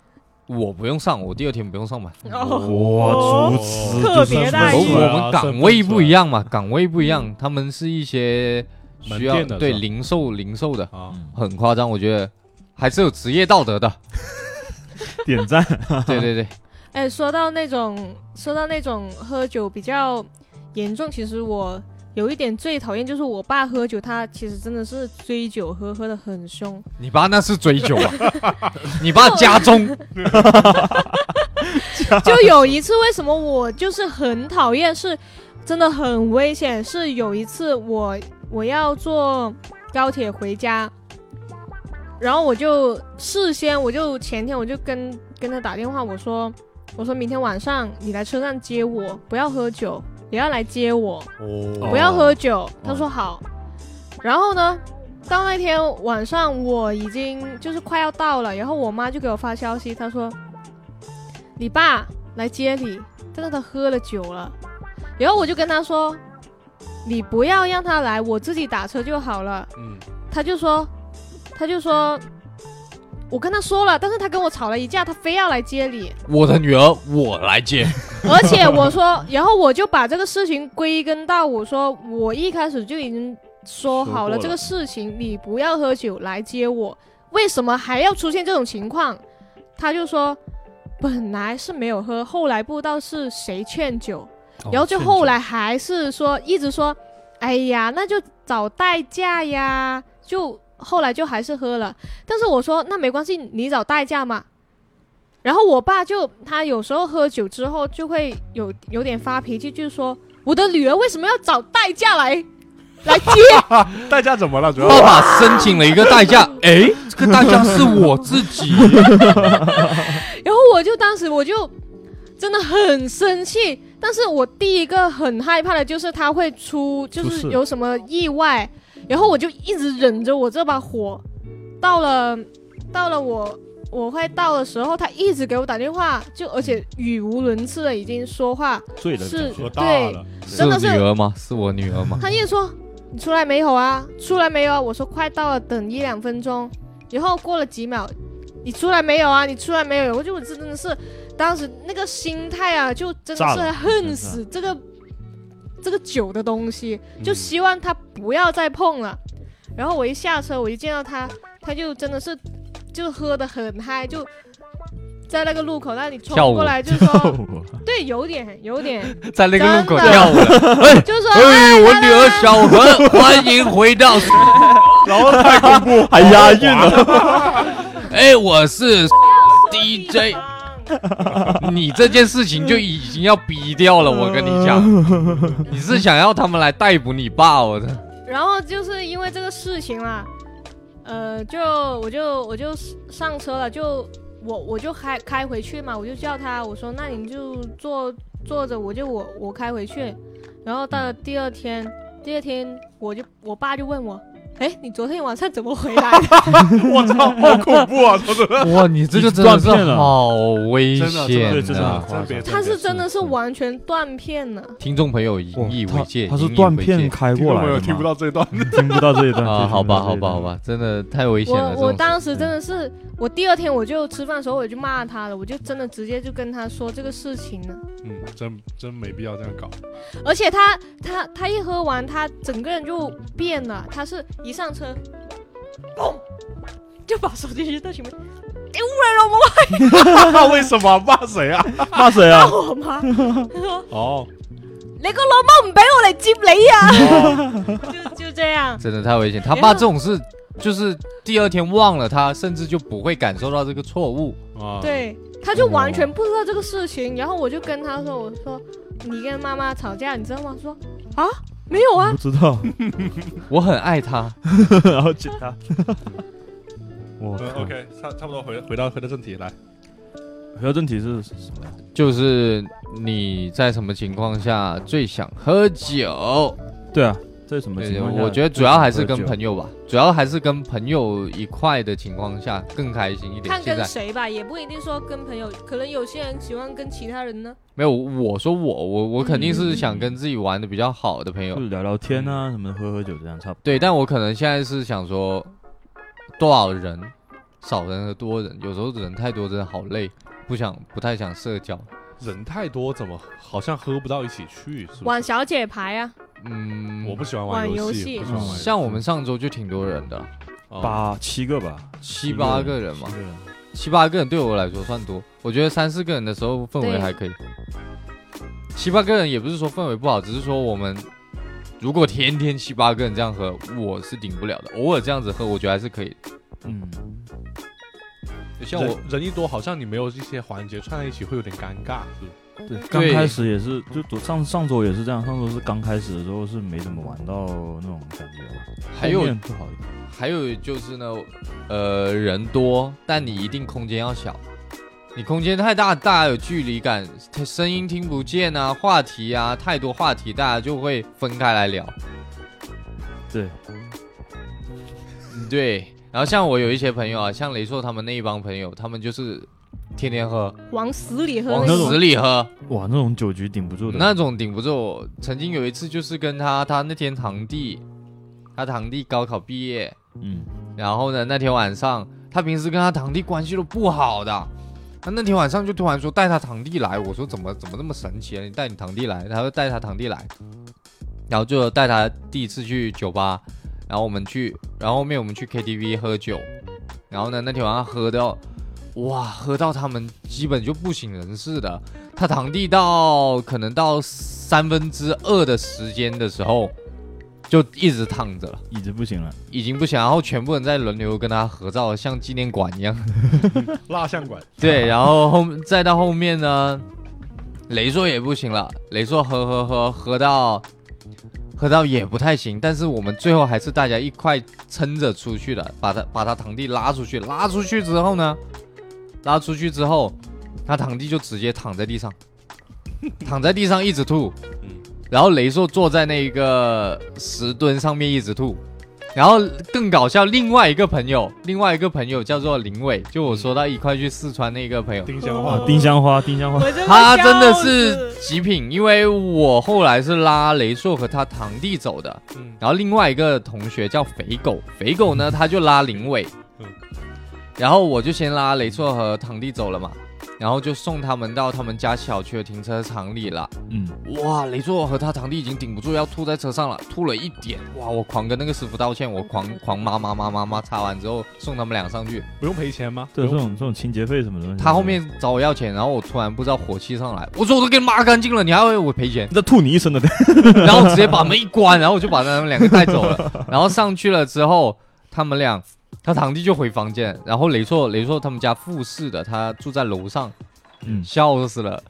[SPEAKER 1] 我不用上，我第二天不用上班。
[SPEAKER 3] 哦，
[SPEAKER 2] 哇，猪吃
[SPEAKER 3] 特别大
[SPEAKER 1] 我
[SPEAKER 4] 哎啊
[SPEAKER 3] 意义
[SPEAKER 1] 我们岗位不一
[SPEAKER 4] 样
[SPEAKER 1] 样嘛，岗位不一样，他们是一些需
[SPEAKER 4] 门
[SPEAKER 1] 要
[SPEAKER 4] 店的
[SPEAKER 1] 对
[SPEAKER 4] 是吧
[SPEAKER 1] 零售零售的，
[SPEAKER 4] 啊。
[SPEAKER 1] 很夸张，我觉得还是有职业道 德的。
[SPEAKER 2] 点赞，
[SPEAKER 1] 对对对，
[SPEAKER 3] 哎，说到那种说到那种喝酒比较严重，其实我有一点最讨厌就是我爸喝酒，他其实真的是追酒喝，喝的很凶。
[SPEAKER 1] 你爸那是追酒啊， 你爸家中
[SPEAKER 3] 就有一次，为什么我就是很讨厌，是真的很危险。是有一次我我要坐高铁回家，然后我就事先我就前天我就跟跟他打电话，我说我说明天晚上你来车站接我，不要喝酒，也要来接我，
[SPEAKER 4] 哦
[SPEAKER 3] 不要喝酒。他说好。然后呢，到那天晚上我已经就是快要到了，然后我妈就给我发消息，她说你爸来接你，但是他喝了酒了。然后我就跟他说，你不要让他来，我自己打车就好了。
[SPEAKER 4] 嗯，
[SPEAKER 3] 他就说，他就说。我跟他说了，但是他跟我吵了一架，他非要来接你，
[SPEAKER 1] 我的女儿我来接，
[SPEAKER 3] 而且我说，然后我就把这个事情归根到我说，我一开始就已经
[SPEAKER 2] 说
[SPEAKER 3] 说好了
[SPEAKER 2] 过
[SPEAKER 3] 这
[SPEAKER 2] 了
[SPEAKER 3] 个事情，你不要喝酒来接我，为什么还要出现这种情况？他就说，本来是没有喝，后来不知道是谁劝酒，然后就后来还是说一直说，哎呀，那就找代驾呀，就后来就还是喝了。但是我说那没关系，你找代驾嘛。然后我爸就他有时候喝酒之后就会有有点发脾气，就是说我的女儿为什么要找代驾来来接？
[SPEAKER 4] 代驾怎么了？主
[SPEAKER 1] 爸
[SPEAKER 4] 要
[SPEAKER 1] 爸申请了一个代驾，哎，这个代驾是我自己，
[SPEAKER 3] 然后我就当时我就真的很生气，但是我第一个很害怕的就是他会出就
[SPEAKER 2] 出
[SPEAKER 3] 是
[SPEAKER 2] 事
[SPEAKER 3] 有什么意外，然后我就一直忍着我这把火，到了到了我我快到的时候，他一直给我打电话，就而且语无伦次的已经说话，
[SPEAKER 2] 醉了，
[SPEAKER 3] 是
[SPEAKER 4] 说大
[SPEAKER 3] 对，
[SPEAKER 4] 了，
[SPEAKER 1] 是
[SPEAKER 3] 真的
[SPEAKER 1] 女
[SPEAKER 3] 是
[SPEAKER 1] 儿吗？是我女儿 吗？
[SPEAKER 3] 他一直说你出来没有啊？出来没有啊？我说快到了，等一两分钟。然后过了几秒，你出来没有啊？你出来没有？我就我真的是，当时那个心态啊，就真的
[SPEAKER 2] 炸
[SPEAKER 3] 是
[SPEAKER 2] 了
[SPEAKER 3] 恨死
[SPEAKER 1] 嗯
[SPEAKER 3] 这个这个酒的东西，就
[SPEAKER 4] 嗯
[SPEAKER 3] 希望他不要再碰了。然后我一下车，我一见到他，他就真的是就喝的很嗨，就在那个路口那里冲
[SPEAKER 1] 跳舞
[SPEAKER 3] 过来，就 说
[SPEAKER 2] 我
[SPEAKER 3] 对，有点有点，
[SPEAKER 1] 在那个路口
[SPEAKER 3] 真的
[SPEAKER 1] 跳舞了。
[SPEAKER 3] 就说
[SPEAKER 1] 哎，我女儿小何，欢迎回到。
[SPEAKER 4] 然后太恐怖，
[SPEAKER 2] 还押韵啊了，
[SPEAKER 1] 哎，我 是
[SPEAKER 3] DJ
[SPEAKER 1] DJ，。你这件事情就已经要逼掉了。我跟你讲， 你是想要他们来逮捕你爸？我的，
[SPEAKER 3] 然后就是因为这个事情啦，呃，就我就我就上车了，就我我就开开回去嘛，我就叫他，我说那你就坐坐着，我就我我开回去。然后到了第二天，第二天我就我爸就问我，哎，你昨天晚上怎么回来的？
[SPEAKER 4] 我操，好恐怖啊！真的，
[SPEAKER 1] 哇，你这个真的是
[SPEAKER 2] 断片了
[SPEAKER 1] 好危
[SPEAKER 4] 真的，真
[SPEAKER 1] 险啊
[SPEAKER 4] 的，
[SPEAKER 2] 对
[SPEAKER 4] 真
[SPEAKER 2] 这是很
[SPEAKER 1] 呐
[SPEAKER 4] 的
[SPEAKER 2] 夸，
[SPEAKER 4] 真别，
[SPEAKER 3] 他是真的是完全断片了。
[SPEAKER 1] 听众朋友引以为戒，
[SPEAKER 2] 他是
[SPEAKER 1] 引以
[SPEAKER 2] 断
[SPEAKER 1] 为
[SPEAKER 2] 片
[SPEAKER 1] 戒
[SPEAKER 2] 开
[SPEAKER 4] 听
[SPEAKER 2] 过
[SPEAKER 4] 众
[SPEAKER 2] 来
[SPEAKER 4] 朋
[SPEAKER 2] 的
[SPEAKER 4] 友
[SPEAKER 2] 吗
[SPEAKER 4] 听不，到这一段，
[SPEAKER 2] 听不到这一段
[SPEAKER 1] 啊！
[SPEAKER 2] 对
[SPEAKER 1] 好吧，
[SPEAKER 2] 听
[SPEAKER 1] 好
[SPEAKER 2] 不到这一段
[SPEAKER 1] 吧，好吧，真的太危险了。
[SPEAKER 3] 我我
[SPEAKER 1] 这种
[SPEAKER 3] 当时真的是，我第二天我就吃饭的时候我就骂他了，我就真的直接就跟他说这个事情了。
[SPEAKER 4] 嗯，真真没必要这样搞。
[SPEAKER 3] 而且他他他一喝完，他整个人就变了，他是一上车，嘣，就把手机扔到前面，你误人了我
[SPEAKER 4] 那为什么骂谁啊？
[SPEAKER 2] 骂谁啊？
[SPEAKER 3] 骂我 吗？
[SPEAKER 4] 哦，
[SPEAKER 3] 你个老母唔俾我嚟接你啊哦呀、
[SPEAKER 4] 哦
[SPEAKER 3] 就就这样。
[SPEAKER 1] 真的太危险。他
[SPEAKER 3] 然
[SPEAKER 1] 爸
[SPEAKER 3] 后
[SPEAKER 1] 这种事，就是第二天忘了他，甚至就不会感受到这个错误。
[SPEAKER 4] 啊，
[SPEAKER 3] 对，他就完全不知道这个事情。然后我就跟他说：“我说你跟妈妈吵架，你知道吗？”说啊，没有啊
[SPEAKER 2] 不。知道，
[SPEAKER 1] 我很爱他，
[SPEAKER 2] 然后接他。 我
[SPEAKER 4] 嗯
[SPEAKER 1] 呃
[SPEAKER 2] 靠
[SPEAKER 4] ，OK，差差不多回回到回到正题来。
[SPEAKER 2] 回到正题是什么呀？
[SPEAKER 1] 就是你在什么情况下最想喝酒？
[SPEAKER 2] 对啊，这是什么
[SPEAKER 1] 对
[SPEAKER 2] 情
[SPEAKER 1] 对，
[SPEAKER 2] 况下
[SPEAKER 1] 我觉得主要还是跟
[SPEAKER 2] 喝酒
[SPEAKER 1] 朋友吧，主要还是跟朋友一块的情况下更开心一点。
[SPEAKER 3] 看
[SPEAKER 1] 现
[SPEAKER 3] 跟
[SPEAKER 1] 在
[SPEAKER 3] 谁吧，也不一定说跟朋友，可能有些人喜欢跟其他人呢。
[SPEAKER 1] 没有，我说我我我肯定是想跟自己玩的比较好的朋友嗯
[SPEAKER 2] 就，聊聊天啊，什么的喝喝酒这样差不多。
[SPEAKER 1] 对，但我可能现在是想说，多少人，少人和多人，有时候人太多真的好累，不想不太想社交。
[SPEAKER 4] 人太多，怎么好像喝不到一起去？是不
[SPEAKER 3] 玩
[SPEAKER 4] 是？
[SPEAKER 3] 小姐牌啊，
[SPEAKER 1] 嗯，
[SPEAKER 4] 我不喜欢
[SPEAKER 3] 玩
[SPEAKER 4] 游
[SPEAKER 3] 游
[SPEAKER 4] 戏，
[SPEAKER 3] 戏
[SPEAKER 4] 不喜欢玩游戏。
[SPEAKER 1] 像我们上周就挺多人的，
[SPEAKER 4] 哦
[SPEAKER 2] 八七个吧，
[SPEAKER 1] 七八个人嘛
[SPEAKER 2] 七，人
[SPEAKER 1] 七八个人对我来说算多，我觉得三四个人的时候氛围
[SPEAKER 3] 对
[SPEAKER 1] 还可以。七八个人也不是说氛围不好，只是说我们如果天天七八个人这样喝，我是顶不了的。偶尔这样子喝，我觉得还是可以的。
[SPEAKER 2] 嗯，
[SPEAKER 1] 像我
[SPEAKER 4] 人人一多，好像你没有这些环节串在一起会有点尴尬，是不是？
[SPEAKER 2] 对，刚开始也是，就昨上上周也是这样，上周是刚开始的时候是没怎么玩到那种感觉吧，
[SPEAKER 1] 还有
[SPEAKER 2] 后面不好一点。
[SPEAKER 1] 还有就是呢，呃，人多，但你一定空间要小。你空间太大，大家有距离感，它声音听不见啊，话题啊，太多话题，大家就会分开来聊。
[SPEAKER 2] 对，
[SPEAKER 1] 对，然后像我有一些朋友啊，像雷硕他们那一帮朋友，他们就是天天喝，
[SPEAKER 3] 往死里喝
[SPEAKER 1] 往
[SPEAKER 3] 那种。
[SPEAKER 1] 死里喝，
[SPEAKER 2] 哇，那种酒局顶不住的。
[SPEAKER 1] 那种顶不住。曾经有一次就是跟他，他那天堂弟，他堂弟高考毕业，
[SPEAKER 2] 嗯，
[SPEAKER 1] 然后呢，那天晚上他平时跟他堂弟关系都不好的，他那天晚上就突然说带他堂弟来，我说怎么怎么那么神奇啊？你带你堂弟来，他就带他堂弟来，然后就带他第一次去酒吧，然后我们去，然后后面我们去 KTV 喝酒，然后呢那天晚上喝到。哇，喝到他们基本就不省人事的。他堂弟到可能到三分之二的时间的时候，就一直躺着了。
[SPEAKER 2] 椅子不行了，
[SPEAKER 1] 已经不行，然后全部人在轮流跟他合照，像纪念馆一样。
[SPEAKER 4] 蜡像馆，
[SPEAKER 1] 对，然后后再到后面呢，雷硕也不行了，雷硕喝喝喝喝到喝到也不太行，但是我们最后还是大家一块撑着出去的，把他把他堂弟拉出去，拉出去之后呢，拉出去之后，他堂弟就直接躺在地上，躺在地上一直吐，
[SPEAKER 4] 嗯
[SPEAKER 1] 然后雷硕坐在那个石墩上面一直吐。然后更搞笑，另外一个朋友，另外一个朋友叫做林伟，就我说到一块去四川那个朋友，
[SPEAKER 4] 丁香
[SPEAKER 2] 啊
[SPEAKER 4] 花，
[SPEAKER 2] 丁香花，丁香花，
[SPEAKER 3] 我 真
[SPEAKER 1] 他
[SPEAKER 3] 会
[SPEAKER 1] 真的
[SPEAKER 3] 笑
[SPEAKER 1] 是
[SPEAKER 3] 死
[SPEAKER 1] 极品，因为我后来是拉雷硕和他堂弟走的，
[SPEAKER 4] 嗯，
[SPEAKER 1] 然后另外一个同学叫肥狗，肥狗呢他就拉林伟
[SPEAKER 4] 嗯，
[SPEAKER 1] 然后我就先拉雷硕和堂弟走了嘛，然后就送他们到他们家小区的停车场里了。
[SPEAKER 2] 嗯，
[SPEAKER 1] 哇，雷硕和他堂弟已经顶不住要吐在车上了，吐了一点，哇，我狂跟那个师傅道歉，我狂狂骂骂骂骂骂，擦完之后送他们俩上去，
[SPEAKER 4] 不用赔钱吗？
[SPEAKER 2] 对，
[SPEAKER 4] 不
[SPEAKER 2] 这
[SPEAKER 4] 用
[SPEAKER 2] 种这种清洁费什么东西，
[SPEAKER 1] 他后面找我要钱，然后我突然不知道火气上来，我说我都给你抹干净了，你还为我赔钱？
[SPEAKER 2] 那吐你一身的，
[SPEAKER 1] 然后直接把门一关，然后我就把他们两个带走了。然后上去了之后，他们俩，他堂弟就回房间，然后雷硕雷硕他们家复式的，他住在楼上，
[SPEAKER 2] 嗯，
[SPEAKER 1] 笑死了，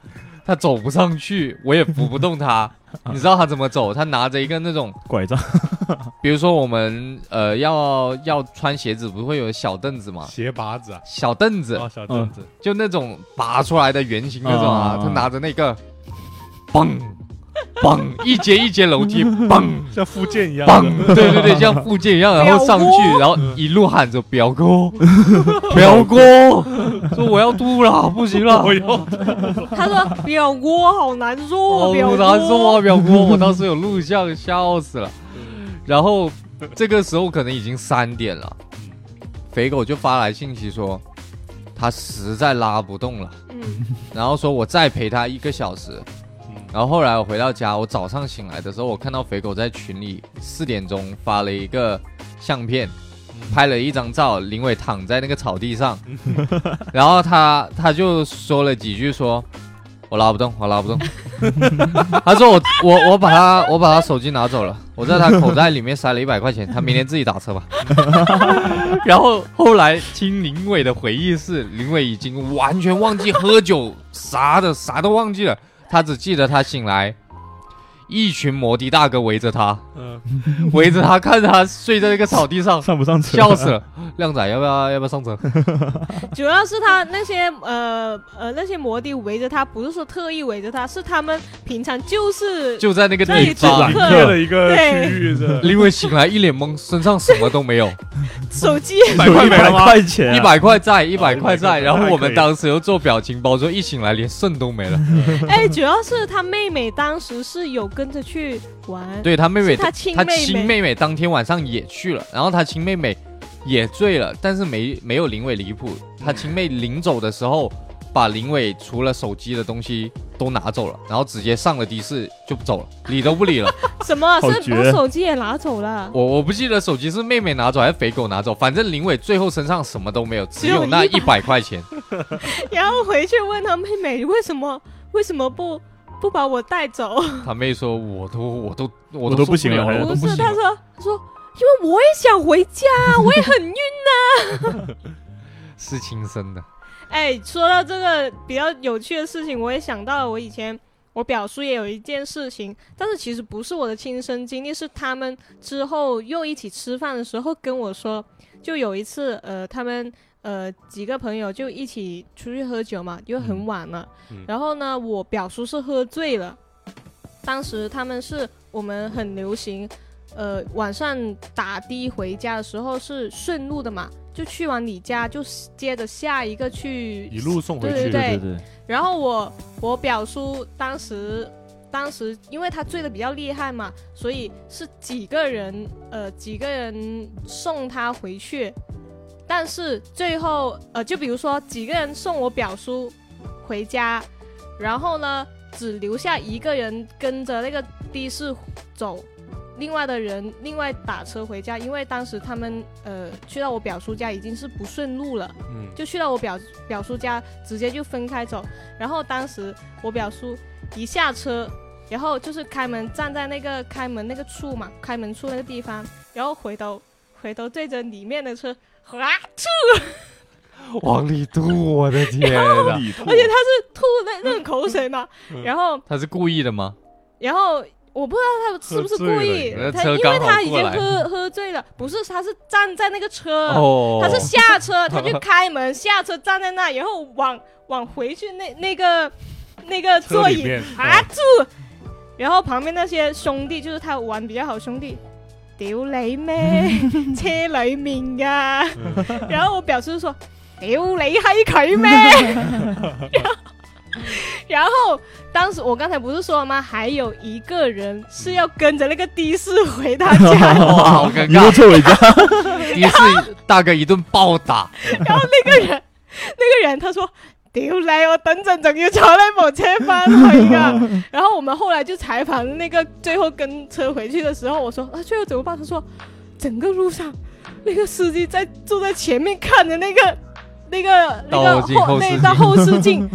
[SPEAKER 1] 他走不上去，我也扶不动他，你知道他怎么走？他拿着一个那种，
[SPEAKER 2] 拐杖，
[SPEAKER 1] 比如说我们呃要要穿鞋子，不是会有小凳子吗？
[SPEAKER 4] 鞋拔子啊，
[SPEAKER 1] 小凳子
[SPEAKER 4] 哦，小凳子，
[SPEAKER 1] 就那种拔出来的圆形那种啊
[SPEAKER 2] 啊，，
[SPEAKER 1] 他拿着那个，嘣嘣，一节一节楼梯，嘣
[SPEAKER 4] 像附件一样
[SPEAKER 1] 嘣
[SPEAKER 4] 的，，
[SPEAKER 1] 对对对，像附件一样，然后上去，然后
[SPEAKER 4] 嗯
[SPEAKER 1] 一路喊着表 哥，表哥，说我要吐了，不行了，
[SPEAKER 4] 我要
[SPEAKER 3] 他说表锅好难做，
[SPEAKER 1] 哦，
[SPEAKER 3] 表
[SPEAKER 1] 我
[SPEAKER 3] 锅
[SPEAKER 1] 难受啊， 表哥，我当时有录像，笑死了。
[SPEAKER 4] 嗯
[SPEAKER 1] 然后这个时候可能已经三点了，肥狗就发来信息说他实在拉不动了，
[SPEAKER 3] 嗯，
[SPEAKER 1] 然后说我再陪他一个小时。然后后来我回到家，我早上醒来的时候，我看到肥狗在群里四点钟发了一个相片，拍了一张照，林伟躺在那个草地上，然后他他就说了几句说，我拉不动，我拉不动， 他说我我我把他我把他手机拿走了，我在他口袋里面塞了一百块钱，他明天自己打车吧。 然后后来听林伟的回忆是，林伟已经完全忘记喝酒啥的，啥都忘记了。他只记得他醒来，一群摩的大哥围着他，
[SPEAKER 4] 嗯，
[SPEAKER 1] 围着他看着他睡在那个草地上
[SPEAKER 2] 上不上车？
[SPEAKER 1] 笑死！了。靓仔，要不要要不要上车？
[SPEAKER 3] 主要是他那些呃呃那些摩的围着他，不是说特意围着他，是他们平常就是
[SPEAKER 1] 就在那个
[SPEAKER 3] 这
[SPEAKER 1] 地
[SPEAKER 3] 里只
[SPEAKER 1] 方
[SPEAKER 4] 领，
[SPEAKER 3] 刻
[SPEAKER 4] 略 了一个
[SPEAKER 3] 对
[SPEAKER 4] 区域的，
[SPEAKER 1] 林伟醒来一脸懵，身上什么都没有，
[SPEAKER 3] 手机
[SPEAKER 4] 一百
[SPEAKER 2] 百
[SPEAKER 4] 块没了吗？
[SPEAKER 2] 块钱啊，
[SPEAKER 1] 一百块在，一百块
[SPEAKER 4] 100
[SPEAKER 1] 在。
[SPEAKER 4] 块
[SPEAKER 1] 然后我
[SPEAKER 4] 还可
[SPEAKER 1] 们
[SPEAKER 4] 以
[SPEAKER 1] 当时又做表情包，说一醒来连肾都没了。
[SPEAKER 3] 哎，主要是他妹妹当时是有跟着去玩，
[SPEAKER 1] 对他妹妹
[SPEAKER 3] 是，他亲
[SPEAKER 1] 他
[SPEAKER 3] 妹
[SPEAKER 1] 亲妹妹当天晚上也去了，然后他亲妹妹也醉了，但是没没有林伟离谱。他亲妹临走的时候，把林伟除了手机的东西都拿走了，然后直接上了的士就走了，理都不理了。
[SPEAKER 3] 什么啊
[SPEAKER 2] 好
[SPEAKER 3] 是把
[SPEAKER 2] 绝
[SPEAKER 3] 手机也拿走了，
[SPEAKER 1] 我我不记得手机是妹妹拿走还是肥狗拿走，反正林伟最后身上什么都没有，只有那一百块钱。
[SPEAKER 3] 然后回去问他妹妹为什么为什么不不把我带走？
[SPEAKER 1] 他妹说我都我都我
[SPEAKER 2] 我都
[SPEAKER 1] 受
[SPEAKER 2] 不行了
[SPEAKER 1] 了，
[SPEAKER 2] 还
[SPEAKER 1] 我都
[SPEAKER 2] 是
[SPEAKER 3] 不
[SPEAKER 1] 不
[SPEAKER 3] 是，
[SPEAKER 1] 行
[SPEAKER 3] 他
[SPEAKER 1] 了。
[SPEAKER 3] 说他说因为我也想回家，啊我也 很晕。
[SPEAKER 1] 是亲生的，
[SPEAKER 3] 哎，说到这个比较有趣的事情，我也想到了我以前我表叔也有一件事情，但是其实不是我的亲身经历，是他们之后又一起吃饭的时候跟我说，就有一次呃他们。呃，几个朋友就一起出去喝酒嘛，就很晚了。
[SPEAKER 4] 嗯
[SPEAKER 3] 然后呢，我表叔是喝醉了。当时他们是我们很流行，呃，晚上打的回家的时候是顺路的嘛，就去完你家，就接着下一个去
[SPEAKER 4] 一路送回
[SPEAKER 3] 对
[SPEAKER 4] 去，
[SPEAKER 2] 对对对，
[SPEAKER 3] 然后我我表叔当时当时因为他醉的比较厉害嘛，所以是几个人呃几个人送他回去，但是最后呃就比如说几个人送我表叔回家，然后呢只留下一个人跟着那个的士走。另外的人另外打车回家，因为当时他们呃去到我表叔家已经是不顺路了，
[SPEAKER 4] 嗯，
[SPEAKER 3] 就去到我表表叔家，直接就分开走。然后当时我表叔一下车，然后就是开门站在那个开门那个处嘛，开门处那个地方，然后回头回头对着里面的车， 哗，
[SPEAKER 1] 往里吐，我的天哪！
[SPEAKER 4] 而
[SPEAKER 3] 而且他是吐那那种口水嘛，然后
[SPEAKER 1] 他是故意的吗？
[SPEAKER 3] 然后。我不知道他是不是故意
[SPEAKER 1] 喝醉了，
[SPEAKER 3] 他
[SPEAKER 1] 车
[SPEAKER 3] 因
[SPEAKER 1] 刚
[SPEAKER 3] 为
[SPEAKER 1] 好
[SPEAKER 3] 他已
[SPEAKER 1] 过
[SPEAKER 3] 经
[SPEAKER 1] 来
[SPEAKER 3] 喝喝醉了，不是，他是站在那个车，
[SPEAKER 1] 哦，
[SPEAKER 3] 他 是下车，他就开门下车站在那，然后往往回去那那个那个座
[SPEAKER 4] 车里
[SPEAKER 3] 椅
[SPEAKER 4] 面
[SPEAKER 3] 啊住，然后旁边那些兄弟就是他玩比较好的兄弟，屌你咩， 车里面噶，
[SPEAKER 4] 嗯
[SPEAKER 3] 然后我表叔就说屌你閪佢 咩，然后然后当时我刚才不是说了吗？还有一个人是要跟着那个的士回他家的，
[SPEAKER 1] 哇，哦 好尴
[SPEAKER 2] 一路
[SPEAKER 1] 尬！
[SPEAKER 2] 撤回家，
[SPEAKER 1] 一次大哥一顿暴打，
[SPEAKER 3] 那个人，那个人他说。屌你！我等陣仲要坐呢部車翻去噶。然後我們後來就採訪那個最後跟車回去的時候，我說啊，最後怎麼辦？他說整個路上那個司機在坐在前面看着那個那個那
[SPEAKER 1] 倒
[SPEAKER 3] 個
[SPEAKER 1] 進後視
[SPEAKER 3] 那
[SPEAKER 1] 鏡
[SPEAKER 3] 道後視鏡，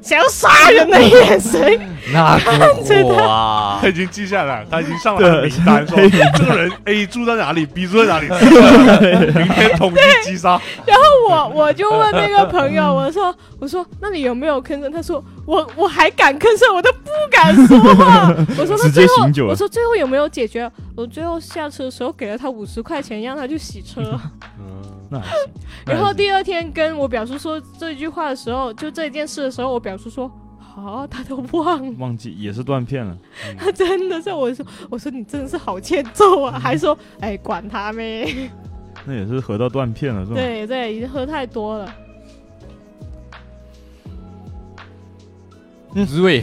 [SPEAKER 3] 想要殺人的眼神。
[SPEAKER 1] 那个火啊
[SPEAKER 4] 他！已经记下来，他已经上了名单，说
[SPEAKER 2] 对
[SPEAKER 4] 这个人 A 住在哪里，B 住在哪里，明天统一击杀。
[SPEAKER 3] 然后我我就问那个朋友，我说我说那你有没有跟着？他说我我还敢吭声，我都不敢说话。我说那
[SPEAKER 2] 直接
[SPEAKER 3] 最后
[SPEAKER 2] 醒酒，啊了
[SPEAKER 3] 我说最后有没有解决？我最后下车的时候给了他五十块钱，让他去洗车。
[SPEAKER 4] 嗯，
[SPEAKER 2] 那还行。那还
[SPEAKER 3] 然后
[SPEAKER 2] 行
[SPEAKER 3] 第二天跟我表叔说这句话的时候，就这件事的时候，我表叔说。啊，他都忘了，
[SPEAKER 2] 忘记也是断片了，
[SPEAKER 3] 他真的是我说，我说你真的是好欠揍啊，还说哎管他咩，
[SPEAKER 2] 那也是合到断片了，是吧？
[SPEAKER 3] 对对，已经喝太多了，
[SPEAKER 1] 滋味。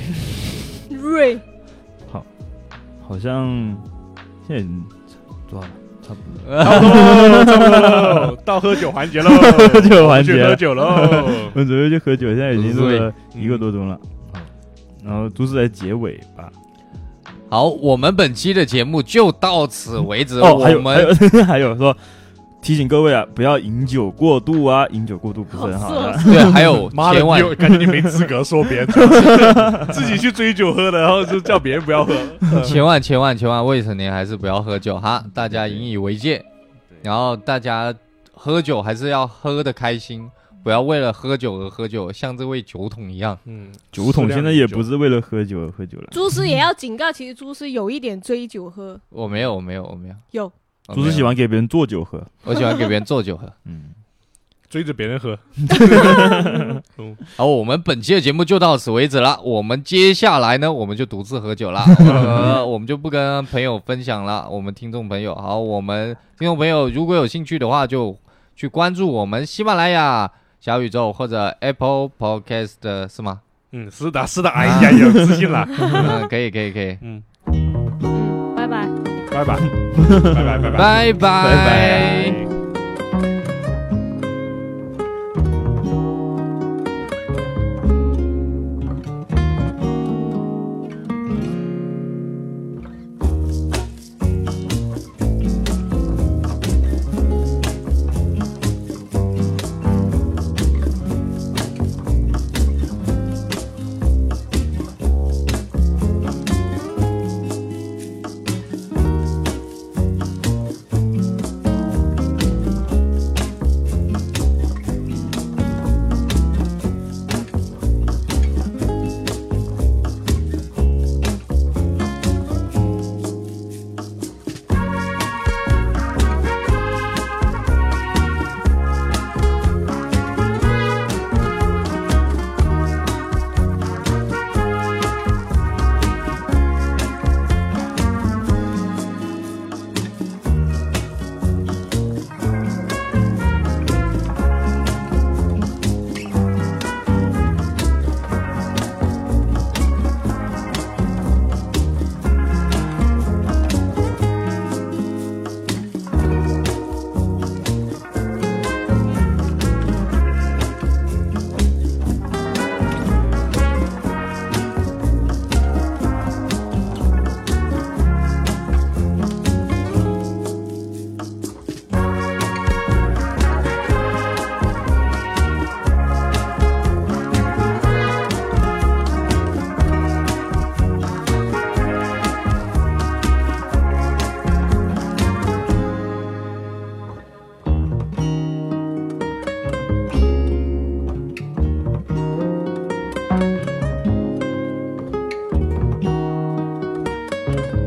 [SPEAKER 3] 瑞
[SPEAKER 2] 好像现在已经多少了？差不多。
[SPEAKER 4] 差不多了，差不多了，到喝酒环节喽，
[SPEAKER 2] 喝酒环节
[SPEAKER 4] 我们去喝酒喽。
[SPEAKER 2] 我们准备去喝酒，现在已经录了一个多钟了
[SPEAKER 4] 嗯。
[SPEAKER 2] 然后都是来结尾吧。
[SPEAKER 1] 好，我们本期的节目就到此为止。
[SPEAKER 2] 哦，
[SPEAKER 1] 呃我
[SPEAKER 2] 还有还
[SPEAKER 1] 们
[SPEAKER 2] 有 还有说，提醒各位啊，不要饮酒过度啊，饮酒过度不是很好啊的。
[SPEAKER 3] 好
[SPEAKER 1] 对，还有
[SPEAKER 4] 妈的，
[SPEAKER 1] 千
[SPEAKER 4] 你
[SPEAKER 1] 万
[SPEAKER 4] 有感觉你没资格说别人，自己去追酒喝的，然后就叫别人不要喝。
[SPEAKER 1] 千万千万千万未成年还是不要喝酒哈，
[SPEAKER 2] 嗯
[SPEAKER 1] 大家引以为戒。然后大家喝酒还是要喝的开心，不要为了喝酒而喝酒，像这位酒桶一样。
[SPEAKER 4] 嗯，
[SPEAKER 2] 酒桶现在也不
[SPEAKER 4] 是
[SPEAKER 2] 是为了喝酒而喝酒了，
[SPEAKER 3] 朱师也要警告，其实朱师有一点追酒喝，
[SPEAKER 1] 我没有，我没有，我没有。
[SPEAKER 3] 有
[SPEAKER 1] 我
[SPEAKER 2] 都
[SPEAKER 1] 没
[SPEAKER 2] 是
[SPEAKER 1] 有
[SPEAKER 2] 喜，欢给别人做酒喝。
[SPEAKER 1] 我喜欢给别人做酒喝。
[SPEAKER 2] 嗯，
[SPEAKER 4] 追着别人喝。
[SPEAKER 1] 好，我们本期的节目就到此为止了。我们接下来呢，我们就独自喝酒了，呃，我们就不跟朋友分享了。我们听众朋友，好，我们听众朋友如果有兴趣的话，就去关注我们喜马拉雅、小宇宙或者 Apple Podcast 的是吗？
[SPEAKER 4] 嗯，是的，是的，哎呀，有自信了。
[SPEAKER 1] 嗯，可以，可以，可以，
[SPEAKER 4] 嗯，
[SPEAKER 3] 嗯，拜拜。
[SPEAKER 4] 拜拜，拜拜，拜拜。
[SPEAKER 1] 拜拜。
[SPEAKER 2] 拜拜。
[SPEAKER 5] Thank